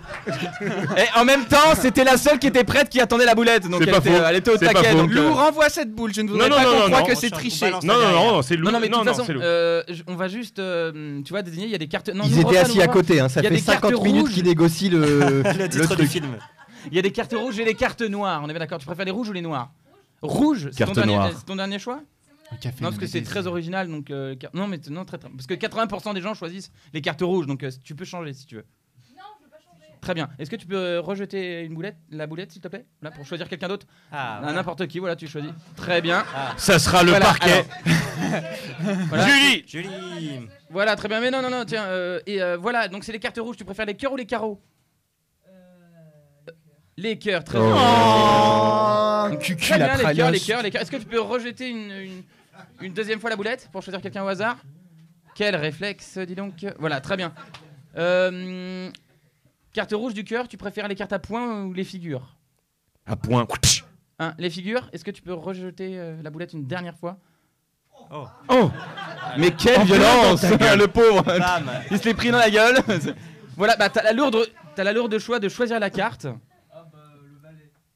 Et en même temps, c'était la seule qui était prête qui attendait la boulette. Donc
C'est
elle,
pas
était,
faux.
euh, elle était au
C'est pas
taquet.
faux.
donc,
Lou,
euh,
renvoie cette boule. Je ne
voudrais pas qu'on croie que c'est
triché.
Non, non, non, non, c'est Lou.
Non, non, mais de
Non,
toute
non,
façon,
c'est Lou.
euh, je- on va juste, euh, tu vois, désigner. Il y a des cartes. Non,
Ils
nous,
étaient
Rosa,
assis
nous,
à
Rosa.
côté, hein, ça
Il y a
fait
des cartes
50 minutes
rouges. [LAUGHS]
qu'ils négocient le,
Le titre
truc.
du film. Il y a des cartes rouges et des cartes noires. On est bien d'accord. Tu préfères les rouges ou les noirs Rouge, c'est ton,
Carte
dernier-
noire.
c'est ton dernier choix Non, parce que c'est très original. Donc, euh, car- non, mais t- non, très, très- Parce que 80% des gens choisissent les cartes rouges. Donc, euh, tu peux changer si tu veux. Très bien. Est-ce que tu peux euh, rejeter une boulette, la boulette, s'il te plaît, là pour choisir quelqu'un d'autre
Ah,
Ah,
voilà. Ah.
N'importe qui, voilà, tu choisis. Très bien.
Ça sera le parquet. [LAUGHS] Julie
Julie
Voilà, très bien. Mais non, non, non, tiens. euh, et euh, voilà, donc c'est Euh, les cartes rouges. Tu préfères les cœurs ou les carreaux Les cœurs, très
Oh.
bien.
Oh.
Très
Cucu,
bien,
la
les cœurs,
pralios.
les cœurs, les cœurs. Est-ce que tu peux rejeter une, une- une deuxième fois la boulette pour choisir quelqu'un au hasard Quel réflexe, dis donc. Voilà, très bien. Euh, carte rouge du cœur, tu préfères les cartes à points ou les figures
À point.
Hein, Les figures, est-ce que tu peux rejeter euh, la boulette une dernière fois
Oh.
Oh Mais quelle
En plein
violence
dans ta gueule.
Le pauvre
Bam.
Il se l'est pris dans la gueule [LAUGHS] Voilà, bah t'as la lourde t'as la lourde choix de choisir la carte. Ah, bah,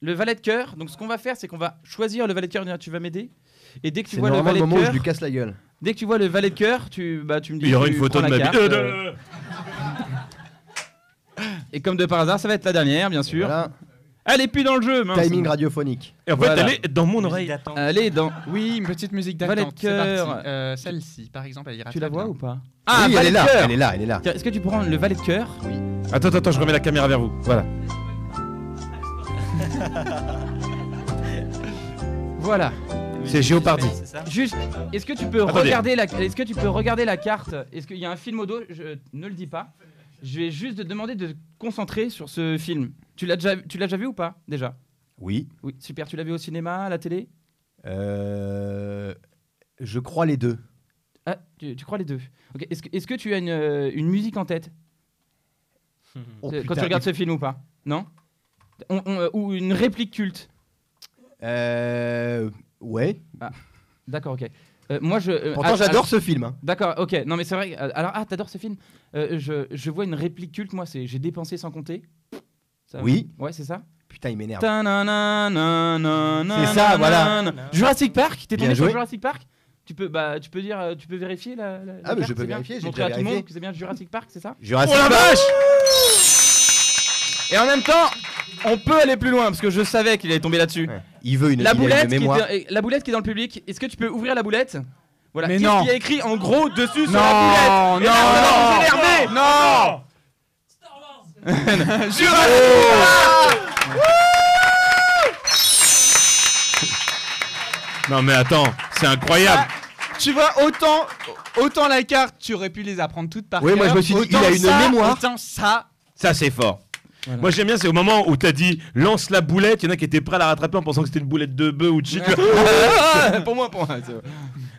Le valet de cœur. Donc ce qu'on va faire, c'est qu'on va choisir le valet de cœur. Dina, Tu vas m'aider. Et dès que tu
C'est
vois le
normalement le
valet
moment où
de
je
cœur,
lui casse la gueule.
dès que tu vois le valet de cœur, tu bah tu me dis.
Il y aura
tu
une photo
prends
de
la
ma
carte,
vie.
euh, Et comme de par hasard, ça va être la dernière, bien sûr. Elle est plus dans le jeu. Mince.
Timing radiophonique.
Et en fait, elle est dans mon oreille.
Elle est dans.
[LAUGHS] Oui, une petite musique
Valet de
d'attente. c'est
cœur.
parti. Euh, Celle-ci, par exemple, elle ira
Tu la
très
vois
bien.
ou pas
Ah,
valet
elle est
de
là,
cœur.
elle est là, elle est là.
Tiens, Est-ce que tu prends le valet de cœur
Attends, attends, je remets la caméra vers vous. Voilà.
Voilà.
C'est Géopardi.
Juste, est-ce que tu peux
Attendez.
regarder la, est-ce que tu peux regarder la carte Est-ce qu'il y a un film au dos Je ne le dis pas. Je vais juste te demander de te concentrer sur ce film. Tu l'as déjà, tu l'as déjà vu ou pas déjà
Oui.
Oui, super. Tu l'as vu au cinéma, à la télé
Euh, je crois les deux.
Ah, tu, tu crois les deux. Ok. Est-ce que, est-ce que tu as une, euh, une musique en tête
Oh,
Euh,
[LAUGHS]
putain,
Quand tu regardes
il-
ce film ou pas Non. On- on, euh, ou une réplique culte Ah,
Euh, ouais.
D'accord, ok. Euh, moi, je. euh,
Pourtant,
ah,
j'adore
ah,
ce film, hein.
D'accord, ok. Non, mais c'est vrai. euh, Alors, ah, t'adores ce film Euh, je, je vois une réplique culte, moi, c'est J'ai dépensé sans compter. Ça-
Oui.
Ouais, c'est ça
Putain, il m'énerve.
C'est
C'est ça, voilà.
Jurassic Park T'es
Bien
tombé sur
joué.
Jurassic Park tu peux, bah, tu peux dire, euh, tu peux vérifier la. la- la
Ah, mais je
carte,
peux
c'est bien
vérifier, j'ai
Montrer
déjà
à tout le monde
vérifié.
que c'est bien Jurassic Park, c'est ça
Jurassic Oh la Park.
Et en même temps, on peut aller plus loin parce que je savais qu'il allait tomber là-dessus.
Il veut une,
La
il a une
boulette, qui est
mémoire.
dans- eh, la boulette qui est dans le public, est-ce que tu peux ouvrir la boulette Voilà,
Mais
qu'est-ce
non.
qu'il y a écrit en gros dessus sur
Non,
la boulette
non, non.
non,
Jurassic
Oh.
Non, mais attends, c'est incroyable.
Ah, Tu vois, autant, autant la carte, tu aurais pu les apprendre toutes par
Oui,
cœur.
moi, je me suis dit, il
autant
a une
ça,
mémoire.
Autant ça.
Ça, c'est fort. Moi, j'aime bien, c'est au moment où t'as dit lance la boulette, il y en a qui étaient prêts à la rattraper en pensant que c'était une boulette de bœuf ou de shit.
[LAUGHS] pour moi, pour moi.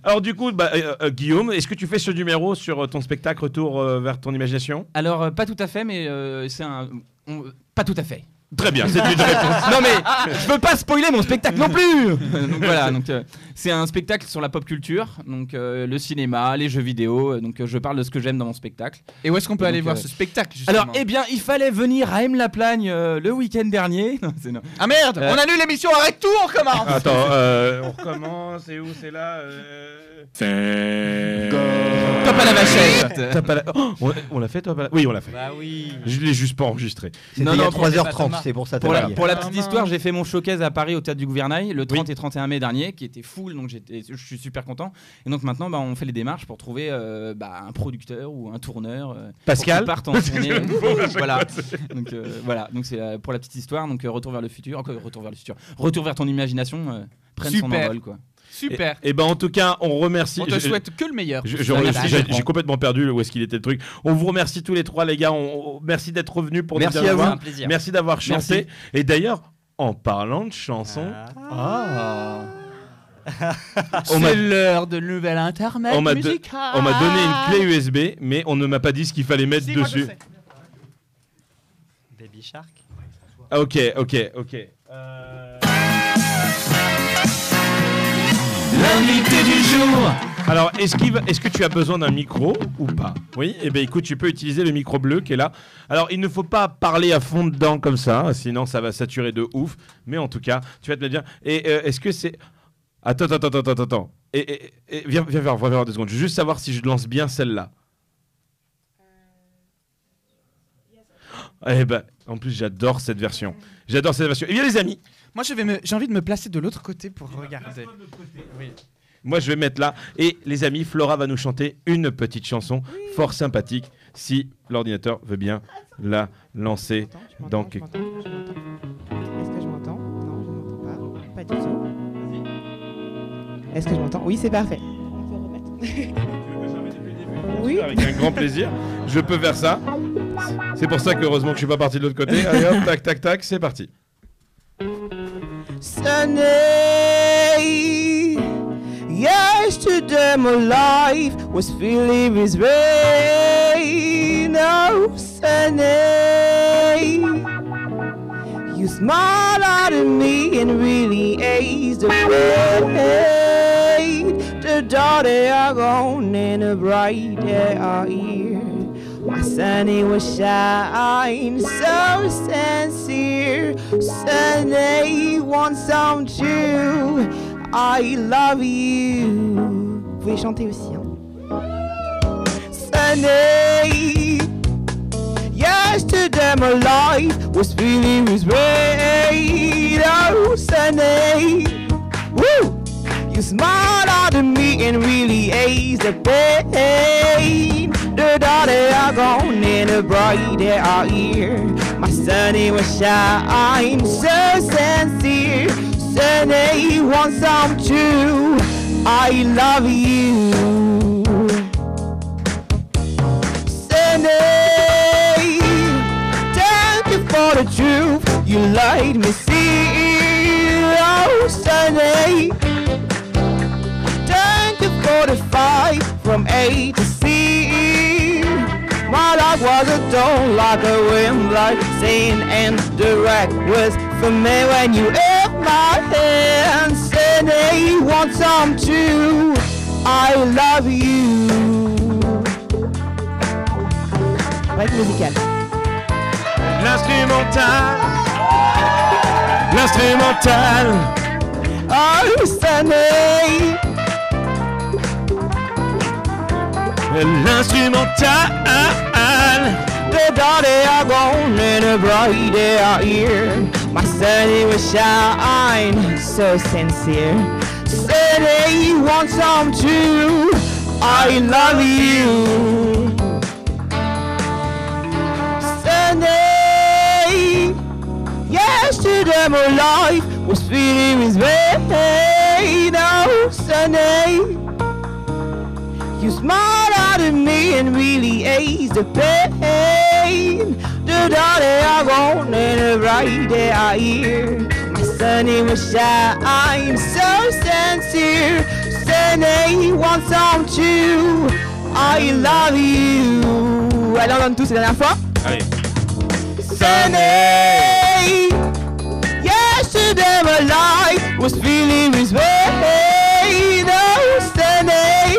Alors, du coup, bah, euh, euh, Guillaume, est-ce que tu fais ce numéro sur euh, ton spectacle Retour euh, vers ton imagination
Alors, euh, pas tout à fait, mais euh, c'est un. on- pas tout à fait.
Très
[LAUGHS]
bien, c'est une réponse.
non, mais je veux pas spoiler mon spectacle non plus [LAUGHS] Donc voilà, donc, euh, c'est un spectacle sur la pop culture, donc euh, le cinéma, les jeux vidéo, euh, donc euh, je parle de ce que j'aime dans mon spectacle.
Et où est-ce qu'on peut
Et
aller
donc,
voir
euh,
ce spectacle justement
Alors, eh bien, il fallait venir à M-la-Plagne euh, le week-end dernier. [LAUGHS] Non, c'est- non.
Ah merde,
Euh,
on annule l'émission, arrête tout, on recommence
Attends, euh, on recommence, c'est où, c'est là euh... Top
à la vachette.
Top à la- Oh, on- on l'a fait, top à la... Oui, on l'a fait.
Bah oui.
Je l'ai juste pas enregistré.
Non, non, pour- Pour la,
Voilà.
pour la petite histoire, j'ai fait mon showcase à Paris au Théâtre du Gouvernail le 30 et 31 mai dernier, qui était full, donc j'étais- je suis super content. Et donc maintenant, bah, on fait les démarches pour trouver euh, bah, un producteur ou un tourneur. euh,
Pascal
pour qu'ils partent en tournée. voilà. Donc euh, voilà, donc c'est euh, pour la petite histoire. Donc euh, retour vers le futur, encore retour vers le futur, retour vers ton imagination, euh, prenne son
Super.
envol quoi.
Super.
Et, et ben en tout cas, on remercie.
On te
je-
souhaite que le meilleur.
je-
pour
je-
cette année.
j'ai- J'ai complètement perdu où est-ce qu'il était le truc. On vous remercie tous les trois, les gars. On, on- merci d'être revenus pour
Merci
nous
à vous.
avoir.
Un plaisir.
Merci d'avoir chanté.
Merci.
Et d'ailleurs, en parlant de chansons,
Ah.
On m'a-
C'est l'heure de nouvelle intermède
on m'a do-
musical.
on m'a donné une clé USB, mais on ne m'a pas dit ce qu'il fallait mettre
Si, moi, je
dessus.
sais.
Baby Shark.
Ah, ok, ok, Euh. ok. L'invité du jour. Alors, est-ce qu'il va- est-ce que tu as besoin d'un micro ou pas Oui. Eh bien, écoute, tu peux utiliser le micro bleu qui est là. Alors, il ne faut pas parler à fond dedans comme ça, sinon ça va saturer de ouf. Mais en tout cas, tu vas te le dire. Et euh, est-ce que c'est Attends, attends, attends, attends, attends. Et, et- et- viens, viens voir, viens voir deux secondes. Je veux juste savoir si je lance bien celle-là. Eh ben, en plus, j'adore cette version. J'adore cette version. Eh bien, les amis,
Moi, je vais me- j'ai envie de me placer de l'autre côté pour regarder. Oui.
Moi, je vais mettre là. Et les amis, Flora va nous chanter une petite chanson fort sympathique, si l'ordinateur veut bien la lancer. dans quelque-
Est-ce que je m'entends Non, je ne m'entends pas. Pas du tout. Est-ce que je m'entends Oui, c'est parfait. Oui.
Avec un grand plaisir, je peux faire ça. C'est pour ça qu'heureusement que je suis pas parti de l'autre côté. Allez hop, tac, tac, tac, c'est parti.
Sunday. Yesterday my life was filled with rain. Oh, Sunday. You smiled out at me and really eased the pain. The dark they are gone and the bright they are here. My sunny will shine so sincere. Sunday wants some too. I love you. Vous pouvez chanter aussi. Hein. Sunday. Yesterday my life was feeling with rain. Oh, Sunday. Woo! You smiled out at me and really eased the pain. The dark they are gone and the bright they are here. My sunny will shine so sincere. Sunday wants some too. I love you. Sunday, thank you for the truth you let me see. Oh, Sunday. Thank you for the fight from A to C. My life was a dawn like a wind, like sin, and the wreck was for me when you held my hand. Said they want some too. I love you. Break musical.
L'instrumental. L'instrumental.
Oh, Sunday.
L'instrumental.
The dark they are gone and the bright they are here. My sunny will shine so sincere. Sunday, you want some too? I love you. Sunday, yesterday my life was filled with rain. Oh, Sunday. You smiled out at me and really eased the pain. The dark they are gone and the bright they are here. My sunny will shine so sincere. Sunny wants some too. I love you. Allez, on donne tous la dernière fois.
Allez.
Sunday. Yesterday my life was feeling with rain. Oh, Sunday.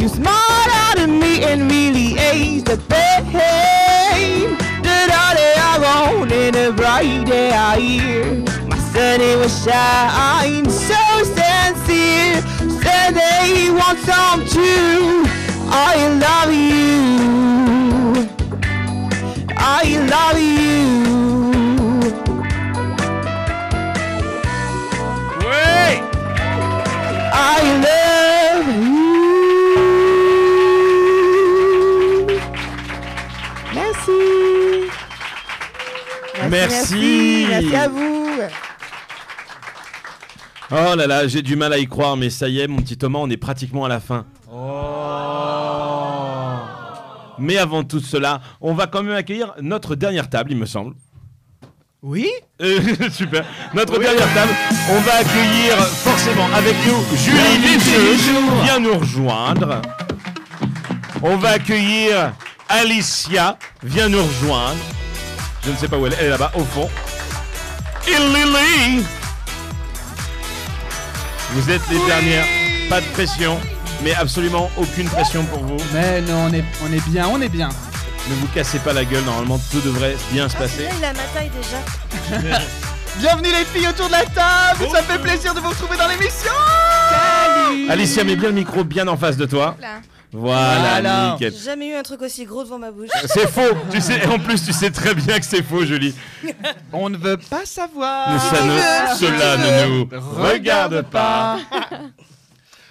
You smiled out at me and really eased the pain. The dark they are gone and the bright they are here. My sunny will shine so sincere. Sunday wants some too. I love you. I love you.
Wait.
I love you. Merci.
Merci.
Merci, merci à vous.
Oh là là, j'ai du mal à y croire, mais ça y est, mon petit Thomas, on est pratiquement à la fin. Oh. Mais avant tout cela, on va quand même accueillir notre dernière table, il me semble.
Oui
[LAUGHS] Super. Notre dernière table, on va accueillir forcément avec nous Julie Vicieux qui vient nous rejoindre. On va accueillir Alicia, vient nous rejoindre. Je ne sais pas où elle est, elle est là-bas, au fond. Et Lily Vous êtes les dernières, pas de pression, mais absolument aucune pression pour vous.
Mais non, on est, on est bien, on est bien.
Ne vous cassez pas la gueule, normalement tout devrait bien se passer.
il a ma taille déjà.
Ah,
Bienvenue les filles autour de la table. Ça fait plaisir de vous retrouver dans l'émission. Salut.
Alicia, mets bien le micro bien en face de toi.
Là.
Voilà, Ah nickel.
J'ai jamais eu un truc aussi gros devant ma bouche.
[LAUGHS] C'est faux, tu sais, en plus tu sais très bien que c'est faux, Julie.
[LAUGHS] On ne veut pas savoir.
Nous, ça ne-
Si tu
cela
veux,
ne nous regarde pas.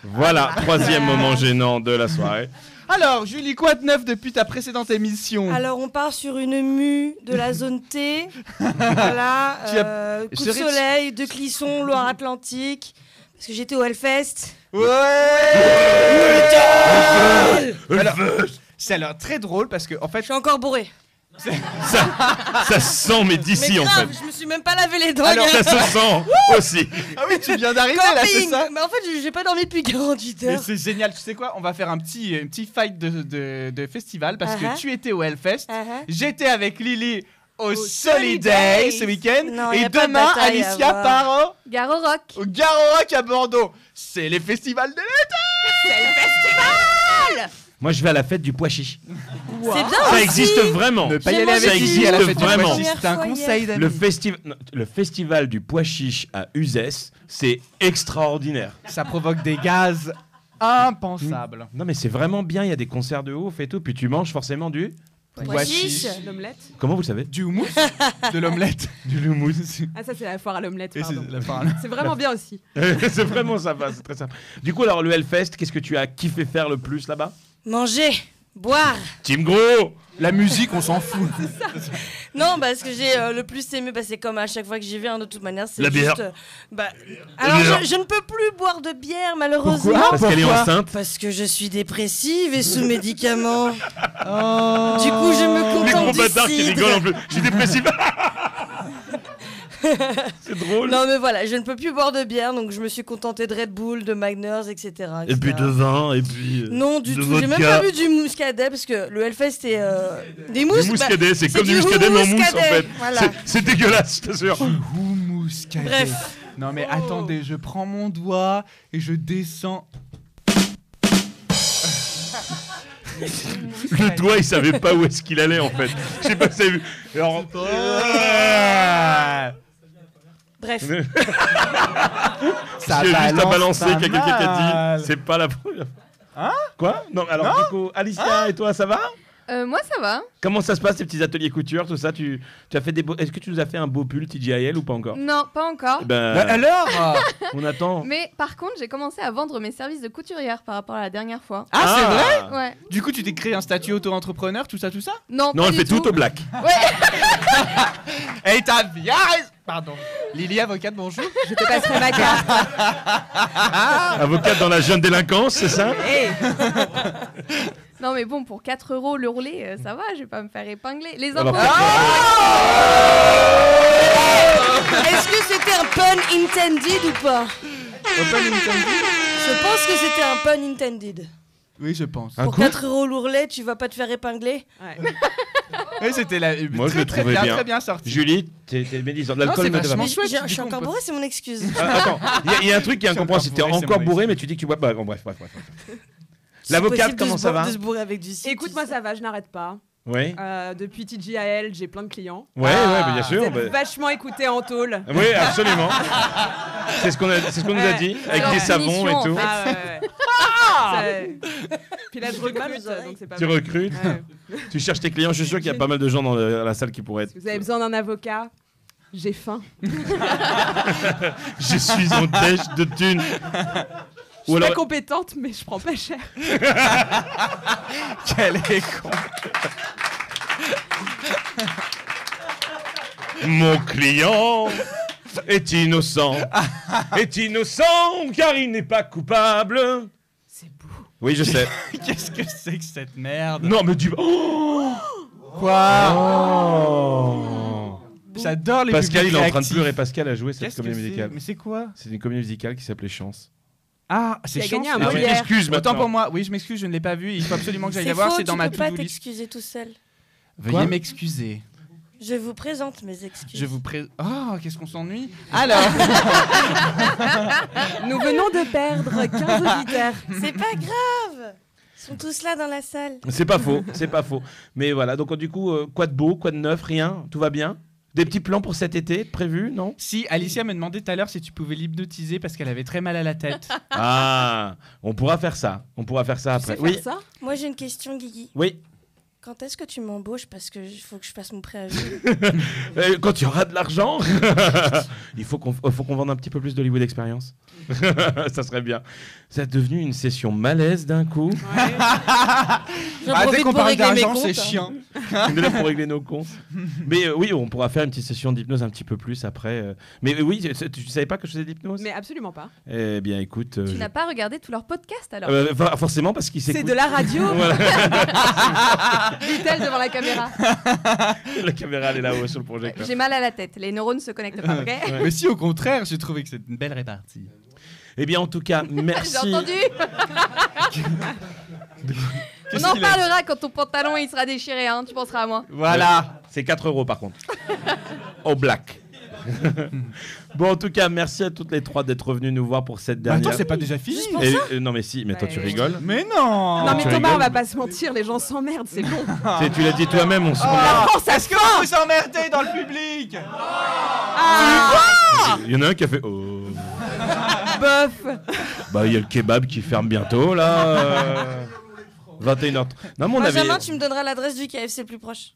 Voilà, troisième moment gênant de la soirée.
Alors, Julie, quoi de neuf depuis ta précédente émission
Alors on part sur une mue de la zone
[LAUGHS]
T. voilà,
Tu as-
euh, coup de
Cerise-
soleil, de Clisson, Loire-Atlantique. Parce que j'étais au Hellfest.
Euh,
Alors, C'est alors très drôle parce que en fait. Je suis
encore bourré.
Ça sent, mais d'ici
Mais
en
grave,
fait.
Je me suis même pas lavé les dents.
Alors,
gars.
ça se sent aussi.
Ah oui, tu viens d'arriver là, c'est [LAUGHS]
Camping.
ça
Mais en fait, j'ai- j'ai pas dormi depuis 48
Mais
heures.
c'est génial, tu sais quoi On va faire un petit, un petit fight de, de- de festival parce
Uh-huh.
que tu étais au Hellfest,
Uh-huh.
j'étais avec Lily au, Soliday
Solidays.
ce
Non,
week-end
y
et
a pas de
demain
bataille à
Alicia
avoir.
part
au Garo Rock.
Au Garo Rock à Bordeaux. C'est les festivals de l'été
C'est le festival
Moi, je vais à la fête du pois chiche.
Wow. C'est bien
Ça
aussi.
existe vraiment.
Ne pas y aller avec
ça
lui
existe
à la fête du pois
vraiment.
chiche, c'est un Première conseil fois d'amis.
Le, festi- non, le festival du pois chiche à Uzès, c'est extraordinaire.
Ça provoque des gaz impensables.
Non, mais c'est vraiment bien. Il y a des concerts de ouf et tout. Puis tu manges forcément du
Pois chiche.
L'omelette.
Comment vous le savez
Du houmous. de l'omelette.
[LAUGHS] Du houmous.
Ah, ça, c'est la foire à l'omelette.
Et c'est
pardon.
la foire à l'omelette.
C'est vraiment bien
[LAUGHS]
aussi.
c'est vraiment sympa, c'est très sympa. Du coup, alors le Hellfest, qu'est-ce que tu as kiffé faire le plus là-bas
Manger, boire.
Team Gros
La musique, on s'en fout.
Non, bah, ce que j'ai euh, le plus aimé, bah, c'est comme à chaque fois que j'y viens, de toute manière, c'est
La bière.
juste, euh, bah, alors,
bière.
je, je ne peux plus boire de bière, malheureusement.
Pourquoi Parce qu'elle est Pourquoi enceinte.
Parce que je suis dépressive et sous médicaments. [LAUGHS] Oh. Du coup, je me
Les gros
contente du
bâtards qui
cidre.
rigolent en plus. Je suis
[LAUGHS]
dépressif. c'est drôle.
Non, mais voilà, je ne peux plus boire de bière, donc je me suis contentée de Red Bull, de Magners, etc.
Et puis
etc..
de vin, et puis. euh,
Non, du
de
tout. J'ai même
vodka.
pas bu du mouscadet parce que le Hellfest est. euh, des mousses
Du
bah,
mouscadet, c'est comme du mouscadet mais en mousse en
mouscadet,
fait.
voilà.
C'est- C'est dégueulasse, je te jure.
Bref.
Non mais attendez, je prends mon doigt et je descends.
Le doigt, il savait pas où est-ce qu'il allait en fait. Je sais pas si t'as vu. Alors. [LAUGHS]
Bref.
Ça juste à
balance
balancer
pas
qu'il y a quelqu'un qui a
mal.
dit. C'est pas la première.
Hein
Quoi Non, alors
Non Hein
du coup, Alicia et toi, ça va
Euh, moi, ça va.
Comment ça se passe, ces petits ateliers couture, tout ça tu, tu as fait des beaux... Est-ce que tu nous as fait un beau pull TGIL ou pas encore
Mm.
Non, pas encore.
Eh ben,
Ah,
Bah alors
[LAUGHS] On attend.
Mais par contre, j'ai commencé à vendre mes services de couturière par rapport à la dernière fois.
Ah, c'est vrai
Ouais.
Du coup, tu t'es créé un statut auto-entrepreneur, tout ça, tout ça
Non, Non, pas elle du fait tout tout. au
black.
Ouais. Et t'as bien raison. Pardon. Lily, avocate, bonjour.
Je te passerai ma carte.
Avocate dans la jeune délinquance, c'est ça
Non, mais bon, pour 4 euros le roulet, euh, ça va, je vais pas me faire épingler.
Ah,
Les
bah,
impôts.
Alors-
Est-ce que c'était un pun intended ou pas Je pense que c'était un pun intended.
[LAUGHS] Oui, je pense.
Pour 4 euros l'ourlet, tu vas pas te faire épingler
Oui, c'était la.
Moi,
très,
je le
très
trouvais
bien,
bien.
très bien sorti.
Julie, t'es t'es médisante.
Non,
L'alcool
c'est
ne te va
vachement
pas.
chouette.
J'ai- Je suis encore bourré, c'est mon excuse. [LAUGHS]
Ah, attends, il y a- il y, a un
[LAUGHS]
truc qui est incompréhensible. T'es
encore bourré,
encore
c'est
bourré, mais tu dis que tu bois pas. Bon, bref, bref, bref. bref.
C'est
L'avocate,
possible de
comment
se
ça
boire-
va
de se bourrer avec du cidre.
Écoute,
moi
ça va, je n'arrête pas.
Oui.
Euh, depuis TGIL, j'ai plein de clients. Ah,
Ouais, ouais, bah, bien sûr,
Vous êtes
bah.
vachement écouté en tôle.
Oui,
[LAUGHS]
absolument. C'est ce qu'on a- c'est ce qu'on nous a
Ouais.
dit,
C'est
avec
leur
des savons
punition,
et
en
tout.
fait. Ah, ouais, ouais.
Ah
Puis là, je recrute, donc c'est pas
Tu
mal.
recrutes,
Ouais.
[LAUGHS] tu cherches tes clients. Je suis sûr qu'il y a pas mal de gens dans le- la salle qui pourraient être.
Vous avez besoin d'un avocat J'ai faim.
[LAUGHS] Je suis en dèche de thunes.
Je
Ou
suis pas
alors-
compétente, mais je prends pas cher.
Quel est con.
Mon client est innocent. est innocent car il n'est pas coupable. C'est beau. Oui, je sais.
[LAUGHS] Qu'est-ce que c'est que cette merde
Non, mais du. Oh
[GASPS] Quoi Oh J'adore les
Pascal, il
publics
est en train de
réactifs.
pleurer. Pascal a joué cette
Qu'est-ce que
comédie
c'est
musicale.
Mais c'est quoi
C'est une comédie musicale qui s'appelait Chance.
Ah,
Qui
c'est
a
chiant.
gagné un Ah, tu Molière. t'excuses
Autant
maintenant.
pour moi. Oui, je m'excuse, je ne l'ai pas vu. Il faut absolument que j'aille
C'est
la voir.
faux,
C'est dans
tu
ma
peux pas
to-do list.
t'excuser tout seul.
Veuillez m'excuser.
Je vous présente mes excuses.
Je vous présente. Oh, qu'est-ce qu'on s'ennuie Alors
Ah,
Nous venons de perdre
[LAUGHS]
15 auditeurs.
C'est pas grave. Ils sont tous là dans la salle.
C'est pas faux, c'est pas faux. Mais voilà, donc du coup, euh, quoi de beau, quoi de neuf, rien, tout va bien Des petits plans pour cet été prévus, non
Si, Alicia me demandait tout à l'heure si tu pouvais l'hypnotiser parce qu'elle avait très mal à la tête.
Ah, on pourra faire ça. On pourra faire ça après. oui.
Moi, j'ai une question, Guigui.
Oui.
Quand est-ce que tu m'embauches Parce que il faut que je fasse
[LAUGHS]
mon préavis.
Euh, Quand il y aura de l'argent, [LAUGHS] il faut qu'on euh, faut qu'on vende un petit peu plus d'Hollywood Experience. [LAUGHS] ça serait bien. Ça est devenu une session malaise d'un coup.
J'en profite
Bah, dès qu'on
pour
parle
régler mes
d'argent, c'est
comptes, hein.
chiant.
[LAUGHS] on est là pour régler nos comptes. Mais euh, oui, on pourra faire une petite session d'hypnose un petit peu plus après. euh. Mais euh, oui, tu- tu savais pas que je faisais de l'hypnose
Mais absolument pas.
Eh bien, écoute. euh,
Tu
je-
n'as
Ah, bah,
pas regardé tous leurs podcasts alors
[LAUGHS] Euh, for- forcément parce qu'il
C'est
s'écoute.
de la radio.
Voilà.
Ah,
[LAUGHS] Dit-elle devant la caméra.
La caméra, elle est là-haut sur le projecteur.
J'ai mal à la tête. Les neurones se connectent pas, ok
Mais si, au contraire, j'ai trouvé que c'est une belle répartie.
Eh bien, en tout cas, [LAUGHS] merci.
[LAUGHS] J'ai
[LAUGHS]
entendu. on
Qu'est-ce
en
qu'il a
parlera quand ton pantalon il sera déchiré. Hein. Tu penseras à moi.
Voilà. C'est 4 euros par contre. Au black. [LAUGHS] bon, en tout cas, merci à toutes les trois d'être venues nous voir pour cette dernière.
Bah, attends, c'est pas déjà fini
Et-
Juste pour ça
euh, Non, mais si, mais toi tu
Ouais.
rigoles.
Mais non
Tu
Non mais Thomas,
rigoles.
on va pas se mentir, les gens s'emmerdent, c'est bon. Oh,
C'est- Tu l'as dit toi-même, on se
La France a
Est-ce que vous vous emmerdez dans le public
Ah.
Ah. Il y en a un qui a fait. Oh.
Bof
Bah, il y a le kebab qui ferme
[LAUGHS]
bientôt là. euh, 21h. Non, mais on avait.
Benjamin, tu me donneras l'adresse du KFC le plus proche.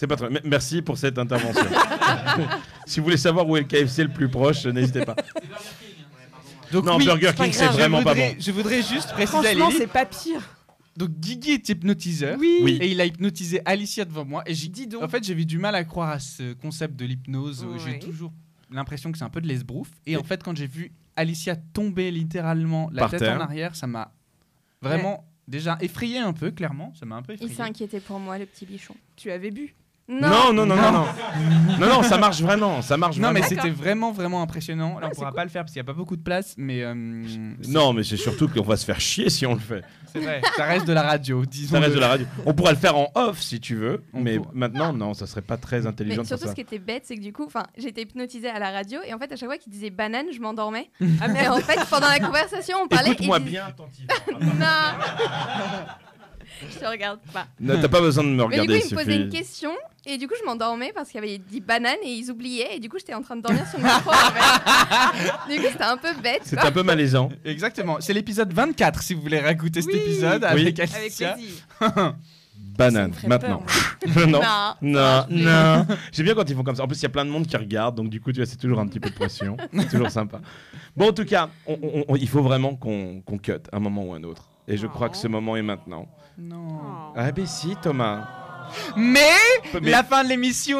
C'est pas trop. me- Merci pour
[LAUGHS]
cette intervention. si vous voulez savoir où est le KFC le plus proche, n'hésitez pas. non,
oui,
Burger
c'est pas
King, c'est
grave.
vraiment
je
pas
voudrais,
bon.
Je voudrais juste préciser à
Franchement,
Lily-
c'est pas pire.
Donc Guigui est hypnotiseur
Oui.
et il a hypnotisé Alicia devant moi et j'ai dit donc. En fait, j'avais du mal à croire à ce concept de l'hypnose. Euh, J'ai toujours l'impression que c'est un peu de l'esbrouf et en fait quand j'ai vu Alicia tomber littéralement la
Par
tête
terre.
en arrière, ça m'a vraiment déjà effrayé un peu clairement, ça m'a un peu
Il
effrayé.
s'est inquiété pour moi, le petit bichon.
Tu avais bu
Non, non, non, non,
[LAUGHS]
non. non, non, ça marche vraiment, ça marche
Non mais
vraiment.
c'était vraiment vraiment impressionnant. Là, on pourra pas le faire parce qu'il y a pas beaucoup de place mais euh,
Non, mais c'est surtout qu'on va se faire chier si on le fait.
c'est vrai, ça reste de la radio, disons.
Ça reste de la radio. On pourra le faire en off si tu veux, mais maintenant, non, ça serait pas très
Mais
intelligent de faire
surtout,
ça.
ce qui était bête, c'est que du coup, enfin, j'étais hypnotisée à la radio et en fait, à chaque fois qu'il disait banane, je m'endormais.
[LAUGHS] Ah,
Mais
merde.
en fait, pendant la conversation, on parlait. et
Écoute-moi
il disait-
bien attentivement.
non [LAUGHS] Je te regarde pas.
Non, T'as pas besoin de me
Mais du
regarder.
coup, il me
suffit.
posait une question et du coup, je m'endormais parce qu'il avait dit banane et ils oubliaient et du coup, j'étais en train de dormir sur le micro. en
[LAUGHS]
fait. du coup, c'était un peu bête.
C'est
quoi.
un peu malaisant.
Exactement, c'est l'épisode 24 si vous voulez réécouter cet épisode
Oui.
avec
Avec
Alicia.
Banane, maintenant. hein. [LAUGHS] non.
Non.
Non, non. [LAUGHS] J'aime bien quand ils font comme ça. En plus, il y a plein de monde qui regarde, donc du coup, tu vois, c'est toujours un petit peu de pression. c'est toujours sympa. Bon, en tout cas, on- on- on- il faut vraiment qu'on qu'on cut un moment ou un autre. Et je crois que ce moment est maintenant.
Oh. Non.
Ah, ben si, Thomas.
[LAUGHS] Mais,
Mais-
la fin de l'émission,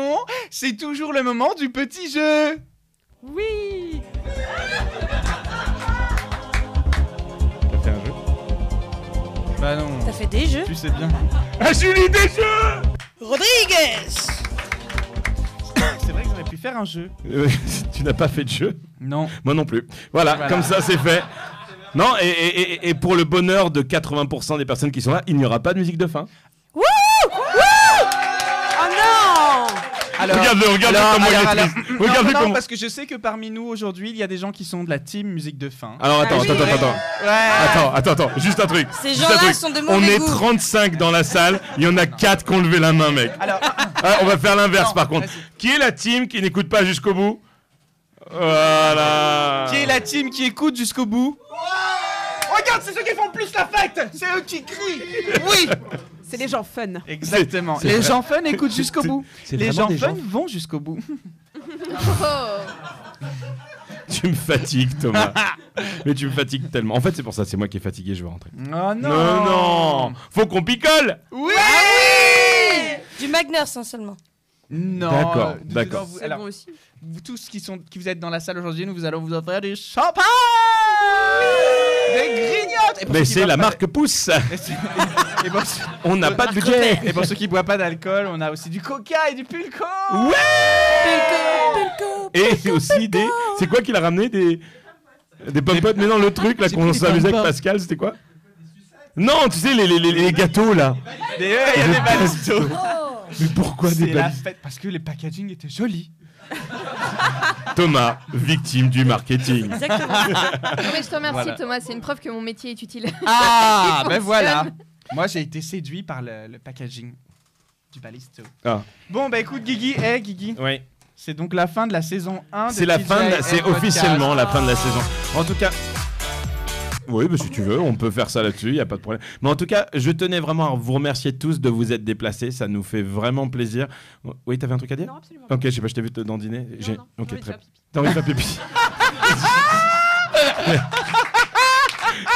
c'est toujours le moment du petit jeu.
Oui
T'as fait un jeu
Bah non.
T'as fait des jeux
Tu sais bien.
Ah, Julie, des jeux
Rodriguez
C'est vrai que j'aurais pu faire un jeu.
Euh, [LAUGHS] tu n'as pas fait de jeu
Non.
Moi non plus. Voilà,
Voilà.
comme ça c'est fait. Non, et, et- et- et pour le bonheur de 80% des personnes qui sont là, il n'y aura pas de musique de fin.
Wouh Oh non
Regarde-le, regarde-le comment il est triste.
mm, mm,
Regarde-le
non, non,
comment-
parce que je sais que parmi nous aujourd'hui, il y a des gens qui sont de la team musique de fin. Ah
Alors attends, attends, attends, attends. Attends, attends, attends, juste un truc.
Ces
juste
gens-là
un truc.
sont de
On
mauvais
est
goût.
35 dans la salle, il y en a 4 qui ont levé la main, mec. Ah, on va faire l'inverse par contre. Qui est la team qui n'écoute pas jusqu'au bout Voilà.
Qui est la team qui écoute jusqu'au bout Regarde, c'est ceux qui font le plus la fête C'est eux qui crient Oui
C'est les gens fun.
Exactement.
C'est- c'est
Les
vrai.
gens fun écoutent jusqu'au
C'est-
bout.
c'est
Les
vraiment
gens
des
fun
gens-
vont jusqu'au bout.
Oh.
[LAUGHS] Ah
Tu me fatigues,
[LAUGHS]
Thomas. Mais tu me fatigues tellement. En fait, c'est pour ça, c'est moi qui est fatigué, je vais rentrer.
Oh non
Non, non Faut qu'on picole
Oui Du Magnus, hein, seulement.
Non.
D'accord,
euh,
d'accord.
vous-
C'est
alors, vous tous qui, sont, qui vous êtes dans la salle aujourd'hui, nous vous allons vous offrir du champagne Des grignotes Et pour
Mais
ceux qui
c'est la
boivent
marque Pousse
pas- [LAUGHS] Et c'est- et pour ceux- Euh,
On n'a pas de budget.
Et pour ceux qui ne boivent pas d'alcool, on a aussi du coca et du pulco
Ouais Et aussi des... C'est quoi qu'il a ramené Des... Des pommes potes Mais non, le truc là
C'est
qu'on
plus des
s'amusait avec
pommes.
Pascal, c'était quoi Non, tu sais, les, les- les- les gâteaux là
Des œufs et des balistos
Mais pourquoi des
C'est la
balistos
fête, parce que les packaging étaient jolis
Thomas, victime du marketing. [LAUGHS]
Exactement. Non, mais je te remercie,
Voilà.
Thomas. C'est une preuve que mon métier est utile. [LAUGHS]
Ah,
Il
ben
fonctionne.
voilà Moi j'ai été séduit par le, le packaging du balisto.
Ah.
Bon bah écoute Guigui, eh Guigui
Oui.
C'est donc la fin de la saison 1 de
C'est la
TJL
fin, de la- c'est
Podcast.
officiellement la fin de la saison. En tout cas. Oui, bah, si tu veux, on peut faire ça là-dessus, il n'y a pas de problème. Mais en tout cas, je tenais vraiment à vous remercier tous de vous être déplacés, ça nous fait vraiment plaisir. Oui, t'avais un truc à dire Non, absolument. Ok, je sais pas, je t'ai vu te dandiner. J'ai- Ok, très bien. T'as envie de faire [LAUGHS] pipi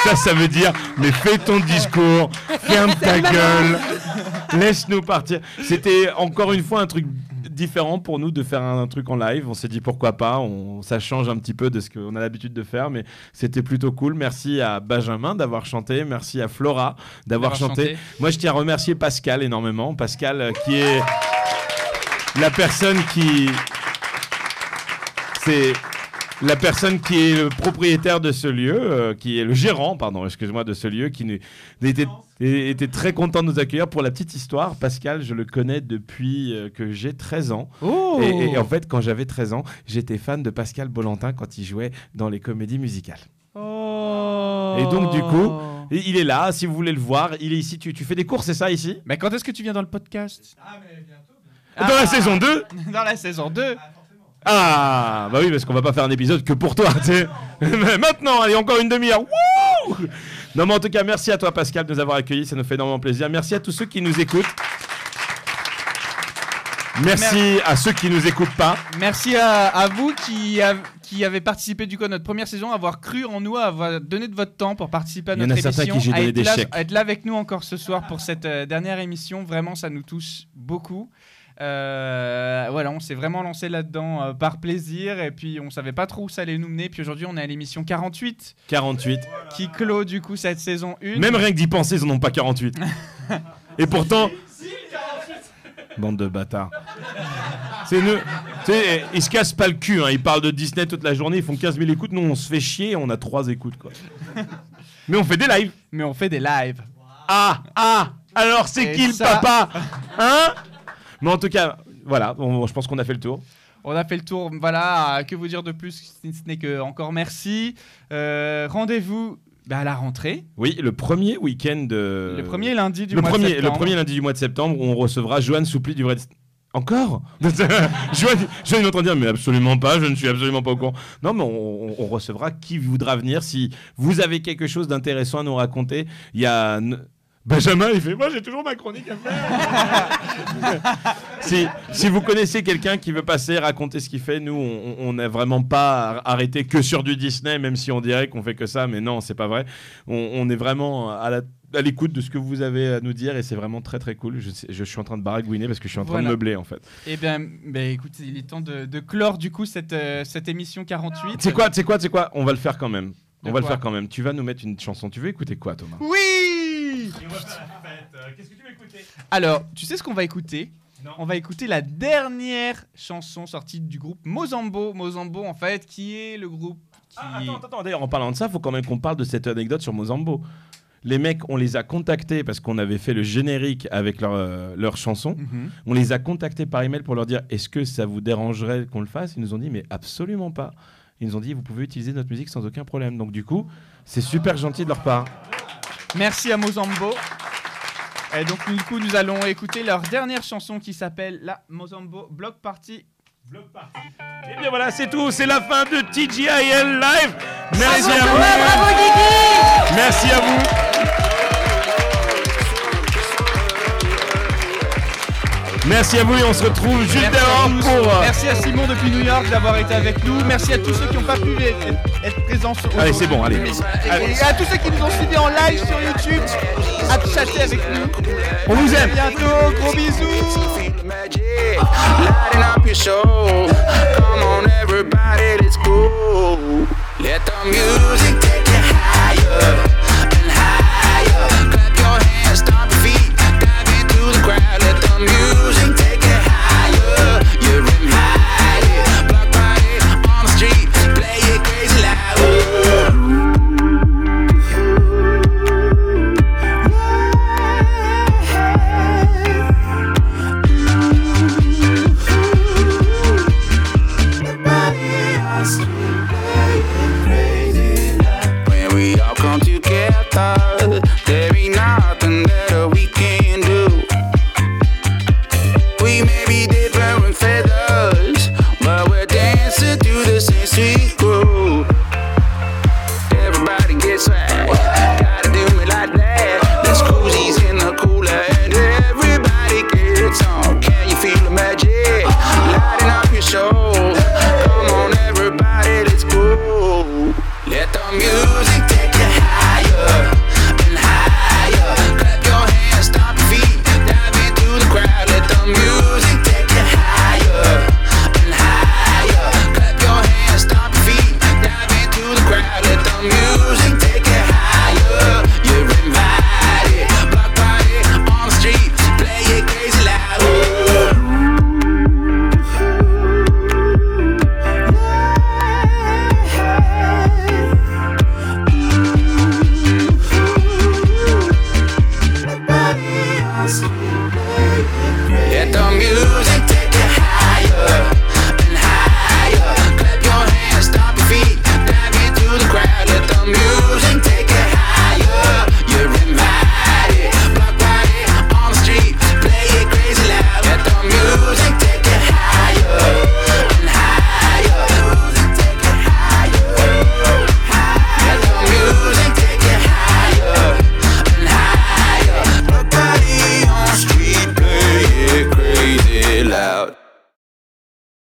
Ça, ça veut dire, mais fais ton discours, ferme ta gueule, laisse-nous partir. C'était encore une fois un truc différent pour nous de faire un, un truc en live. On s'est dit pourquoi pas. On, ça change un petit peu de ce qu'on a l'habitude de faire, mais c'était plutôt cool. Merci à Benjamin d'avoir chanté. Merci à Flora d'avoir
D'avoir
chanté.
chanté.
Moi, je tiens à remercier Pascal énormément. Pascal euh, qui est la personne qui c'est la personne qui est le propriétaire de ce lieu, euh, qui est le gérant, pardon, excuse-moi, de ce lieu, qui nous- était, était très content de nous accueillir. Pour la petite histoire, Pascal, je le connais depuis euh, que j'ai 13 ans.
Oh
et, et en fait, quand j'avais 13 ans, j'étais fan de Pascal Bolantin quand il jouait dans les comédies musicales. Et donc, du coup, il il est là, si vous voulez le voir, il est ici. Tu, tu fais des cours, c'est ça, ici Mais quand est-ce que tu viens dans le podcast Dans la saison 2
Dans la saison 2
Ah, bah oui, parce qu'on va pas faire un épisode que pour toi, [LAUGHS] tu sais. Mais Maintenant, allez, encore une demi-heure. Wouh non, mais en tout cas, merci à toi, Pascal, de nous avoir accueillis. Ça nous fait énormément plaisir. Merci à tous ceux qui nous écoutent. Merci à ceux qui nous écoutent pas.
Merci à, à vous qui, av- qui avez participé du coup à notre première saison, avoir cru en nous, avoir donné de votre temps pour participer à
Il y en
notre
a certains
émission,
qui j'ai
à
donné
être,
des
là,
chèques.
à être là avec nous encore ce soir pour cette euh, dernière émission. Vraiment, ça nous touche beaucoup. Euh, voilà, on s'est vraiment lancé là-dedans euh, par plaisir et puis on savait pas trop où ça allait nous mener. Puis aujourd'hui, on est à l'émission 48
48.
qui clôt du coup cette saison 1.
Même rien que d'y penser, ils en ont pas 48. Et pourtant, bande de bâtards. C'est nous. Tu sais, ils se cassent pas le cul, hein. ils parlent de Disney toute la journée, ils font 15 000 écoutes, nous on se fait chier, on a 3 écoutes quoi. Mais on fait des lives.
Mais on fait des lives.
Ah, ah, alors c'est
Et
qui le
ça-
papa Hein Mais en tout cas, voilà, on- je pense qu'on a fait le tour.
On a fait le tour, voilà, euh, que vous dire de plus si ce n'est que encore merci. Euh, Rendez-vous bah, à la rentrée.
Oui, le premier week-end de...
Le premier lundi du
le
mois de
premier,
septembre.
Le premier lundi du mois de septembre, où on recevra Joanne Soupli du vrai... Encore [LAUGHS] Joanne, Joanne est en train de dire, mais absolument pas, je ne suis absolument pas au courant. Non, mais on, on- on recevra qui voudra venir. Si vous avez quelque chose d'intéressant à nous raconter, il y a... n- Benjamin, il fait, moi j'ai toujours ma chronique à
[LAUGHS]
faire. si, si vous connaissez quelqu'un qui veut passer, raconter ce qu'il fait, nous, on- on n'a vraiment pas ar- arrêté que sur du Disney, même si on dirait qu'on fait que ça, mais non, c'est pas vrai. On, on est vraiment à la- à l'écoute de ce que vous avez à nous dire et c'est vraiment très très cool. Je, sais- je suis en train de baragouiner parce que je suis en train
Voilà.
de meubler en fait.
Eh bien, bah, écoutez, il est temps de, de clore du coup cette, euh, cette émission 48.
C'est quoi, c'est quoi, c'est quoi On va le faire quand même. On
De
va le
quoi
faire quand même. Tu vas nous mettre une chanson. Tu veux écouter quoi, Thomas
Oui Alors, tu sais ce qu'on va écouter On va écouter la dernière chanson sortie du groupe Mozambo. Mozambo, en fait, qui est le groupe qui...
Ah, Attends, attends, d'ailleurs, en parlant de ça, faut quand même qu'on parle de cette anecdote sur Mozambo. Les mecs, on les a contactés parce qu'on avait fait le générique avec leur, euh, leur chanson.
Mhm.
On les a contactés par email pour leur dire est-ce que ça vous dérangerait qu'on le fasse Ils nous ont dit mais absolument pas. Ils nous ont dit vous pouvez utiliser notre musique sans aucun problème. Donc du coup, c'est super gentil de leur part.
Merci à Mozambo. Et donc, du coup, nous allons écouter leur dernière chanson qui s'appelle La Mozambo Block Party.
Et Eh bien voilà, c'est tout. C'est la fin de TGIL Live. Merci à vous. Merci à vous. Merci à vous et on se retrouve juste
à
dehors
tous.
pour. euh,
Merci à Simon depuis New York d'avoir été avec nous. Merci à tous ceux qui n'ont pas pu être, être présents. sur-
Allez, c'est bon, allez.
Et à tous ceux qui nous ont suivis en live sur YouTube, à chatter avec nous.
On vous aime.
À bientôt, gros bisous.
Lighting up your show. Come on, everybody, let's go. Let the music take you higher and higher. Clap your hands, stomp your feet, dive into the crowd. Let the music take you higher. You're in high. Block party on the street, play it crazy loud.
Let the music